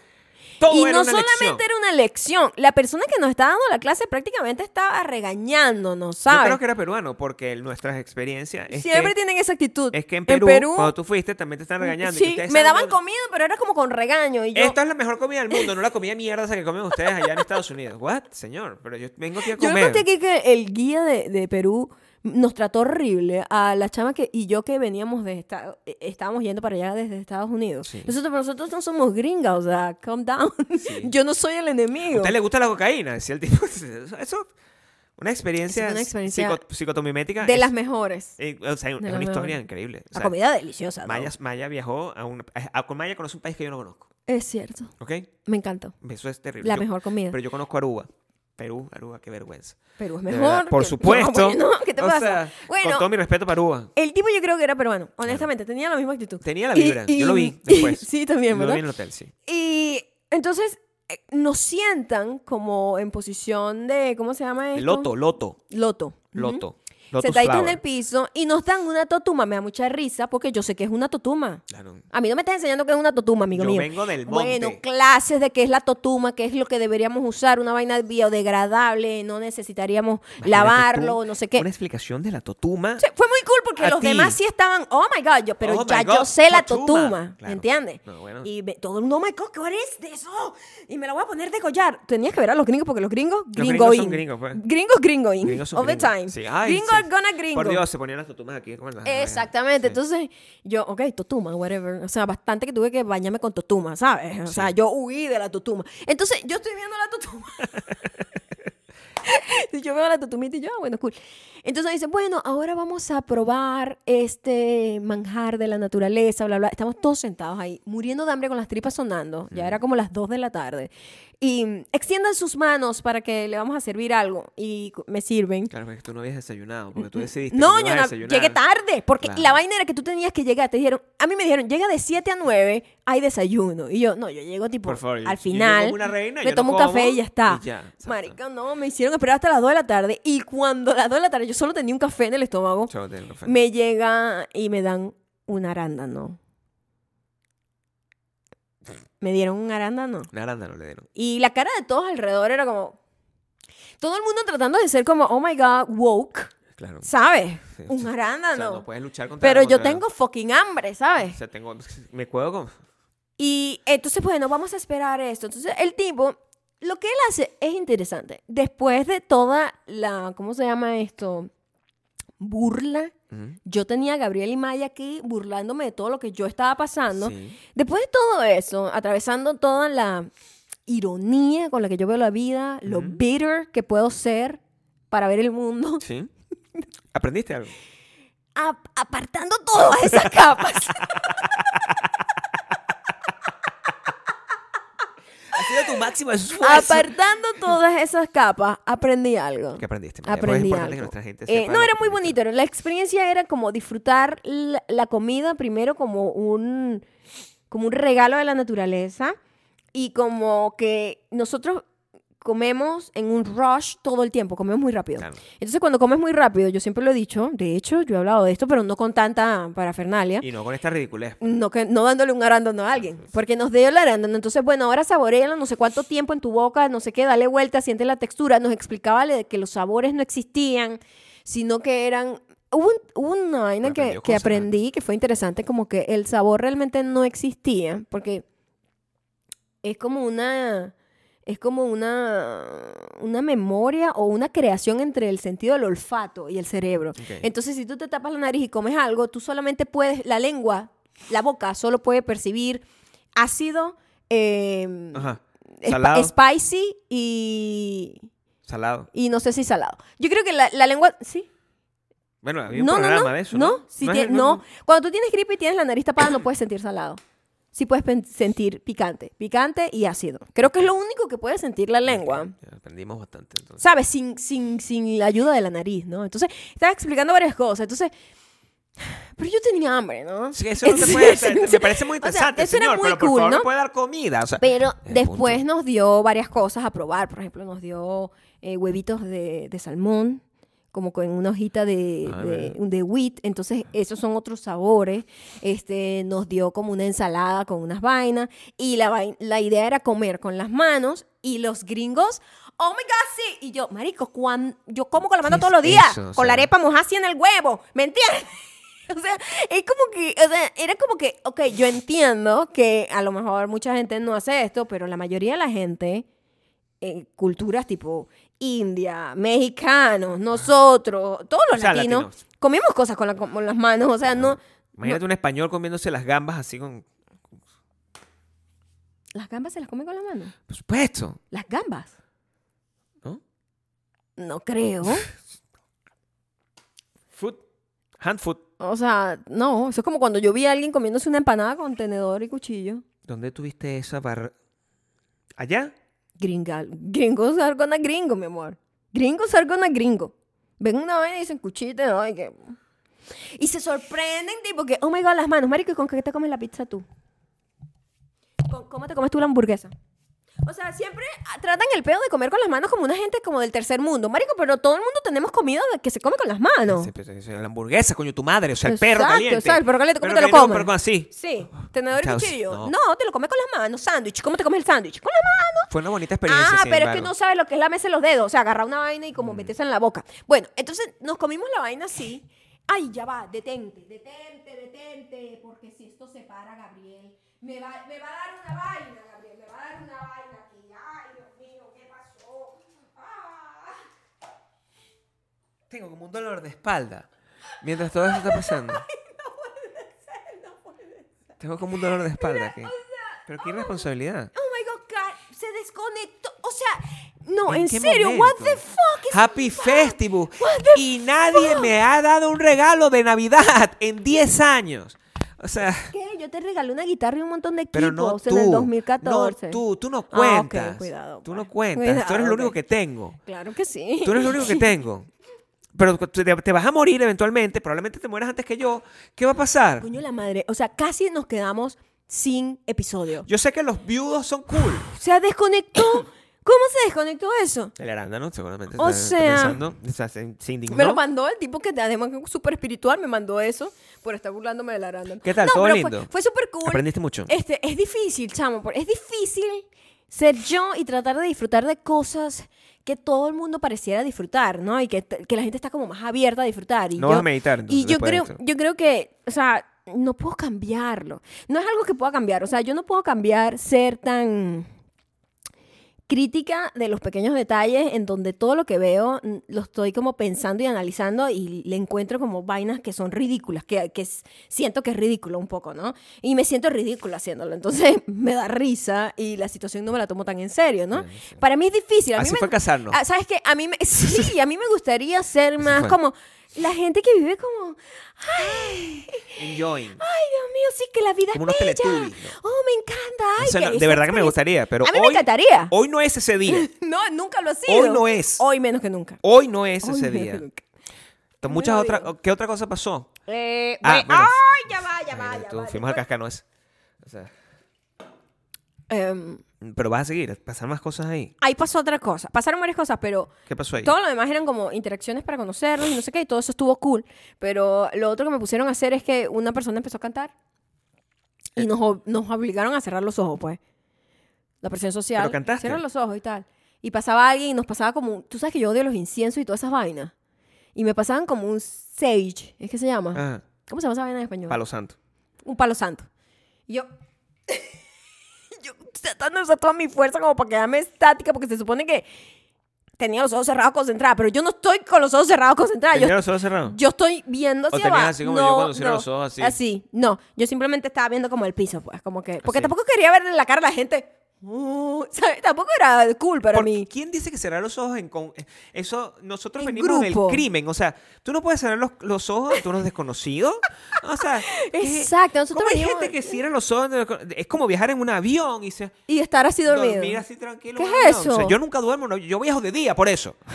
Speaker 2: Todo
Speaker 1: y
Speaker 2: era
Speaker 1: no
Speaker 2: una
Speaker 1: solamente
Speaker 2: elección.
Speaker 1: era una lección. La persona que nos estaba dando la clase prácticamente estaba regañándonos,
Speaker 2: Yo
Speaker 1: ¿sabes?
Speaker 2: creo que era peruano porque nuestras experiencias... es
Speaker 1: Siempre
Speaker 2: que-
Speaker 1: tienen esa actitud.
Speaker 2: Es que en Perú, cuando tú fuiste, también te están regañando. y que
Speaker 1: Mm, sí,
Speaker 2: ustedes
Speaker 1: me
Speaker 2: saben
Speaker 1: daban
Speaker 2: dónde-
Speaker 1: comida, pero era como con regaño. Y yo,
Speaker 2: Esta es la mejor comida del mundo, no la comida mierda esa que comen ustedes allá en Estados Unidos. What, señor? Pero yo vengo aquí a
Speaker 1: Yo
Speaker 2: comer.
Speaker 1: le conté aquí que el guía de, de Perú nos trató horrible a la chama que y yo que veníamos de esta, eh, estábamos yendo para allá desde Estados Unidos.
Speaker 2: Sí.
Speaker 1: Nosotros, nosotros no somos gringas, o sea, calm down.
Speaker 2: Sí.
Speaker 1: Yo no soy el
Speaker 2: ¿A
Speaker 1: enemigo.
Speaker 2: usted le gusta la cocaína? Decía el tipo. Eso, eso- una experiencia,
Speaker 1: Es una experiencia
Speaker 2: psico- psicotomimética.
Speaker 1: De
Speaker 2: es-
Speaker 1: las mejores.
Speaker 2: eh, o sea, es
Speaker 1: de
Speaker 2: una
Speaker 1: las
Speaker 2: historia
Speaker 1: mejores.
Speaker 2: increíble. O
Speaker 1: La
Speaker 2: sea,
Speaker 1: comida deliciosa. ¿no?
Speaker 2: Maya, Maya viajó a un... eh, a- con Maya conoce un país que yo no conozco,
Speaker 1: Es cierto.
Speaker 2: ¿ok?
Speaker 1: Me encantó.
Speaker 2: Eso es terrible.
Speaker 1: La
Speaker 2: Yo-
Speaker 1: mejor comida.
Speaker 2: Pero yo conozco Aruba. Perú, Aruba, qué vergüenza.
Speaker 1: Perú es
Speaker 2: De
Speaker 1: mejor.
Speaker 2: verdad, por
Speaker 1: que-
Speaker 2: supuesto.
Speaker 1: No, bueno, ¿Qué te
Speaker 2: O
Speaker 1: pasa?
Speaker 2: sea,
Speaker 1: bueno,
Speaker 2: Con todo mi respeto para Aruba.
Speaker 1: el tipo yo creo que era peruano. Honestamente, tenía la misma actitud.
Speaker 2: Tenía la
Speaker 1: Y-
Speaker 2: vibra. yo lo vi
Speaker 1: y-
Speaker 2: después.
Speaker 1: sí, también,
Speaker 2: Lo
Speaker 1: ¿verdad?
Speaker 2: vi en el hotel, sí.
Speaker 1: Y entonces eh, nos sientan como en posición de, ¿cómo se llama esto?
Speaker 2: Loto, loto,
Speaker 1: Loto.
Speaker 2: loto.
Speaker 1: Ujú.
Speaker 2: Lotus
Speaker 1: Sentaditos en
Speaker 2: flower.
Speaker 1: el piso y nos dan una totuma. Me da mucha risa porque yo sé que es una totuma.
Speaker 2: Claro.
Speaker 1: A mí no me estás enseñando que es una totuma, amigo
Speaker 2: Yo
Speaker 1: mío.
Speaker 2: vengo del
Speaker 1: Bueno,
Speaker 2: monte.
Speaker 1: clases de qué es la totuma, qué es lo que deberíamos usar, una vaina biodegradable, no necesitaríamos
Speaker 2: Imagínate
Speaker 1: lavarlo,
Speaker 2: tú,
Speaker 1: no sé qué.
Speaker 2: Una explicación de la totuma.
Speaker 1: Sí, fue muy cool porque
Speaker 2: A
Speaker 1: los
Speaker 2: ti.
Speaker 1: demás sí estaban, oh my god, yo, pero
Speaker 2: Oh
Speaker 1: ya
Speaker 2: my God,
Speaker 1: yo sé la
Speaker 2: Totuma.
Speaker 1: totuma,
Speaker 2: Claro.
Speaker 1: ¿entiendes?
Speaker 2: No, bueno.
Speaker 1: Y me- todo el mundo, oh my god, ¿qué hora es de eso? Y me la voy a poner de collar. Tenías que ver a los gringos porque los gringos,
Speaker 2: gringos
Speaker 1: gringoin.
Speaker 2: son gringos, pues.
Speaker 1: Gringos, gringoin.
Speaker 2: Gringos son
Speaker 1: All the
Speaker 2: gringos.
Speaker 1: time.
Speaker 2: Sí, ay,
Speaker 1: gringo
Speaker 2: sí.
Speaker 1: are gonna gringo.
Speaker 2: Por Dios, se ponían las totumas aquí. ¿cómo las-
Speaker 1: Exactamente,
Speaker 2: Sí.
Speaker 1: entonces yo, ok, totuma, whatever. O sea, bastante que tuve que bañarme con totuma, ¿sabes? O sea, yo huí de la totuma. Entonces yo estoy viendo la totuma Y yo veo la tutumita y yo, ah, bueno, cool. Entonces dice, bueno, ahora vamos a probar este manjar de la naturaleza, bla, bla. Estamos todos sentados ahí, muriendo de hambre con las tripas sonando. Ya era como las 2 de la tarde. Y mm, extiendan sus manos para que le vamos a servir algo. Y cu- me sirven.
Speaker 2: Claro, porque tú no habías desayunado, porque tú decidiste
Speaker 1: No,
Speaker 2: que no
Speaker 1: yo
Speaker 2: ibas a
Speaker 1: no,
Speaker 2: desayunar.
Speaker 1: llegué tarde, porque
Speaker 2: Claro.
Speaker 1: la vaina era que tú tenías que llegar, te dijeron, a mí me dijeron, llega de 7 a 9, hay desayuno. Y yo, no, yo llego tipo
Speaker 2: Por favor, yo-
Speaker 1: pues, al
Speaker 2: yo
Speaker 1: final,
Speaker 2: como una reina,
Speaker 1: me
Speaker 2: yo no
Speaker 1: tomo un
Speaker 2: como,
Speaker 1: café y ya está.
Speaker 2: y ya, exacto.
Speaker 1: Marica, no, me hicieron esperar hasta las 2 de la tarde y cuando las 2 de la tarde yo solo tenía un café en el estómago,
Speaker 2: Chao, te lo ofrezco.
Speaker 1: me llega y me dan un arándano. Me dieron un arándano.
Speaker 2: Un arándano le dieron.
Speaker 1: Y la cara de todos alrededor era como... Todo el mundo tratando de ser como, oh my god, woke.
Speaker 2: Claro.
Speaker 1: ¿Sabes?
Speaker 2: Sí, sí.
Speaker 1: Un
Speaker 2: Este, O sea,
Speaker 1: arándano.
Speaker 2: no puedes luchar contra
Speaker 1: Pero yo
Speaker 2: contra-
Speaker 1: tengo pues. fucking hambre,
Speaker 2: O
Speaker 1: ¿sabes?
Speaker 2: sea, tengo... Me cuedo con...
Speaker 1: Y entonces, bueno, vamos a esperar esto. Entonces, el tipo, lo que él hace es interesante. Después de toda la, ¿cómo se llama esto? Burla.
Speaker 2: Ujú.
Speaker 1: Yo tenía a Gabriel y Maya aquí burlándome de todo lo que yo estaba pasando.
Speaker 2: Sí.
Speaker 1: Después de todo eso, atravesando toda la ironía con la que yo veo la vida, lo
Speaker 2: Ujú.
Speaker 1: bitter que puedo ser para ver el mundo,
Speaker 2: Sí. ¿Aprendiste algo?
Speaker 1: a- apartando todas esas capas.
Speaker 2: Hacía tu máximo esfuerzo.
Speaker 1: Apartando todas esas capas, aprendí algo.
Speaker 2: ¿Qué aprendiste? María? Porque es
Speaker 1: Aprendí
Speaker 2: importante que
Speaker 1: algo.
Speaker 2: nuestra gente
Speaker 1: Eh,
Speaker 2: sepa
Speaker 1: no,
Speaker 2: lo
Speaker 1: era
Speaker 2: que
Speaker 1: muy
Speaker 2: aprendiste.
Speaker 1: bonito. La experiencia era como disfrutar la, la comida primero como un, como un regalo de la naturaleza y como que nosotros comemos en un rush todo el tiempo, comemos muy rápido.
Speaker 2: Claro.
Speaker 1: Entonces cuando comes muy rápido, yo siempre lo he dicho, de hecho yo he hablado de esto, pero no con tanta parafernalia.
Speaker 2: Y no con esta ridiculez.
Speaker 1: No, que, no dándole un arándano a alguien, porque nos dio el arándano. Entonces, bueno, ahora saborealo no sé cuánto tiempo en tu boca, no sé qué, dale vuelta, siente la textura. Nos explicaba le- que los sabores no existían, sino que eran... Hubo, un- hubo una vaina que,
Speaker 2: Aprendió
Speaker 1: que
Speaker 2: cosas, ¿eh?
Speaker 1: aprendí que fue interesante, como que el sabor realmente no existía, porque es como una... Es como una, una memoria o una creación entre el sentido del olfato y el cerebro.
Speaker 2: Ok.
Speaker 1: Entonces, si tú te tapas la nariz y comes algo, tú solamente puedes, la lengua, la boca, solo puede percibir ácido, eh,
Speaker 2: Ajá.
Speaker 1: esp-
Speaker 2: Ah, Salado.
Speaker 1: spicy y,
Speaker 2: Salado.
Speaker 1: y no sé si salado. Yo creo que la, la lengua, sí.
Speaker 2: Bueno, había un
Speaker 1: No, no,
Speaker 2: programa
Speaker 1: no,
Speaker 2: de eso.
Speaker 1: no,
Speaker 2: No,
Speaker 1: si
Speaker 2: es-
Speaker 1: tie- no. Cuando tú tienes gripe y tienes la nariz tapada, no puedes sentir salado. Sí puedes pen- sentir picante, picante y ácido. Creo que es lo único que puede sentir la lengua.
Speaker 2: Ya, Aprendimos bastante entonces.
Speaker 1: ¿sabes? Sin, sin, sin la ayuda de la nariz, ¿no? Entonces, estaba explicando varias cosas. Entonces, pero yo tenía hambre, ¿no?
Speaker 2: Sí, eso no se
Speaker 1: Sí,
Speaker 2: puede
Speaker 1: sí,
Speaker 2: hacer.
Speaker 1: sí.
Speaker 2: Me parece muy
Speaker 1: O sea,
Speaker 2: interesante,
Speaker 1: eso era
Speaker 2: señor.
Speaker 1: muy
Speaker 2: pero por
Speaker 1: cool,
Speaker 2: favor,
Speaker 1: ¿no?
Speaker 2: ¿me puede dar comida. O sea,
Speaker 1: Pero
Speaker 2: el
Speaker 1: después
Speaker 2: punto.
Speaker 1: nos dio varias cosas a probar. Por ejemplo, nos dio eh, huevitos de, de salmón, como con una hojita de,
Speaker 2: Ah,
Speaker 1: de,
Speaker 2: mira.
Speaker 1: de wheat. Entonces, esos son otros sabores. Este, nos dio como una ensalada con unas vainas. Y la, vai- la idea era comer con las manos. Y los gringos, oh my God, sí. Y yo, marico, cuan- yo como con la mano
Speaker 2: ¿Qué
Speaker 1: todos
Speaker 2: es
Speaker 1: los días.
Speaker 2: eso? O
Speaker 1: con la
Speaker 2: sea-
Speaker 1: arepa mojada así en el huevo. ¿Me entiendes? O sea, es como que, o sea, era como que, ok, yo entiendo que a lo mejor mucha gente no hace esto, pero la mayoría de la gente, eh, culturas tipo India, mexicanos, nosotros, todos los
Speaker 2: O sea,
Speaker 1: latinos,
Speaker 2: latinos.
Speaker 1: comemos cosas con, la- con las manos, o sea, no,
Speaker 2: Imagínate un español comiéndose las gambas así con.
Speaker 1: las gambas se las comen con las manos,
Speaker 2: Por supuesto.
Speaker 1: las gambas,
Speaker 2: ¿No?
Speaker 1: no creo,
Speaker 2: Food. Hand food.
Speaker 1: o sea, no, eso es como cuando yo vi a alguien comiéndose una empanada con tenedor y cuchillo.
Speaker 2: ¿Dónde tuviste esa barra? ¿Allá?
Speaker 1: Gringal. Gringos are gonna gringo, mi amor. Gringos are gonna gringo. Ven una vaina y dicen cuchita, ¿no? Y, que- y se sorprenden, tipo que, oh my god, las manos. Marico, ¿y con qué te comes la pizza tú? ¿Con- ¿Cómo te comes tú la hamburguesa? O sea, siempre ah, tratan el pedo de comer con las manos como una gente como del tercer mundo. Marico, pero todo el mundo tenemos comida de- que se come con las manos.
Speaker 2: Sí, pero eso es pues, La hamburguesa, coño, tu madre. O sea, el perro
Speaker 1: Exacto,
Speaker 2: caliente.
Speaker 1: o sea, el perro caliente, ¿cómo te lo
Speaker 2: caliente,
Speaker 1: comes?
Speaker 2: Pero con así.
Speaker 1: Sí, tenedor y
Speaker 2: Chao, sí,
Speaker 1: cuchillo.
Speaker 2: no.
Speaker 1: No. te lo comes con las manos. Sándwich, ¿cómo te comes el sándwich? Con las manos.
Speaker 2: Fue una bonita experiencia.
Speaker 1: Ah,
Speaker 2: sin
Speaker 1: pero es que
Speaker 2: embargo. Mm.
Speaker 1: no sabes lo que es lamerse los dedos. O sea, agarrar una vaina y como meterse en la boca. Bueno, entonces nos comimos la vaina así. Ay, ya va, detente, detente, detente. Porque si esto se para, Gabriel, me va, me va a dar una vaina, Gabriel. Me va a dar una vaina aquí. Ay, Dios mío, ¿qué pasó? Ah.
Speaker 2: Tengo como un dolor de espalda. Mientras todo eso está pasando. Tengo como un dolor de espalda. que- Pero qué irresponsabilidad.
Speaker 1: Oh my God, Kat, se desconectó. O sea, No, en,
Speaker 2: ¿En qué
Speaker 1: serio,
Speaker 2: momento?
Speaker 1: what the fuck is-
Speaker 2: Happy Festival. Y nadie me ha dado un regalo de Navidad en 10 años. O sea,
Speaker 1: ¿Qué? Yo te regalé una guitarra y un montón de equipos
Speaker 2: pero no tú.
Speaker 1: en el 2014.
Speaker 2: No tú, tú no
Speaker 1: Ah, ok,
Speaker 2: cuentas.
Speaker 1: cuidado,
Speaker 2: tú no
Speaker 1: pues.
Speaker 2: cuentas. tú
Speaker 1: Cuidado,
Speaker 2: eres lo único
Speaker 1: ok.
Speaker 2: que tengo.
Speaker 1: Claro que sí.
Speaker 2: Tú eres lo único que tengo. Pero te, te vas a morir eventualmente, probablemente te mueras antes que yo. ¿Qué va a pasar?
Speaker 1: Coño la madre, o sea, casi nos quedamos sin episodio.
Speaker 2: Yo sé que los viudos son cool.
Speaker 1: O sea, desconectó. ¿Cómo se desconectó eso?
Speaker 2: El arándano, seguramente.
Speaker 1: O
Speaker 2: está- está
Speaker 1: sea-
Speaker 2: pensando, o sea, se, se indignó.
Speaker 1: Me lo mandó el tipo que además es súper espiritual, me mandó eso por estar burlándome del arándano.
Speaker 2: ¿Qué tal?
Speaker 1: No,
Speaker 2: ¿Todo
Speaker 1: pero
Speaker 2: lindo?
Speaker 1: Fue, fue súper cool.
Speaker 2: Aprendiste mucho.
Speaker 1: Este, es difícil, chamo, por- es difícil ser yo y tratar de disfrutar de cosas que todo el mundo pareciera disfrutar, ¿no? Y que, t- que la gente está como más abierta a disfrutar. Y
Speaker 2: No
Speaker 1: yo,
Speaker 2: vas a meditar, entonces,
Speaker 1: Y yo
Speaker 2: después de
Speaker 1: creo,
Speaker 2: esto.
Speaker 1: yo creo que, o sea, no puedo cambiarlo. No es algo que pueda cambiar. O sea, yo no puedo cambiar ser tan crítica de los pequeños detalles en donde todo lo que veo mm, lo estoy como pensando y analizando y le encuentro como vainas que son ridículas, que, que s- siento que es ridículo un poco, ¿no? Y me siento ridícula haciéndolo, entonces me da risa y la situación no me la tomo tan en serio, ¿no? Para mí es difícil. A mí
Speaker 2: Así
Speaker 1: me-
Speaker 2: fue casarnos.
Speaker 1: Ah, ¿Sabes qué? A mí me, sí, a mí me gustaría ser más
Speaker 2: fue.
Speaker 1: como la gente que vive como, ay,
Speaker 2: Enjoying.
Speaker 1: ay, Dios mío, sí, que la vida
Speaker 2: Como
Speaker 1: es
Speaker 2: unos
Speaker 1: bella.
Speaker 2: Teletubbies, ¿no?
Speaker 1: Oh, me encanta. Ay,
Speaker 2: Eso
Speaker 1: que
Speaker 2: no- de
Speaker 1: esa
Speaker 2: verdad que me
Speaker 1: experiencia-
Speaker 2: gustaría, pero
Speaker 1: A mí me
Speaker 2: hoy-
Speaker 1: encantaría.
Speaker 2: Hoy no es ese día.
Speaker 1: No, nunca lo ha sido.
Speaker 2: Hoy no es.
Speaker 1: Hoy menos que nunca.
Speaker 2: Hoy no es
Speaker 1: Hoy
Speaker 2: ese
Speaker 1: menos
Speaker 2: día.
Speaker 1: que nunca.
Speaker 2: Entonces, muchas
Speaker 1: lo
Speaker 2: otras, ¿Qué otra cosa pasó?
Speaker 1: Eh,
Speaker 2: Ah,
Speaker 1: ve-
Speaker 2: bueno.
Speaker 1: ¡Ay, ya va, ya va,
Speaker 2: Ay,
Speaker 1: ya
Speaker 2: tú,
Speaker 1: va!
Speaker 2: fuimos al cascanoes. O sea,
Speaker 1: Em,
Speaker 2: pero vas a seguir, pasan más cosas ahí.
Speaker 1: ahí pasó otra cosa. Pasaron varias cosas, pero
Speaker 2: ¿Qué pasó ahí?
Speaker 1: todo lo demás eran como interacciones para conocernos y no sé qué, y todo eso estuvo cool. Pero lo otro que me pusieron a hacer es que una persona empezó a cantar
Speaker 2: Eh.
Speaker 1: y nos, ob- nos obligaron a cerrar los ojos, pues. La presión social.
Speaker 2: ¿Pero cantaste?
Speaker 1: Cierra los ojos y tal. Y pasaba alguien y nos pasaba como... un- Tú sabes que yo odio los inciensos y todas esas vainas. Y me pasaban como un sage, ¿es que se llama?
Speaker 2: Ajá,
Speaker 1: ¿Cómo se llama esa vaina en español?
Speaker 2: Palo Santo.
Speaker 1: Un palo santo. Y yo. yo tratando de usar toda mi fuerza como para quedarme estática, porque se supone que tenía los ojos cerrados concentrada, pero yo no estoy con los ojos cerrados concentrada. Ah, Yo,
Speaker 2: ¿Tenías los ojos cerrados?
Speaker 1: yo estoy viendo hacia
Speaker 2: tenías
Speaker 1: abajo.
Speaker 2: así como
Speaker 1: no,
Speaker 2: yo cuando cierro
Speaker 1: no,
Speaker 2: los ojos, así?
Speaker 1: no. Yo simplemente estaba viendo como el piso, pues, como que. Porque
Speaker 2: Así.
Speaker 1: tampoco quería verle la cara a la gente. Uh, ¿sabes? Tampoco era cool para
Speaker 2: ¿Por
Speaker 1: mí.
Speaker 2: ¿Quién dice que cerrar los ojos en con... eh, Eso, nosotros
Speaker 1: En
Speaker 2: venimos
Speaker 1: grupo.
Speaker 2: del crimen. O sea, tú no puedes cerrar los, los ojos ante unos desconocidos. O sea, ¿qué-
Speaker 1: Exacto, nosotros
Speaker 2: ¿cómo hay
Speaker 1: venimos-
Speaker 2: gente que cierra los ojos? ante- Es como viajar en un avión y se...
Speaker 1: Y estar así dormido.
Speaker 2: Dormir así tranquilo.
Speaker 1: ¿Qué
Speaker 2: en
Speaker 1: es
Speaker 2: un avión. O sea,
Speaker 1: eso?
Speaker 2: yo nunca duermo, no, yo viajo de día por eso.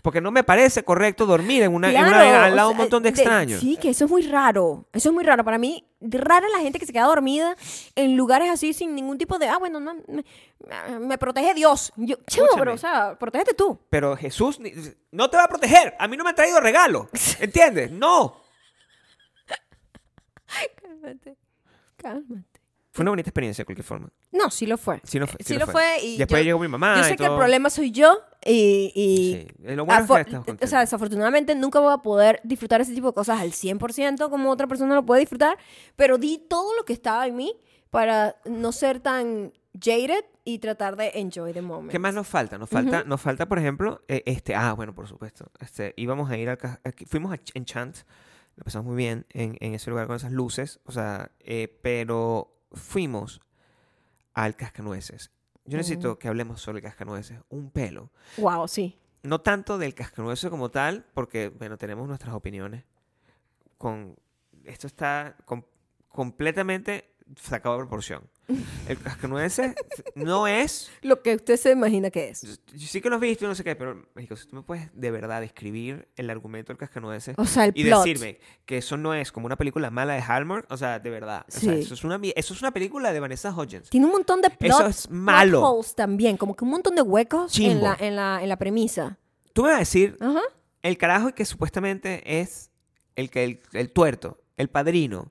Speaker 2: Porque no me parece correcto dormir en una, en
Speaker 1: Claro,
Speaker 2: una- al lado
Speaker 1: o
Speaker 2: de un
Speaker 1: sea,
Speaker 2: montón de extraños.
Speaker 1: sí, que eso es muy raro. Eso es muy raro. Para mí, rara la gente que se queda dormida en lugares así sin ningún tipo de. Ah, bueno, no, me, me protege Dios. Yo, chamo,
Speaker 2: Escúchame.
Speaker 1: pero, o sea, protégete tú.
Speaker 2: Pero Jesús ni- no te va a proteger. A mí no me ha traído regalo. ¿Entiendes? No.
Speaker 1: Cálmate. Cálmate.
Speaker 2: Fue una bonita experiencia de cualquier forma.
Speaker 1: No, sí lo fue.
Speaker 2: Sí, no fue.
Speaker 1: Eh, Sí, lo fue. y
Speaker 2: Después
Speaker 1: yo-
Speaker 2: llegó mi mamá.
Speaker 1: Yo
Speaker 2: y
Speaker 1: sé que el
Speaker 2: todo.
Speaker 1: problema soy yo y. y
Speaker 2: Sí. Eh, Lo bueno es
Speaker 1: afo-
Speaker 2: que estamos
Speaker 1: o sea,
Speaker 2: contentos.
Speaker 1: desafortunadamente nunca voy a poder disfrutar ese tipo de cosas al 100% como otra persona lo puede disfrutar, pero di todo lo que estaba en mí para no ser tan jaded y tratar de enjoy the moment.
Speaker 2: ¿Qué más nos falta? Nos falta, nos falta por ejemplo, eh, este. Ah, bueno, por supuesto. Este, íbamos a ir al. ca- aquí- fuimos a Ch- Enchant. Lo pasamos muy bien en, en ese lugar con esas luces. O sea, eh, pero fuimos al cascanueces. Yo necesito que hablemos sobre el cascanueces. Un pelo.
Speaker 1: Wow, sí.
Speaker 2: No tanto del cascanueces como tal, porque, bueno, tenemos nuestras opiniones. Con, esto está com- completamente sacado de proporción. El cascanueces no es
Speaker 1: Lo que usted se imagina que es.
Speaker 2: yo, yo sí que los he visto y no sé qué, pero México, si tú me puedes de verdad describir el argumento del cascanueces
Speaker 1: O sea, el
Speaker 2: y
Speaker 1: plot.
Speaker 2: decirme que eso no es como una película mala de Hallmark, o sea, de verdad, o sea,
Speaker 1: Sí.
Speaker 2: eso es una mi- eso es una película de Vanessa Hudgens.
Speaker 1: Tiene un montón de
Speaker 2: Eso
Speaker 1: plot,
Speaker 2: es malo.
Speaker 1: plot holes también, como que un montón de huecos en
Speaker 2: Chimbo.
Speaker 1: la, en, la, en la premisa.
Speaker 2: Tú me vas a decir
Speaker 1: Ajá.
Speaker 2: el carajo que supuestamente es el que el, el tuerto, el padrino.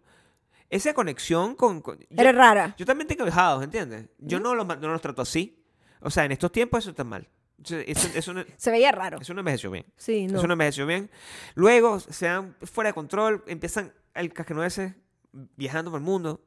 Speaker 2: Esa conexión con, con- yo,
Speaker 1: Eres rara.
Speaker 2: yo también tengo dejados, ¿entiendes? Yo no los ma- no los trato así. O sea, en estos tiempos eso está mal. O sea, Eso, eso no,
Speaker 1: Se veía raro.
Speaker 2: eso no envejeció bien.
Speaker 1: Sí, no.
Speaker 2: Eso no envejeció bien. Luego se dan fuera de control, empiezan el cascanueces viajando por el mundo.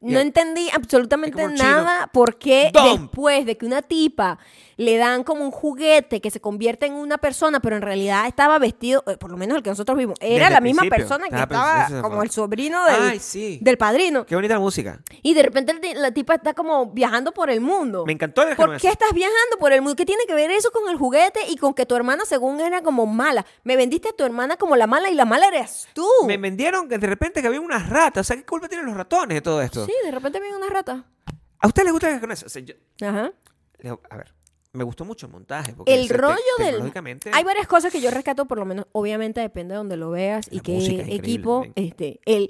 Speaker 1: No entendí absolutamente
Speaker 2: Es como un
Speaker 1: nada por qué
Speaker 2: Dump.
Speaker 1: después de que una tipa le dan como un juguete que se convierte en una persona, pero en realidad estaba vestido, eh, por lo menos el que nosotros vimos, era
Speaker 2: Desde
Speaker 1: la
Speaker 2: el
Speaker 1: misma
Speaker 2: principio.
Speaker 1: persona que
Speaker 2: Ah, pero
Speaker 1: estaba
Speaker 2: ese se
Speaker 1: como
Speaker 2: fue.
Speaker 1: el sobrino del,
Speaker 2: Ay, sí.
Speaker 1: del padrino.
Speaker 2: Qué bonita la música.
Speaker 1: Y de repente el ti- la tipa está como viajando por el mundo.
Speaker 2: Me encantó el
Speaker 1: ¿Por qué estás viajando por el mundo? ¿Qué tiene que ver eso con el juguete y con que tu hermana, según era como mala? Me vendiste a tu hermana como la mala y la mala eres tú.
Speaker 2: Me vendieron que de repente que había unas ratas. O sea, ¿qué culpa tienen los ratones de todo esto?
Speaker 1: Sí, de repente viene una rata.
Speaker 2: ¿A usted les gusta el japonés? O sea, yo-
Speaker 1: Ajá.
Speaker 2: le- a ver, me gustó mucho el montaje. Porque
Speaker 1: El
Speaker 2: se- te-
Speaker 1: rollo del.
Speaker 2: tecnológicamente,
Speaker 1: Hay varias cosas que yo rescato, por lo menos, obviamente depende de donde lo veas y
Speaker 2: La
Speaker 1: qué
Speaker 2: música es increíble
Speaker 1: equipo.
Speaker 2: también.
Speaker 1: Este, el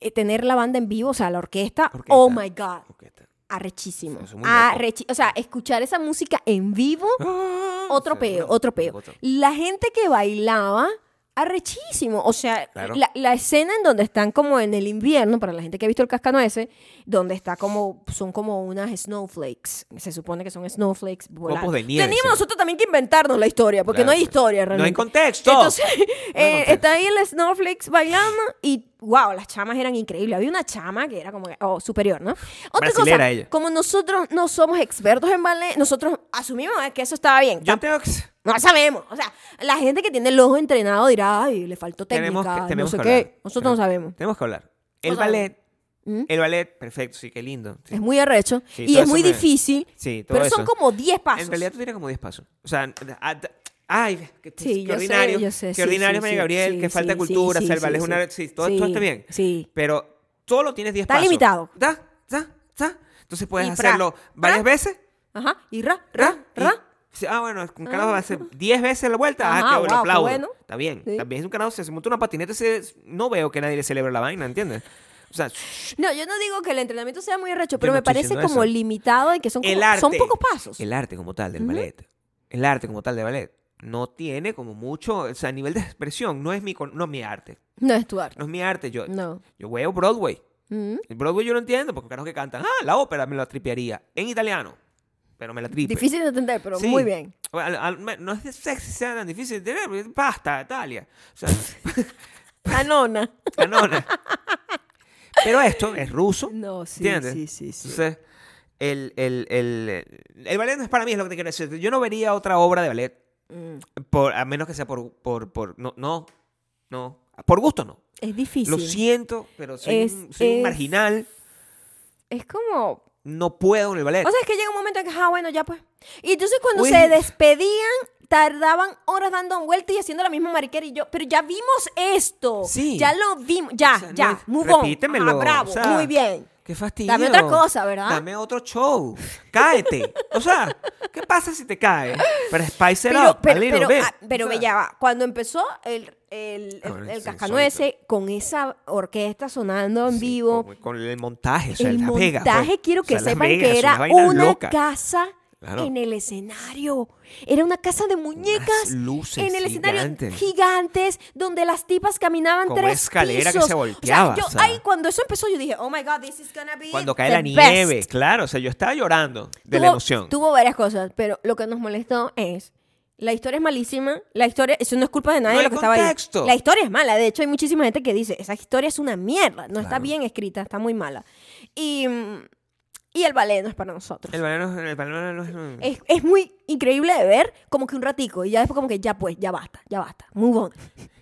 Speaker 1: eh, tener la banda en vivo, o sea, la orquesta.
Speaker 2: Orquesta.
Speaker 1: Oh my God.
Speaker 2: orquesta.
Speaker 1: Arrechísimo.
Speaker 2: Eso es muy loco.
Speaker 1: Arrechi- o sea, escuchar esa música en vivo.
Speaker 2: Ah,
Speaker 1: otro
Speaker 2: o sea,
Speaker 1: peo,
Speaker 2: una-
Speaker 1: otro peo. La gente que bailaba, arrechísimo. O sea,
Speaker 2: Claro.
Speaker 1: la, la escena en donde están como en el invierno, para la gente que ha visto el cascanueces, donde está como, son como unas snowflakes. Se supone que son snowflakes volando.
Speaker 2: Copos de nieve,
Speaker 1: Teníamos
Speaker 2: sí.
Speaker 1: nosotros también que inventarnos la historia, porque
Speaker 2: Claro,
Speaker 1: no hay
Speaker 2: sí.
Speaker 1: historia
Speaker 2: No
Speaker 1: realmente.
Speaker 2: hay contexto.
Speaker 1: Entonces, eh,
Speaker 2: contexto.
Speaker 1: está ahí el Snowflakes bailando y, wow, las chamas eran increíbles. Había una chama que era como, oh, superior, ¿no? Otra
Speaker 2: Brasilera
Speaker 1: cosa,
Speaker 2: ella.
Speaker 1: como nosotros no somos expertos en ballet, nosotros asumimos eh, que eso estaba bien.
Speaker 2: Yo tengo que...
Speaker 1: No sabemos. O sea, la gente que tiene el ojo entrenado dirá, ay, le faltó técnica,
Speaker 2: Tenemos que,
Speaker 1: no
Speaker 2: tenemos
Speaker 1: sé
Speaker 2: que
Speaker 1: qué.
Speaker 2: hablar.
Speaker 1: Nosotros
Speaker 2: Tenemos-
Speaker 1: no sabemos.
Speaker 2: Tenemos que hablar. El
Speaker 1: No sabemos.
Speaker 2: ballet,
Speaker 1: ¿Mm?
Speaker 2: el ballet, perfecto, sí, qué lindo. sí.
Speaker 1: Es muy arrecho
Speaker 2: Sí,
Speaker 1: y
Speaker 2: todo
Speaker 1: es muy
Speaker 2: eso me-
Speaker 1: difícil,
Speaker 2: Sí, todo
Speaker 1: pero son
Speaker 2: eso.
Speaker 1: como 10 pasos.
Speaker 2: En realidad tú tienes como 10 pasos. O sea, ah, t- ay, qué,
Speaker 1: Sí,
Speaker 2: qué
Speaker 1: yo sé,
Speaker 2: ordinario.
Speaker 1: yo sé,
Speaker 2: Qué
Speaker 1: sí,
Speaker 2: ordinario,
Speaker 1: sí,
Speaker 2: María
Speaker 1: sí,
Speaker 2: Gabriel,
Speaker 1: sí,
Speaker 2: que falta
Speaker 1: sí,
Speaker 2: cultura,
Speaker 1: sí,
Speaker 2: o sea, el
Speaker 1: sí,
Speaker 2: ballet
Speaker 1: sí,
Speaker 2: es una.
Speaker 1: sí.
Speaker 2: Sí, todo, todo está
Speaker 1: Sí,
Speaker 2: bien.
Speaker 1: sí.
Speaker 2: Pero todo lo tienes 10
Speaker 1: Está
Speaker 2: pasos.
Speaker 1: limitado.
Speaker 2: Da, da, da. Entonces puedes
Speaker 1: Y pra,
Speaker 2: hacerlo varias veces.
Speaker 1: Ajá, y ra, ra,
Speaker 2: Ra, y-
Speaker 1: ra.
Speaker 2: sí, ah, bueno, un carajo va a hacer 10 veces la vuelta.
Speaker 1: Ajá,
Speaker 2: ah, qué bueno,
Speaker 1: guau, qué
Speaker 2: aplaudo.
Speaker 1: bueno.
Speaker 2: Está bien.
Speaker 1: Sí.
Speaker 2: También es un carajo, se monta una patineta, se, no veo que nadie le celebra la vaina, ¿entiendes? O sea,
Speaker 1: No, yo no digo que el entrenamiento sea muy arrecho, pero
Speaker 2: no
Speaker 1: me
Speaker 2: estoy
Speaker 1: parece
Speaker 2: diciendo
Speaker 1: como
Speaker 2: eso.
Speaker 1: limitado y que son, como-
Speaker 2: el arte,
Speaker 1: son pocos pasos.
Speaker 2: El arte como tal del
Speaker 1: Ujú.
Speaker 2: ballet. El arte como tal del ballet. No tiene como mucho, o sea, a nivel de expresión, no es mi, con- no es mi arte.
Speaker 1: No es tu arte.
Speaker 2: No es mi arte. Yo,
Speaker 1: No.
Speaker 2: yo veo Broadway.
Speaker 1: Mm.
Speaker 2: El Broadway yo no entiendo porque caros que cantan. Ah, la ópera me la tripearía. En italiano. Pero me la tripe.
Speaker 1: Difícil de entender, pero
Speaker 2: Sí.
Speaker 1: muy bien.
Speaker 2: Al- al- no es sexy, sea tan difícil de tener. Pasta, Italia. O sea,
Speaker 1: Anona.
Speaker 2: canona. Pero esto es ruso.
Speaker 1: No, sí,
Speaker 2: ¿Entiendes?
Speaker 1: sí, sí, sí.
Speaker 2: Entonces, el, el, el, el ballet no es para mí, es lo que te quiero decir. Yo no vería otra obra de ballet,
Speaker 1: Mm.
Speaker 2: por, a menos que sea por, por, por no, no, no. Por gusto no.
Speaker 1: Es difícil.
Speaker 2: Lo siento, pero soy,
Speaker 1: Es-
Speaker 2: un, soy un
Speaker 1: es-
Speaker 2: marginal.
Speaker 1: Es como...
Speaker 2: No puedo con el ballet.
Speaker 1: O sea, es que llega un momento en que, ah, bueno, ya pues. Y entonces cuando
Speaker 2: Uy.
Speaker 1: se despedían, tardaban horas dando vueltas y haciendo la misma mariquera y yo, pero ya vimos esto.
Speaker 2: Sí.
Speaker 1: Ya lo vimos. Ya,
Speaker 2: O sea, no
Speaker 1: ya.
Speaker 2: es-
Speaker 1: move on.
Speaker 2: repítemelo,
Speaker 1: Ajá, bravo.
Speaker 2: o sea,
Speaker 1: muy bien.
Speaker 2: Qué fastidio.
Speaker 1: Dame otra cosa, ¿verdad?
Speaker 2: Dame otro show. Cáete. O sea, ¿qué pasa si te caes? Pero spice it
Speaker 1: Pero,
Speaker 2: up.
Speaker 1: pero,
Speaker 2: a little
Speaker 1: pero,
Speaker 2: bit.
Speaker 1: ah, pero
Speaker 2: O sea,
Speaker 1: ya va. Cuando empezó el, el,
Speaker 2: Ah, bueno,
Speaker 1: el
Speaker 2: sí,
Speaker 1: cascanuece con esa orquesta sonando en
Speaker 2: sí,
Speaker 1: vivo,
Speaker 2: Con, con el montaje. O sea,
Speaker 1: el
Speaker 2: la
Speaker 1: montaje,
Speaker 2: Vega, pues.
Speaker 1: quiero
Speaker 2: O
Speaker 1: que
Speaker 2: sea, Las
Speaker 1: sepan
Speaker 2: Vegas,
Speaker 1: que era
Speaker 2: vaina
Speaker 1: una
Speaker 2: loca.
Speaker 1: casa
Speaker 2: Claro.
Speaker 1: en el escenario. Era una casa de muñecas
Speaker 2: luces
Speaker 1: en el escenario
Speaker 2: gigantes.
Speaker 1: gigantes donde las tipas caminaban
Speaker 2: Con una
Speaker 1: tres
Speaker 2: escalera que
Speaker 1: pisos.
Speaker 2: se
Speaker 1: O sea,
Speaker 2: volteaba,
Speaker 1: yo
Speaker 2: o sea.
Speaker 1: ahí cuando eso empezó yo dije, "Oh my god, this is gonna be
Speaker 2: Cuando cae
Speaker 1: the
Speaker 2: la
Speaker 1: best".
Speaker 2: nieve, claro. O sea, yo estaba llorando de la
Speaker 1: Tuvo-
Speaker 2: emoción.
Speaker 1: Tuvo varias cosas, pero lo que nos molestó es la historia es malísima, la historia eso no es culpa de nadie
Speaker 2: No
Speaker 1: de
Speaker 2: hay
Speaker 1: lo que estaba
Speaker 2: contexto.
Speaker 1: ahí. La historia es mala, de hecho hay muchísima gente que dice, esa historia es una mierda, no está
Speaker 2: Claro.
Speaker 1: bien escrita, está muy mala. Y mm, y el ballet no es para nosotros.
Speaker 2: El balón, el balón no es-
Speaker 1: Es, es muy increíble de ver como que un ratico y ya después como que ya pues, ya basta, ya basta, move on.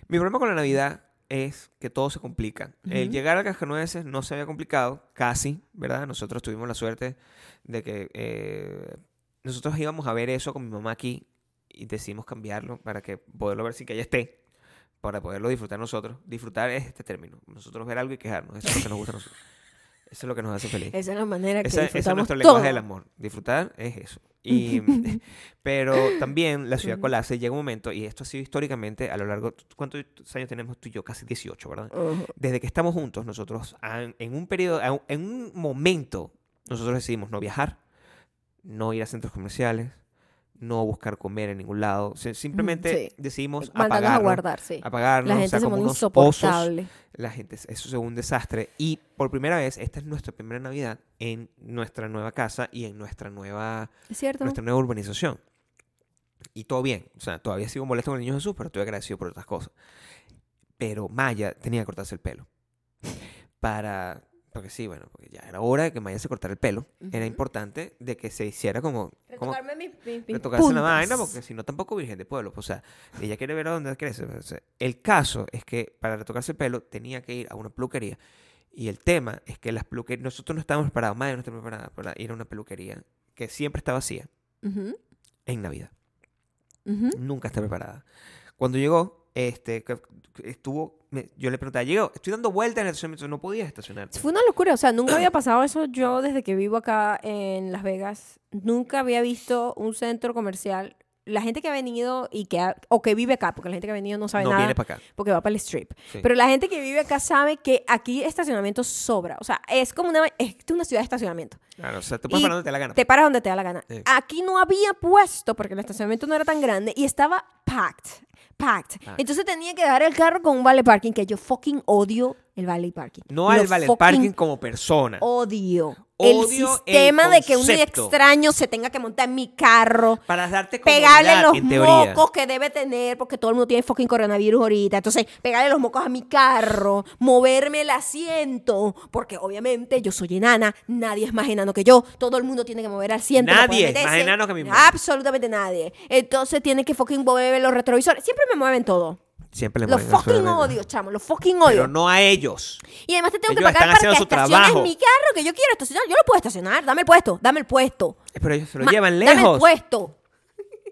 Speaker 2: Mi problema con la Navidad es que todo se complica. El llegar al Cascanueces no se había complicado, casi, ¿verdad? Nosotros tuvimos la suerte de que eh, nosotros íbamos a ver eso con mi mamá aquí y decidimos cambiarlo para que poderlo ver sin que ella esté, para poderlo disfrutar nosotros. Disfrutar es este término. Nosotros ver algo y quejarnos. Eso es lo que nos gusta a nosotros. Eso es lo que nos hace feliz.
Speaker 1: Esa es la manera que
Speaker 2: Esa- ese es
Speaker 1: disfrutamos
Speaker 2: nuestro
Speaker 1: todo.
Speaker 2: lenguaje del amor. Disfrutar es eso. Y, pero también la
Speaker 1: Mm.
Speaker 2: ciudad colapsa y llega un momento, y esto ha sido históricamente a lo largo, ¿cuántos años tenemos tú y yo? Casi 18, ¿verdad?
Speaker 1: Ujú.
Speaker 2: Desde que estamos juntos, nosotros han- en un periodo, a un- en un momento, nosotros decidimos no viajar, no ir a centros comerciales, no buscar comer en ningún lado. O sea, simplemente
Speaker 1: Mm, sí.
Speaker 2: decidimos
Speaker 1: Mandarnos a
Speaker 2: apagarnos.
Speaker 1: guardar, sí.
Speaker 2: apagarnos,
Speaker 1: La
Speaker 2: o
Speaker 1: gente
Speaker 2: sea,
Speaker 1: se
Speaker 2: como
Speaker 1: pone
Speaker 2: unos osos
Speaker 1: insoportable.
Speaker 2: la gente, eso es un desastre. Y por primera vez, esta es nuestra primera Navidad en nuestra nueva casa y en nuestra nueva,
Speaker 1: ¿Es cierto?
Speaker 2: nuestra nueva urbanización. Y todo bien. O sea, todavía sigo molesto con el niño Jesús, pero estoy agradecido por otras cosas. Pero Maya tenía que cortarse el pelo. Para Porque sí, bueno, porque ya era hora de que Maya se cortara el pelo. Era importante de que se hiciera como... como
Speaker 1: Retocarme mis, mis, mis
Speaker 2: retocarse la
Speaker 1: puntas.
Speaker 2: vaina porque si no tampoco virgen de pueblo. O sea, ella quiere ver a dónde crece. O sea, el caso es que para retocarse el pelo tenía que ir a una peluquería. Y el tema es que las peluquerías... Nosotros no estábamos preparados, Maya no estaba preparada para ir a una peluquería que siempre está vacía
Speaker 1: Ujú,
Speaker 2: en Navidad.
Speaker 1: ujú.
Speaker 2: Nunca está preparada. Cuando llegó, este, que- que estuvo... me- yo le preguntaba, llegó, estoy dando vueltas en el estacionamiento, no podías estacionarte.
Speaker 1: Fue una locura, o sea, nunca había pasado eso yo desde que vivo acá en Las Vegas. Nunca había visto un centro comercial. La gente que ha venido y que ha- o que vive acá, porque la gente que ha venido no sabe
Speaker 2: no
Speaker 1: nada
Speaker 2: viene para acá.
Speaker 1: porque va para el strip.
Speaker 2: Sí.
Speaker 1: Pero la gente que vive acá sabe que aquí estacionamiento sobra. O sea, es como una, es una ciudad de estacionamiento.
Speaker 2: Claro, o sea, tú puedes
Speaker 1: Y
Speaker 2: parar donde te la gana.
Speaker 1: Te paras donde te da la gana.
Speaker 2: Sí.
Speaker 1: Aquí no había puesto, porque el estacionamiento no era tan grande, y estaba packed. Packed.
Speaker 2: Packed.
Speaker 1: Entonces tenía que dejar el carro con un vale parking, que yo fucking odio el vale parking.
Speaker 2: No
Speaker 1: Lo
Speaker 2: al valet
Speaker 1: fucking
Speaker 2: parking como persona.
Speaker 1: Odio.
Speaker 2: Odio
Speaker 1: el
Speaker 2: el
Speaker 1: sistema de que un
Speaker 2: concepto.
Speaker 1: extraño se tenga que montar en mi carro,
Speaker 2: para darte
Speaker 1: pegarle
Speaker 2: comodidad,
Speaker 1: los
Speaker 2: en teoría.
Speaker 1: mocos que debe tener, porque todo el mundo tiene fucking coronavirus ahorita. Entonces, pegarle los mocos a mi carro, moverme el asiento, porque obviamente yo soy enana, nadie es más enano que yo, todo el mundo tiene que mover el asiento. no puede
Speaker 2: Nadie es más
Speaker 1: meterse.
Speaker 2: enano que mi mamá.
Speaker 1: Absolutamente nadie. Entonces, tiene que fucking moverme los retrovisores. Siempre me mueven todo.
Speaker 2: Siempre le
Speaker 1: Los
Speaker 2: mueven la
Speaker 1: fucking
Speaker 2: suela.
Speaker 1: odio, chamo, los fucking odio.
Speaker 2: Pero no a ellos.
Speaker 1: Y además te tengo
Speaker 2: Ellos
Speaker 1: que pagar
Speaker 2: están
Speaker 1: para que
Speaker 2: haciendo su
Speaker 1: estaciones
Speaker 2: trabajo.
Speaker 1: mi carro que yo quiero estacionar. Yo lo puedo estacionar. Dame el puesto, dame el puesto.
Speaker 2: Eh, Pero ellos se lo
Speaker 1: Ma-
Speaker 2: llevan
Speaker 1: Dame el
Speaker 2: lejos.
Speaker 1: puesto.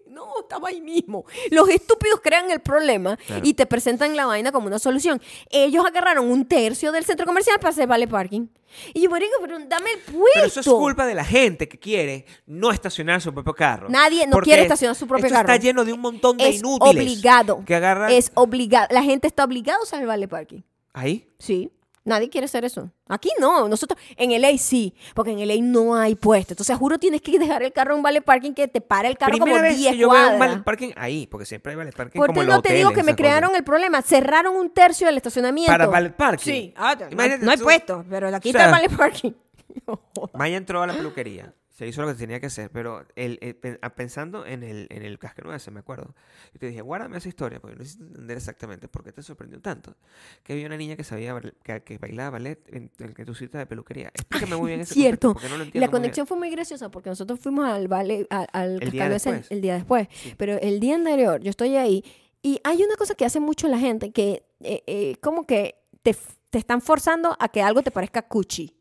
Speaker 1: No, estaba ahí mismo. Los estúpidos crean el problema
Speaker 2: Claro.
Speaker 1: y te presentan la vaina como una solución. Ellos agarraron un tercio del centro comercial para hacer vale parking. Y yo, marico, pero dame el puesto.
Speaker 2: Pero eso es culpa de la gente que quiere no estacionar su propio carro.
Speaker 1: Nadie no
Speaker 2: Porque
Speaker 1: quiere estacionar su propio
Speaker 2: esto
Speaker 1: carro.
Speaker 2: está lleno de un montón de
Speaker 1: es
Speaker 2: inútiles.
Speaker 1: obligado.
Speaker 2: Que agarran
Speaker 1: Es obligado. La gente está obligada a usar el vale parking.
Speaker 2: ahí.
Speaker 1: Sí. Nadie quiere hacer eso. Aquí no. Nosotros, en LA sí, porque en LA no hay puesto. Entonces, juro, tienes que dejar el carro en un vale parking que te para el carro
Speaker 2: Primera
Speaker 1: como
Speaker 2: vez
Speaker 1: 10
Speaker 2: que yo veo un
Speaker 1: cuadras.
Speaker 2: valet parking ahí, porque siempre hay valet parking
Speaker 1: Porque
Speaker 2: como en
Speaker 1: no
Speaker 2: los
Speaker 1: te digo
Speaker 2: hoteles,
Speaker 1: que me
Speaker 2: esas cosas.
Speaker 1: crearon el problema. Cerraron un tercio del estacionamiento.
Speaker 2: Para valet parking.
Speaker 1: Sí. Ah, no-
Speaker 2: Imagínate
Speaker 1: no hay
Speaker 2: tú.
Speaker 1: puesto, pero aquí
Speaker 2: O
Speaker 1: está el
Speaker 2: sea,
Speaker 1: vale parking.
Speaker 2: Maya entró a
Speaker 1: Ah.
Speaker 2: la peluquería. Se hizo lo que tenía que hacer, pero el, el- pe- a- pensando en el, en el cascanueces, me acuerdo. Yo te dije, guárdame esa historia, porque no necesito entender exactamente por qué te sorprendió tanto. Que había una niña que sabía bail- que, que bailaba ballet en, en tu cita de peluquería. Explícame muy bien ese
Speaker 1: Cierto.
Speaker 2: concepto, porque no lo entiendo
Speaker 1: la
Speaker 2: muy bien.
Speaker 1: conexión fue muy graciosa porque nosotros fuimos al vale, a- al
Speaker 2: El día
Speaker 1: Cascanueces
Speaker 2: después.
Speaker 1: el día después. Pero el día anterior, yo estoy ahí y hay una cosa que hace mucho la gente que eh, eh, como que te, f- te están forzando a que algo te parezca cuchi.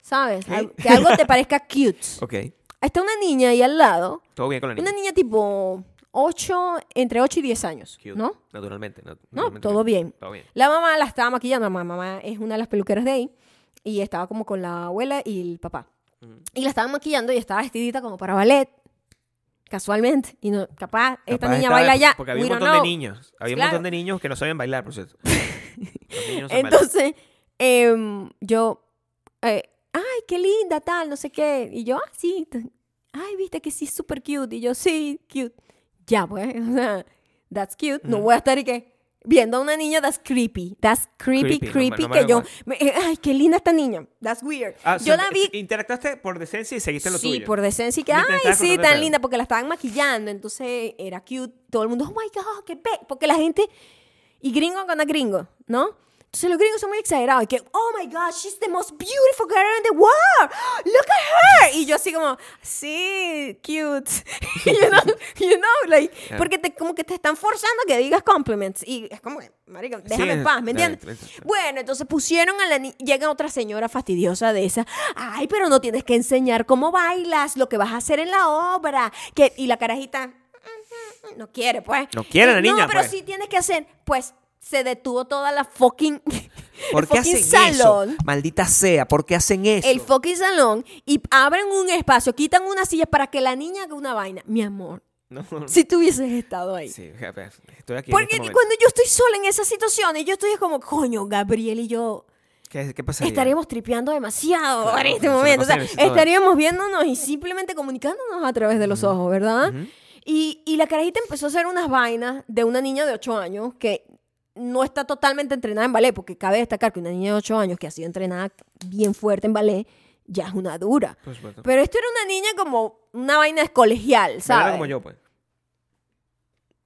Speaker 1: ¿Sabes?
Speaker 2: ¿Qué?
Speaker 1: Al- que algo te parezca cute.
Speaker 2: Ok,
Speaker 1: Está una niña ahí al lado,
Speaker 2: todo bien con la niña.
Speaker 1: una niña tipo 8, entre 8 y 10 años,
Speaker 2: Cute.
Speaker 1: ¿no?
Speaker 2: Naturalmente. nat-
Speaker 1: No,
Speaker 2: naturalmente
Speaker 1: todo bien.
Speaker 2: Todo bien.
Speaker 1: La mamá la estaba maquillando, la mamá es una de las peluqueras de ahí, y estaba como con la abuela y el papá.
Speaker 2: Ujú.
Speaker 1: Y la estaban maquillando y estaba vestidita como para ballet, casualmente. Y no, capaz, esta
Speaker 2: Capaz
Speaker 1: niña
Speaker 2: estaba-
Speaker 1: baila ya.
Speaker 2: Porque había
Speaker 1: we
Speaker 2: un
Speaker 1: don't
Speaker 2: montón de
Speaker 1: know.
Speaker 2: niños. Había un
Speaker 1: Claro.
Speaker 2: montón de niños que no sabían bailar, por cierto. Los niños no saben bailar.
Speaker 1: Entonces, em, yo, eh, ay, qué linda, tal, no sé qué. Y yo, ah, sí. t- Ay, viste que sí es súper cute. Y yo, sí, cute. Ya, pues, o sea, that's cute. No
Speaker 2: Ujú.
Speaker 1: voy a estar y que viendo a una niña, that's creepy. That's creepy,
Speaker 2: Creepy, no me-
Speaker 1: creepy,
Speaker 2: no me
Speaker 1: que
Speaker 2: lo
Speaker 1: yo, me- ay, qué linda esta niña. That's weird.
Speaker 2: Ah,
Speaker 1: yo
Speaker 2: o sea,
Speaker 1: la vi
Speaker 2: Interactuaste por decencia y seguiste lo
Speaker 1: sí,
Speaker 2: tuyo.
Speaker 1: por decencia y que,
Speaker 2: No te
Speaker 1: ay,
Speaker 2: estabas
Speaker 1: sí,
Speaker 2: cortando el
Speaker 1: tan
Speaker 2: pelo".
Speaker 1: linda, porque la estaban maquillando, entonces era cute. Todo el mundo, oh my god, qué pe. Porque la gente, y gringo con gringo, ¿no? Entonces los gringos son muy exagerados, y que, oh my god, she's the most beautiful girl in the world, look at her. Y yo así como, sí, cute. you, know, you know, like,
Speaker 2: Claro.
Speaker 1: porque te, como que te están forzando a que digas compliments. Y es como, que, marica, déjame en
Speaker 2: es-
Speaker 1: paz, ¿me
Speaker 2: dale,
Speaker 1: entiendes?
Speaker 2: dale, dale.
Speaker 1: Bueno, entonces pusieron a la niña, llega otra señora fastidiosa de esa, ay, pero no tienes que enseñar cómo bailas, lo que vas a hacer en la obra, que y la carajita "Ujú, no quiere, pues.
Speaker 2: No quiere la
Speaker 1: Y, No,
Speaker 2: niña,
Speaker 1: pero
Speaker 2: pues".
Speaker 1: sí tienes que hacer, pues se detuvo toda la fucking el
Speaker 2: ¿Por qué
Speaker 1: fucking
Speaker 2: hacen
Speaker 1: salón.
Speaker 2: eso? Maldita sea, ¿por qué hacen eso?
Speaker 1: El fucking salón y abren un espacio, quitan unas sillas para que la niña haga una vaina. Mi amor,
Speaker 2: No.
Speaker 1: si tú hubieses estado ahí.
Speaker 2: Sí, a ver, estoy aquí. en
Speaker 1: Porque
Speaker 2: este momento.
Speaker 1: cuando yo estoy sola en esas situaciones, yo estoy como, coño, Gabriel y yo,
Speaker 2: ¿Qué, qué pasaría?
Speaker 1: estaríamos tripeando demasiado
Speaker 2: Claro,
Speaker 1: en
Speaker 2: eso
Speaker 1: este
Speaker 2: es una
Speaker 1: momento. O
Speaker 2: cosa
Speaker 1: sea,
Speaker 2: que necesito ver.
Speaker 1: estaríamos viéndonos y simplemente comunicándonos a través de los ojos, ¿verdad?
Speaker 2: Ujú.
Speaker 1: y, y la carajita empezó a hacer unas vainas de una niña de 8 años que no está totalmente entrenada en ballet, porque cabe destacar que una niña de 8 años que ha sido entrenada bien fuerte en ballet ya es una dura.
Speaker 2: Por supuesto.
Speaker 1: Pues, Pero esto era una niña como una vaina colegial,
Speaker 2: Pero era
Speaker 1: ¿sabes?
Speaker 2: como yo, pues.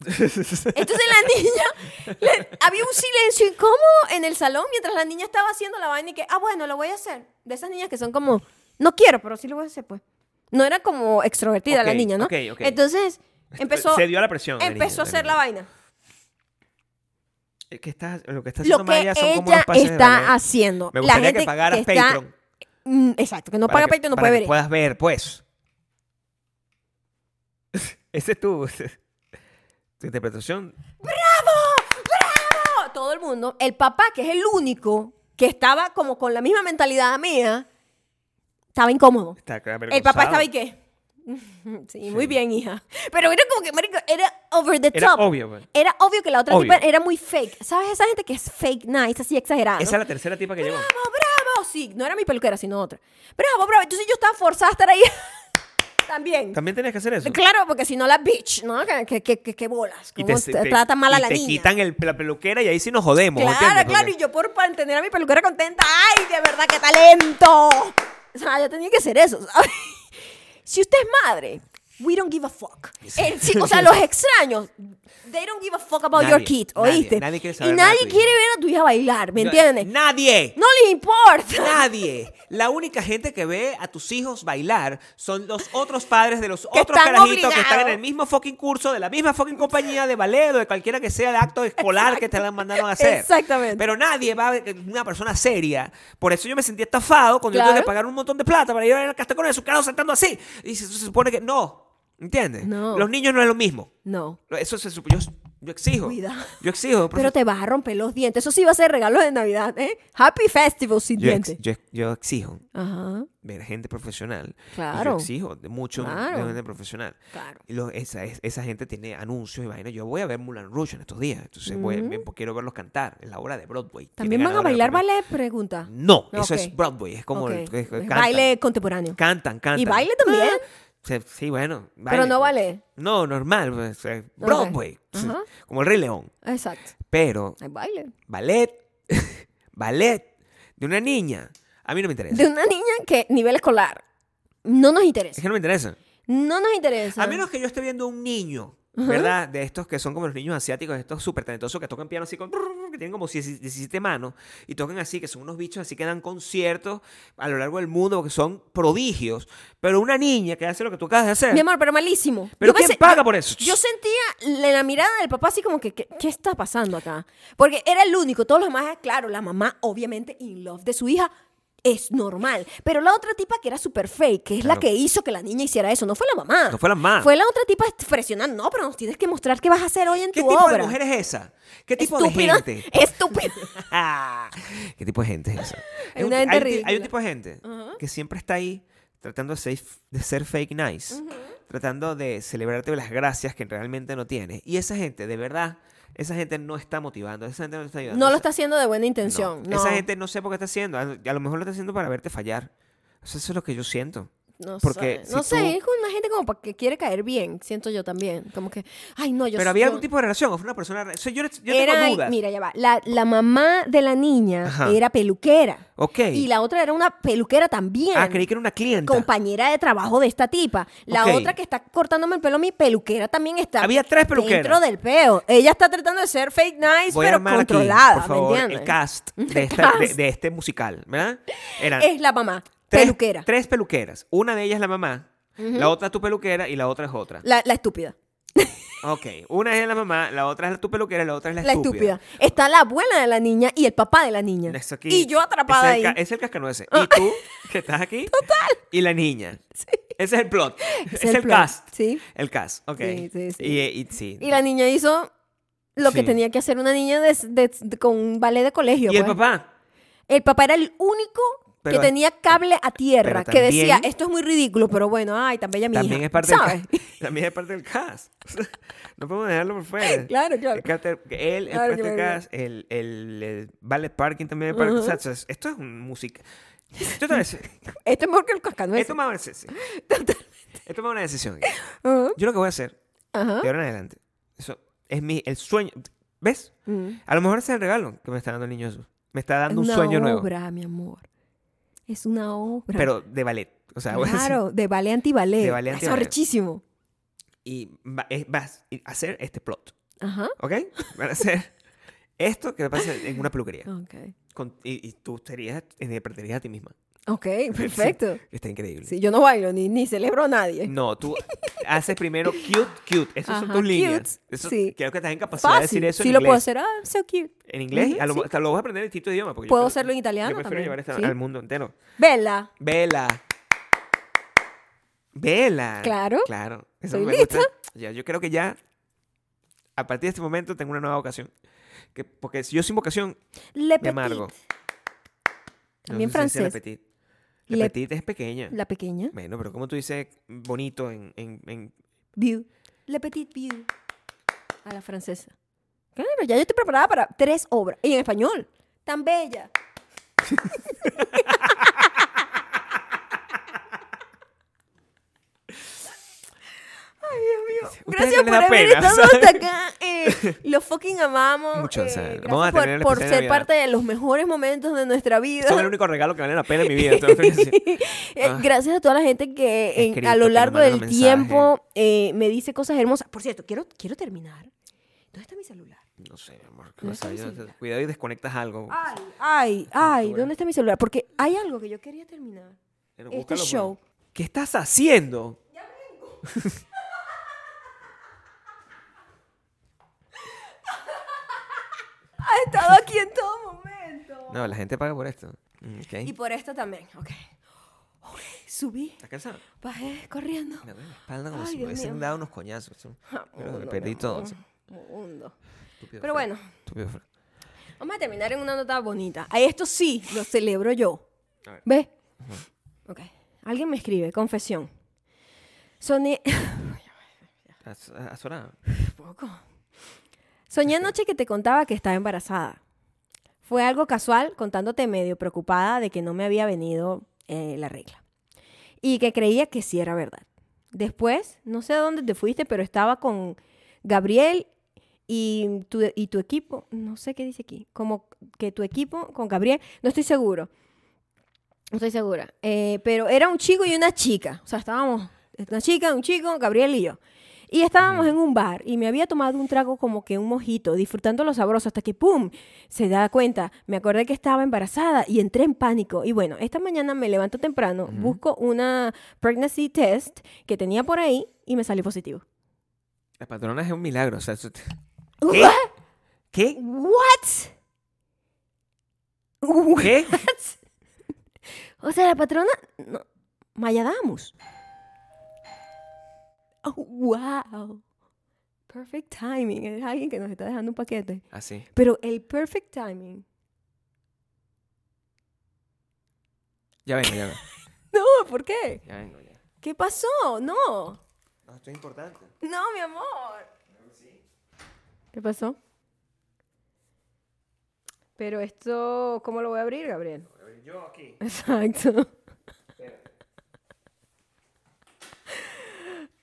Speaker 1: Entonces la niña, le- había un silencio incómodo en el salón mientras la niña estaba haciendo la vaina y que, ah, bueno, lo voy a hacer. De esas niñas que son como, no quiero, pero sí lo voy a hacer, pues. No era como extrovertida la
Speaker 2: Ok,
Speaker 1: niña, ¿no?
Speaker 2: ok, ok.
Speaker 1: Entonces empezó,
Speaker 2: Se dio a la presión. la niña,
Speaker 1: empezó a hacer la vaina.
Speaker 2: Es que está, lo que está haciendo
Speaker 1: Lo que
Speaker 2: Maya
Speaker 1: ella
Speaker 2: son como unos pases de ballet.
Speaker 1: está haciendo.
Speaker 2: Me
Speaker 1: la
Speaker 2: gustaría
Speaker 1: gente
Speaker 2: que pagaras
Speaker 1: que está-
Speaker 2: Patreon.
Speaker 1: Mm, Exacto, que no
Speaker 2: para
Speaker 1: paga
Speaker 2: que-
Speaker 1: Patreon no
Speaker 2: para
Speaker 1: puede
Speaker 2: que
Speaker 1: ver.
Speaker 2: puedas ver, pues. Ese es tu, tu interpretación.
Speaker 1: No, todo el mundo, el papá, que es el único que estaba como con la misma mentalidad mía, estaba incómodo.
Speaker 2: Está avergonzado.
Speaker 1: El papá estaba y qué. Sí, muy bien, hija. Pero era como que, marico, era over the
Speaker 2: Era
Speaker 1: top.
Speaker 2: obvio, pues.
Speaker 1: Era obvio que la otra
Speaker 2: Obvio.
Speaker 1: tipa era muy fake. ¿Sabes? Esa gente que es fake nice, así exagerada. ¿no?
Speaker 2: Esa es la tercera tipa que llegó.
Speaker 1: Bravo, bravo. Sí, no era mi peluquera, sino otra. Bravo, bravo. Entonces yo estaba forzada a estar ahí. También.
Speaker 2: También tenías que hacer eso.
Speaker 1: Claro, porque si no la bitch, ¿no? Que, que, que, que- que bolas.
Speaker 2: Y
Speaker 1: Cómo te, trata mal a
Speaker 2: y
Speaker 1: la
Speaker 2: te
Speaker 1: niña.
Speaker 2: quitan el- la peluquera y ahí sí nos jodemos.
Speaker 1: Claro,
Speaker 2: ¿entiendes?
Speaker 1: claro,
Speaker 2: Porque-
Speaker 1: y yo por mantener a mi peluquera contenta, ¡ay, de verdad, qué talento! O sea, yo tenía que hacer eso, ¿sabes? Si usted es madre, we don't give a fuck. El chi- o sea, los extraños, they don't give a fuck about your
Speaker 2: Nadie,
Speaker 1: kid,
Speaker 2: nadie,
Speaker 1: ¿oíste?
Speaker 2: nadie quiere
Speaker 1: y
Speaker 2: saber nada de
Speaker 1: nadie
Speaker 2: tu
Speaker 1: quiere ver a tu hija bailar, ¿me
Speaker 2: Yo-
Speaker 1: entiendes?
Speaker 2: Nadie.
Speaker 1: No le importa.
Speaker 2: Nadie. La única gente que ve a tus hijos bailar son los otros padres de los
Speaker 1: Que
Speaker 2: otros
Speaker 1: están
Speaker 2: carajitos que
Speaker 1: obligados.
Speaker 2: están en el mismo fucking curso, de la misma fucking compañía de ballet o de cualquiera que sea el acto escolar que te la mandaron a hacer.
Speaker 1: Exactamente.
Speaker 2: Pero nadie va a ver una persona seria. Por eso yo me sentí estafado cuando yo
Speaker 1: Claro.
Speaker 2: tuve que pagar un montón de plata para ir a la castacón de su carro saltando así. Y se, se supone que no. ¿Entiendes?
Speaker 1: No.
Speaker 2: Los niños no es lo mismo.
Speaker 1: No.
Speaker 2: Eso se supo- Yo, yo exijo.
Speaker 1: Cuidado.
Speaker 2: Yo exijo.
Speaker 1: Pero te vas a romper los dientes. Eso sí va a ser regalo de Navidad, ¿eh? Happy Festival sin
Speaker 2: yo, ex-
Speaker 1: dientes.
Speaker 2: yo- yo exijo.
Speaker 1: Ajá,
Speaker 2: ver gente profesional. Y yo
Speaker 1: Claro.
Speaker 2: exijo de mucho de
Speaker 1: Claro.
Speaker 2: gente profesional.
Speaker 1: claro.
Speaker 2: Y los- esa, es- esa gente tiene anuncios y vainas. Yo voy a ver Mulan Rouge en estos días. Entonces voy- ven- quiero verlos cantar en la obra de Broadway.
Speaker 1: ¿También
Speaker 2: Tienen
Speaker 1: van a
Speaker 2: la obra de
Speaker 1: bailar
Speaker 2: Broadway.
Speaker 1: ballet? Pregunta.
Speaker 2: No,
Speaker 1: Ah,
Speaker 2: eso
Speaker 1: ok.
Speaker 2: es Broadway. Es como.
Speaker 1: Ok.
Speaker 2: el- es- cantan,
Speaker 1: Baile contemporáneo.
Speaker 2: Cantan, cantan.
Speaker 1: ¿Y baile también?
Speaker 2: Ah, se- sí, bueno.
Speaker 1: Pero no
Speaker 2: pues.
Speaker 1: ballet.
Speaker 2: No, normal. pues, eh, Broadway. Sí,
Speaker 1: Ajá.
Speaker 2: Como el Rey León.
Speaker 1: Exacto.
Speaker 2: Pero
Speaker 1: Hay baile.
Speaker 2: ballet, ballet de una niña. A mí no me interesa.
Speaker 1: De una niña que nivel escolar. No nos
Speaker 2: Es
Speaker 1: interesa.
Speaker 2: que no me interesa.
Speaker 1: No nos interesa.
Speaker 2: A menos que yo esté viendo un niño, ¿verdad? De estos que son como los niños asiáticos, estos súper talentosos que tocan piano así con... que tienen como 17 17 manos y tocan así, que son unos bichos así que dan conciertos a lo largo del mundo, que son prodigios. Pero una niña que hace lo que tú acabas de hacer...
Speaker 1: Mi amor, pero malísimo.
Speaker 2: ¿Pero
Speaker 1: Yo
Speaker 2: quién
Speaker 1: pensé-
Speaker 2: paga por eso?
Speaker 1: Yo sentía la, la mirada del papá así como que, ¿qué, qué está pasando acá? Porque era el único. Todos los demás, claro, la mamá obviamente in love de su hija. Es normal. Pero la otra tipa que era super fake, que es
Speaker 2: Claro.
Speaker 1: la que hizo que la niña hiciera eso, no fue la mamá.
Speaker 2: No fue la mamá.
Speaker 1: Fue la otra tipa presionando. No, pero nos tienes que mostrar qué vas a hacer hoy en
Speaker 2: ¿Qué
Speaker 1: tu
Speaker 2: tipo
Speaker 1: obra.
Speaker 2: de mujer es esa? ¿Qué tipo
Speaker 1: estúpida.
Speaker 2: de gente?
Speaker 1: Estúpida.
Speaker 2: Ah, ¿Qué tipo de gente es esa?
Speaker 1: Hay
Speaker 2: un-
Speaker 1: una gente
Speaker 2: hay un ti-
Speaker 1: ridícula.
Speaker 2: hay un tipo de gente que siempre está ahí tratando de ser, de ser fake nice, tratando de celebrarte las gracias que realmente no tienes. Y esa gente, de verdad, esa gente no está motivando, esa gente no está ayudando.
Speaker 1: No lo
Speaker 2: Esa-
Speaker 1: está haciendo de buena
Speaker 2: no.
Speaker 1: intención. No,
Speaker 2: Esa gente no sé por qué está haciendo. A a lo mejor lo está haciendo para verte fallar. O sea, eso es lo que yo siento.
Speaker 1: No
Speaker 2: porque
Speaker 1: sé.
Speaker 2: si
Speaker 1: no sé,
Speaker 2: tú-
Speaker 1: es una gente como para que quiere caer bien, siento yo también. Como que, ay, no, yo
Speaker 2: Pero había
Speaker 1: yo-
Speaker 2: algún tipo de relación, o fue una persona... re- o sea, yo, yo
Speaker 1: era,
Speaker 2: tengo dudas.
Speaker 1: Mira, ya va. La, la mamá de la niña
Speaker 2: Ajá.
Speaker 1: era peluquera.
Speaker 2: ok.
Speaker 1: Y la otra era una peluquera también.
Speaker 2: Ah, creí que era una clienta.
Speaker 1: compañera de trabajo de esta tipa. La
Speaker 2: Ok.
Speaker 1: otra que está cortándome el pelo, mi peluquera también está.
Speaker 2: Había tres peluqueras.
Speaker 1: Dentro del peo. Ella está tratando de ser fake nice,
Speaker 2: Voy a
Speaker 1: pero
Speaker 2: armar aquí,
Speaker 1: controlada,
Speaker 2: por favor,
Speaker 1: ¿me entiendes?
Speaker 2: el cast de, esta-
Speaker 1: cast.
Speaker 2: de- de este musical, ¿verdad? Eran
Speaker 1: Es la mamá,
Speaker 2: tres,
Speaker 1: peluquera.
Speaker 2: tres peluqueras. Una de ellas es la mamá, la otra es tu peluquera y la otra es otra.
Speaker 1: La, la estúpida.
Speaker 2: Ok, una es la mamá, la otra es tu peluquera y la otra es la,
Speaker 1: La estúpida. Está la abuela de la niña y el papá de la niña.
Speaker 2: Eso aquí-
Speaker 1: y yo atrapada
Speaker 2: ese
Speaker 1: ahí. Ah.
Speaker 2: es el ca- Es el cascanueces. Y tú, que estás aquí. Total. Y la niña. Ese es el plot. Ese es el,
Speaker 1: plot,
Speaker 2: cast.
Speaker 1: sí.
Speaker 2: El cast, ok.
Speaker 1: Sí, sí, sí.
Speaker 2: Y, eh, y- sí.
Speaker 1: Y la niña hizo lo que
Speaker 2: Sí.
Speaker 1: tenía que hacer una niña de- de- de- con un ballet de colegio.
Speaker 2: Y el
Speaker 1: pues.
Speaker 2: papá.
Speaker 1: El papá era el único
Speaker 2: Pero-
Speaker 1: que tenía cable a tierra,
Speaker 2: pero
Speaker 1: que
Speaker 2: también-
Speaker 1: decía, esto es muy ridículo, pero bueno, ay, tan bella mi
Speaker 2: También
Speaker 1: hija".
Speaker 2: es, parte del,
Speaker 1: ¿Sabes?
Speaker 2: ca- también es parte del cast. No podemos dejarlo por fuera.
Speaker 1: Claro, claro.
Speaker 2: El carter- él es
Speaker 1: Claro,
Speaker 2: parte del
Speaker 1: claro.
Speaker 2: cast, el, el, el ballet parking también es parte- o sea, o sea, esto es un música. Esto, también es-
Speaker 1: Esto es mejor que el
Speaker 2: he
Speaker 1: cascanueces.
Speaker 2: tomado una decisión. He tomado una decisión.
Speaker 1: Ujú,
Speaker 2: Yo lo que voy a hacer
Speaker 1: Ajá.
Speaker 2: de ahora en adelante. Eso es mi, el sueño. ¿Ves?
Speaker 1: Mm.
Speaker 2: A lo mejor ese es el regalo que me está dando el niño Jesús. Me está
Speaker 1: Es
Speaker 2: dando un
Speaker 1: una
Speaker 2: sueño nuevo.
Speaker 1: obra, mi amor. Es una obra.
Speaker 2: Pero de ballet. O sea, voy a decir,
Speaker 1: claro, de ballet anti ballet.
Speaker 2: De ballet
Speaker 1: Eso
Speaker 2: antiballet.
Speaker 1: es arrechísimo.
Speaker 2: y va- eh, vas a hacer este plot.
Speaker 1: Ajá.
Speaker 2: ¿Ok? Van a hacer esto que pasa en una peluquería.
Speaker 1: Ok.
Speaker 2: Con- y, y tú serías, interpretarías a ti misma.
Speaker 1: Ok, perfecto.
Speaker 2: Está increíble.
Speaker 1: Sí, yo no bailo ni, ni celebro a nadie.
Speaker 2: No, tú haces primero cute, cute. Esas son
Speaker 1: Ajá,
Speaker 2: tus
Speaker 1: cute,
Speaker 2: líneas. Eso,
Speaker 1: sí.
Speaker 2: Creo que estás en capacidad
Speaker 1: Fácil.
Speaker 2: de decir eso
Speaker 1: sí
Speaker 2: en
Speaker 1: lo
Speaker 2: inglés.
Speaker 1: puedo hacer. Ah, so cute.
Speaker 2: En inglés,
Speaker 1: Ujú,
Speaker 2: a lo,
Speaker 1: sí.
Speaker 2: hasta lo vas a aprender en distinto idioma. porque yo
Speaker 1: Puedo
Speaker 2: pre-
Speaker 1: hacerlo en italiano
Speaker 2: Yo prefiero
Speaker 1: también,
Speaker 2: llevar esto
Speaker 1: sí.
Speaker 2: al mundo entero.
Speaker 1: Bella.
Speaker 2: Vela. Vela.
Speaker 1: Claro.
Speaker 2: Claro.
Speaker 1: Estoy
Speaker 2: me gusta. Ya, yo creo que ya, a partir de este momento, tengo una nueva vocación. Que, porque si yo sin vocación,
Speaker 1: Le
Speaker 2: me
Speaker 1: petit.
Speaker 2: amargo.
Speaker 1: También
Speaker 2: sé si dice
Speaker 1: francés.
Speaker 2: Le petit. Le,
Speaker 1: Le-
Speaker 2: petit es pequeña.
Speaker 1: La pequeña.
Speaker 2: Bueno, pero como tú dices bonito en, en, en-
Speaker 1: View. Le petit view. A la francesa. Claro, ya yo estoy preparada para tres obras. Y en español. Tan bella. Ay, Dios mío.
Speaker 2: Ustedes
Speaker 1: Gracias
Speaker 2: no les
Speaker 1: por
Speaker 2: da
Speaker 1: haber
Speaker 2: pena,
Speaker 1: estado
Speaker 2: ¿sabes?
Speaker 1: hasta acá. eh, los fucking amamos.
Speaker 2: Mucho, o
Speaker 1: eh,
Speaker 2: sea, vamos
Speaker 1: gracias
Speaker 2: a
Speaker 1: por-
Speaker 2: tener el
Speaker 1: por,
Speaker 2: especial de
Speaker 1: ser
Speaker 2: Navidad.
Speaker 1: parte de los mejores momentos de nuestra vida.
Speaker 2: Son el único regalo que vale la pena en mi vida. te lo tengo que decir.
Speaker 1: Eh,
Speaker 2: Ah.
Speaker 1: Gracias a toda la gente que en-
Speaker 2: Escrito,
Speaker 1: a lo
Speaker 2: que nos
Speaker 1: largo
Speaker 2: mandan
Speaker 1: del
Speaker 2: mensajes.
Speaker 1: tiempo eh, me dice cosas hermosas. Por cierto, quiero, quiero terminar. ¿Dónde está mi celular?
Speaker 2: No sé, mi amor.
Speaker 1: No
Speaker 2: o sea,
Speaker 1: sé
Speaker 2: yo-
Speaker 1: si-
Speaker 2: cuidado y desconectas algo.
Speaker 1: Ay, ay, ay,
Speaker 2: Ah, bueno.
Speaker 1: ¿dónde está mi celular? Porque hay algo que yo quería terminar.
Speaker 2: Pero
Speaker 1: Este
Speaker 2: búscalo pues. por-
Speaker 1: show.
Speaker 2: ¿Qué estás haciendo?
Speaker 1: Ha estado aquí en todo momento.
Speaker 2: No, la gente paga por esto. Mm, ok.
Speaker 1: Y por esto también, ok. Ok, Subí,
Speaker 2: ¿Estás cansado?
Speaker 1: bajé corriendo.
Speaker 2: Me duele la espalda como
Speaker 1: Ay,
Speaker 2: si me
Speaker 1: Dios
Speaker 2: hubiesen
Speaker 1: mío.
Speaker 2: dado unos coñazos. ¿sí? Pero me
Speaker 1: Mundo,
Speaker 2: perdí
Speaker 1: mi
Speaker 2: todo.
Speaker 1: amor,
Speaker 2: ¿sí?
Speaker 1: mundo. Pero
Speaker 2: Estúpido Fred,
Speaker 1: bueno.
Speaker 2: estúpido Fred.
Speaker 1: Vamos a terminar en una nota bonita. A esto sí lo celebro yo.
Speaker 2: A ver.
Speaker 1: ¿Ves? Ok. Alguien me escribe, confesión. Soné.
Speaker 2: ¿Has, has orado?
Speaker 1: Poco. Soñé
Speaker 2: Este.
Speaker 1: anoche que te contaba que estaba embarazada. Fue algo casual, contándote medio preocupada de que no me había venido eh, la regla. Y que creía que sí era verdad. Después, no sé a dónde te fuiste, pero estaba con Gabriel y tu, y tu equipo. No sé qué dice aquí. Como que tu equipo con Gabriel. No estoy seguro. No estoy segura. Eh, pero era un chico y una chica. O sea, estábamos una chica, un chico, Gabriel y yo. Y estábamos en un bar y me había tomado un trago como que un mojito, disfrutando lo sabroso hasta que ¡pum! Se da cuenta. Me acordé que estaba embarazada y entré en pánico. Y bueno, esta mañana me levanto temprano, busco una pregnancy test que tenía por ahí y me salió positivo.
Speaker 2: La patrona es un milagro. O sea, eso te- ¿Qué?
Speaker 1: ¿What?
Speaker 2: ¿Qué?
Speaker 1: What?
Speaker 2: ¿Qué?
Speaker 1: O sea, la patrona. No, Mayadamus. Oh, wow. Perfect timing. Es alguien que nos está dejando un paquete.
Speaker 2: Así.
Speaker 1: Pero el perfect timing.
Speaker 2: Ya vengo, ya vengo.
Speaker 1: No, ¿por qué?
Speaker 2: Ya vengo, ya.
Speaker 1: ¿Qué pasó? No.
Speaker 2: No, esto es importante.
Speaker 1: No, mi amor. ¿Qué pasó? Pero esto, ¿cómo lo voy a abrir, Gabriel?
Speaker 2: Yo aquí.
Speaker 1: Exacto.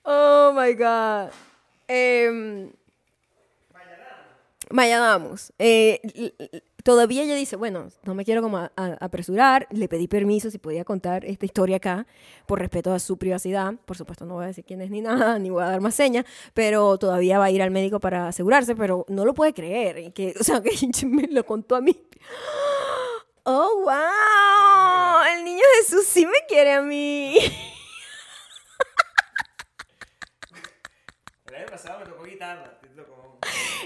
Speaker 1: Oh my God. Em, Mayadamus. Eh, l- l- todavía ella dice, bueno, no me quiero como a- a- apresurar, le pedí permiso si podía contar esta historia acá, por respeto a su privacidad. Por supuesto, no voy a decir quién es ni nada, ni voy a dar más señas, pero todavía va a ir al médico para asegurarse, pero no lo puede creer. y Que, o sea, que me lo contó a mí. ¡Oh, wow! El niño Jesús sí me quiere a mí.
Speaker 2: El año pasado me tocó guitarra.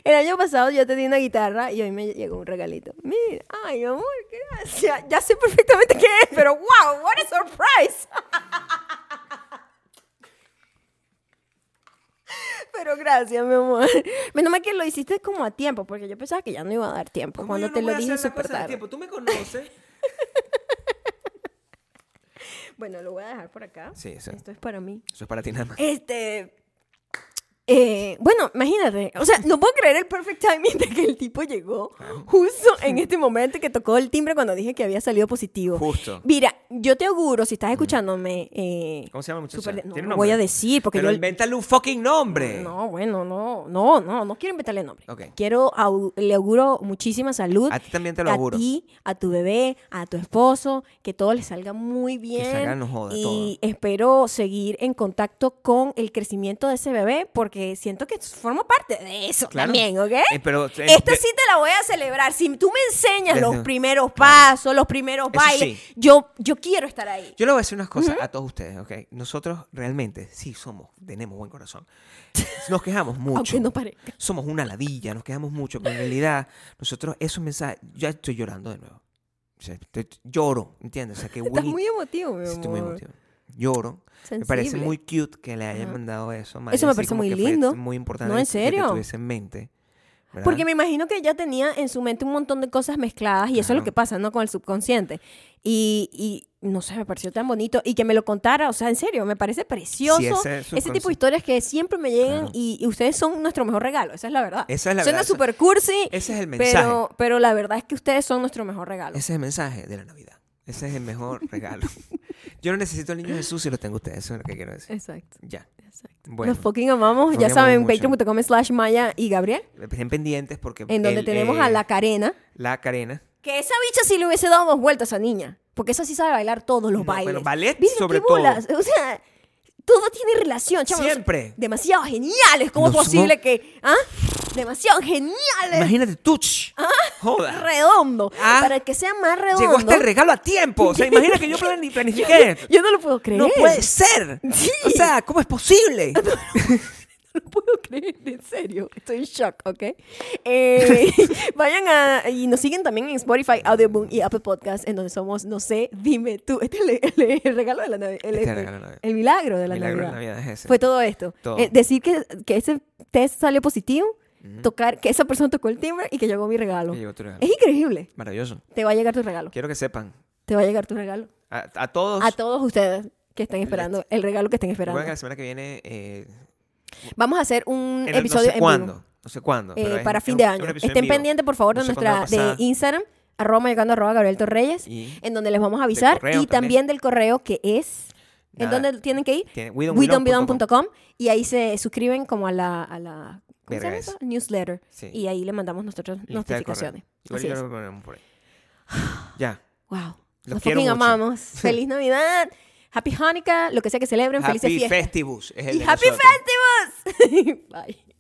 Speaker 1: El año pasado yo te di una guitarra y hoy me llegó un regalito. Mira, ay, mi amor, gracias. Ya sé perfectamente qué es, pero wow, what a surprise. Pero gracias, mi amor. Menos mal que lo hiciste como a tiempo, porque yo pensaba que ya no iba a dar tiempo. Cuando te lo dije súper tarde.
Speaker 2: Tú me conoces.
Speaker 1: Bueno, lo voy a dejar por acá.
Speaker 2: Sí, eso, eso
Speaker 1: Esto es para mí.
Speaker 2: es para ti nada más.
Speaker 1: Este. eh, bueno, imagínate. O sea, no puedo creer el perfect timing de que el tipo llegó justo en este momento que tocó el timbre cuando dije que había salido positivo.
Speaker 2: Justo.
Speaker 1: Mira, yo te auguro, si estás escuchándome, eh,
Speaker 2: ¿Cómo se llama, muchacha?
Speaker 1: super- no
Speaker 2: ¿Tiene
Speaker 1: lo
Speaker 2: nombre?
Speaker 1: voy a decir porque
Speaker 2: Pero
Speaker 1: yo...
Speaker 2: invéntale un fucking nombre.
Speaker 1: No, bueno, no, no, no, no quiero inventarle nombre.
Speaker 2: Ok.
Speaker 1: Quiero, au- le auguro muchísima salud.
Speaker 2: A ti también te lo
Speaker 1: A
Speaker 2: auguro.
Speaker 1: ti, a tu bebé, a tu esposo, que todo les salga muy bien.
Speaker 2: salga, no joda,
Speaker 1: y
Speaker 2: todo.
Speaker 1: espero seguir en contacto con el crecimiento de ese bebé porque siento que formo parte de eso
Speaker 2: Claro.
Speaker 1: también, ¿ok?
Speaker 2: Eh, pero, eh,
Speaker 1: Esta
Speaker 2: de-
Speaker 1: sí te la voy a celebrar. Si tú me enseñas
Speaker 2: Desde-
Speaker 1: los primeros pasos, los primeros
Speaker 2: Eso
Speaker 1: bailes,
Speaker 2: sí.
Speaker 1: yo, yo quiero estar ahí.
Speaker 2: Yo le voy a decir unas cosas a todos ustedes, ¿ok? Nosotros realmente sí somos, tenemos buen corazón. Nos quejamos mucho.
Speaker 1: Aunque no parezca.
Speaker 2: Somos una ladilla, nos quejamos mucho, pero en realidad nosotros esos mensajes, ya estoy llorando de nuevo. O sea, te- te- lloro, ¿entiendes? O sea, que
Speaker 1: Estás muy emotivo, mi
Speaker 2: Sí, estoy muy
Speaker 1: amor.
Speaker 2: emotivo. Lloro. Me parece
Speaker 1: Sensible.
Speaker 2: muy cute que le hayan
Speaker 1: Ajá.
Speaker 2: mandado eso.
Speaker 1: Eso me
Speaker 2: así
Speaker 1: parece
Speaker 2: como
Speaker 1: muy
Speaker 2: que fue
Speaker 1: lindo.
Speaker 2: Muy importante
Speaker 1: No, en
Speaker 2: que- Que
Speaker 1: serio.
Speaker 2: te tuviese en mente. ¿verdad?
Speaker 1: Porque me imagino que ella tenía en su mente un montón de cosas mezcladas y eso es
Speaker 2: Claro.
Speaker 1: lo que pasa, ¿no? Con el subconsciente. Y, y no sé, me pareció tan bonito. Y que me lo contara, o sea, en serio, me parece precioso.
Speaker 2: Sí, ese
Speaker 1: ese, tipo
Speaker 2: subconsci-
Speaker 1: de historias que siempre me llegan
Speaker 2: Claro.
Speaker 1: y, y ustedes son nuestro mejor regalo, esa es la verdad.
Speaker 2: Esa es la
Speaker 1: Suena
Speaker 2: verdad, esa-
Speaker 1: super cursi,
Speaker 2: Ese es el mensaje.
Speaker 1: pero, pero la verdad es que ustedes son nuestro mejor regalo.
Speaker 2: Ese es el mensaje de la Navidad. Ese es el mejor regalo. Yo no necesito al niño Jesús si lo tengo ustedes. Eso es lo que quiero decir.
Speaker 1: Exacto,
Speaker 2: Ya.
Speaker 1: exacto.
Speaker 2: Bueno,
Speaker 1: Los fucking amamos,
Speaker 2: Los
Speaker 1: ya
Speaker 2: amamos
Speaker 1: saben,
Speaker 2: mucho.
Speaker 1: patreon.com slash Maya y Gabriel,
Speaker 2: estén pendientes porque.
Speaker 1: en donde
Speaker 2: el,
Speaker 1: tenemos
Speaker 2: eh,
Speaker 1: a la Carena.
Speaker 2: La Carena.
Speaker 1: Que esa bicha sí le hubiese dado dos vueltas a esa niña. Porque esa sí sabe bailar todos los
Speaker 2: No,
Speaker 1: bailes.
Speaker 2: pero ballet
Speaker 1: Mira,
Speaker 2: sobre
Speaker 1: qué bolas. O sea, todo tiene relación, chavos.
Speaker 2: Siempre.
Speaker 1: Demasiado geniales. ¿Cómo es
Speaker 2: No somos-
Speaker 1: posible que.? ¿Ah? Demasiado geniales.
Speaker 2: Imagínate, touch. Joda.
Speaker 1: Ah, Redondo.
Speaker 2: Ah.
Speaker 1: Para que sea más redondo.
Speaker 2: Llegó hasta el regalo a tiempo. O sea, imagina que yo plani- planifiqué.
Speaker 1: Yo no lo puedo creer.
Speaker 2: No puede ser.
Speaker 1: Sí.
Speaker 2: O sea, ¿cómo es posible?
Speaker 1: No lo puedo creer, en serio. Estoy en shock, ¿ok? Eh, vayan a. Y nos siguen también en Spotify, Audioboom y Apple Podcast, en donde somos, no sé, dime tú. Este es el, el- el regalo de la Navidad. El,
Speaker 2: Este es el regalo de la Navidad.
Speaker 1: el milagro de la
Speaker 2: Milagro de
Speaker 1: Navidad.
Speaker 2: la Navidad es ese.
Speaker 1: Fue todo esto.
Speaker 2: Todo.
Speaker 1: Eh, decir que, que ese test salió positivo, tocar, que esa persona tocó el timbre y que llegó mi regalo.
Speaker 2: Y llegó tu regalo.
Speaker 1: Es increíble.
Speaker 2: Maravilloso.
Speaker 1: Te va a llegar tu regalo.
Speaker 2: Quiero que sepan.
Speaker 1: Te va a llegar tu regalo.
Speaker 2: A, a todos.
Speaker 1: A todos ustedes que estén esperando, el regalo que estén esperando.
Speaker 2: Recuerden que la semana que viene. eh,
Speaker 1: Vamos a hacer un
Speaker 2: en-
Speaker 1: episodio
Speaker 2: no sé
Speaker 1: en
Speaker 2: cuándo.
Speaker 1: vivo.
Speaker 2: No sé cuándo.
Speaker 1: Eh,
Speaker 2: pero es-
Speaker 1: para
Speaker 2: es
Speaker 1: fin
Speaker 2: un-
Speaker 1: de
Speaker 2: es un
Speaker 1: año.
Speaker 2: episodio en
Speaker 1: Estén
Speaker 2: vivo.
Speaker 1: pendientes, por favor, de
Speaker 2: No sé cuándo va a
Speaker 1: nuestra de
Speaker 2: pasar.
Speaker 1: Instagram, arroba llegando arroba Gabriel Torreyes,
Speaker 2: Y-
Speaker 1: en donde les vamos a avisar.
Speaker 2: correo
Speaker 1: y también.
Speaker 2: también.
Speaker 1: del correo que es. ¿En
Speaker 2: Nada.
Speaker 1: donde tienen que ir?
Speaker 2: Tiene- WeDon'tBelong.com.
Speaker 1: WeDon'tBelong.com y ahí se suscriben como a la, a la ¿cómo se llama
Speaker 2: Verga
Speaker 1: eso?
Speaker 2: eso.
Speaker 1: Newsletter.
Speaker 2: Sí.
Speaker 1: Y ahí le mandamos nosotros
Speaker 2: Lista de correo.
Speaker 1: notificaciones.
Speaker 2: Igual
Speaker 1: Así
Speaker 2: yo
Speaker 1: es.
Speaker 2: lo ponemos por ahí. Ya.
Speaker 1: Wow.
Speaker 2: Los
Speaker 1: Los fucking
Speaker 2: quiero mucho.
Speaker 1: amamos. Feliz Navidad. Happy Hanukkah, lo que sea que celebren.
Speaker 2: Happy
Speaker 1: Felices fiestas.
Speaker 2: Festivus. es el
Speaker 1: Y
Speaker 2: de
Speaker 1: Happy
Speaker 2: nosotros.
Speaker 1: Festivals. Bye.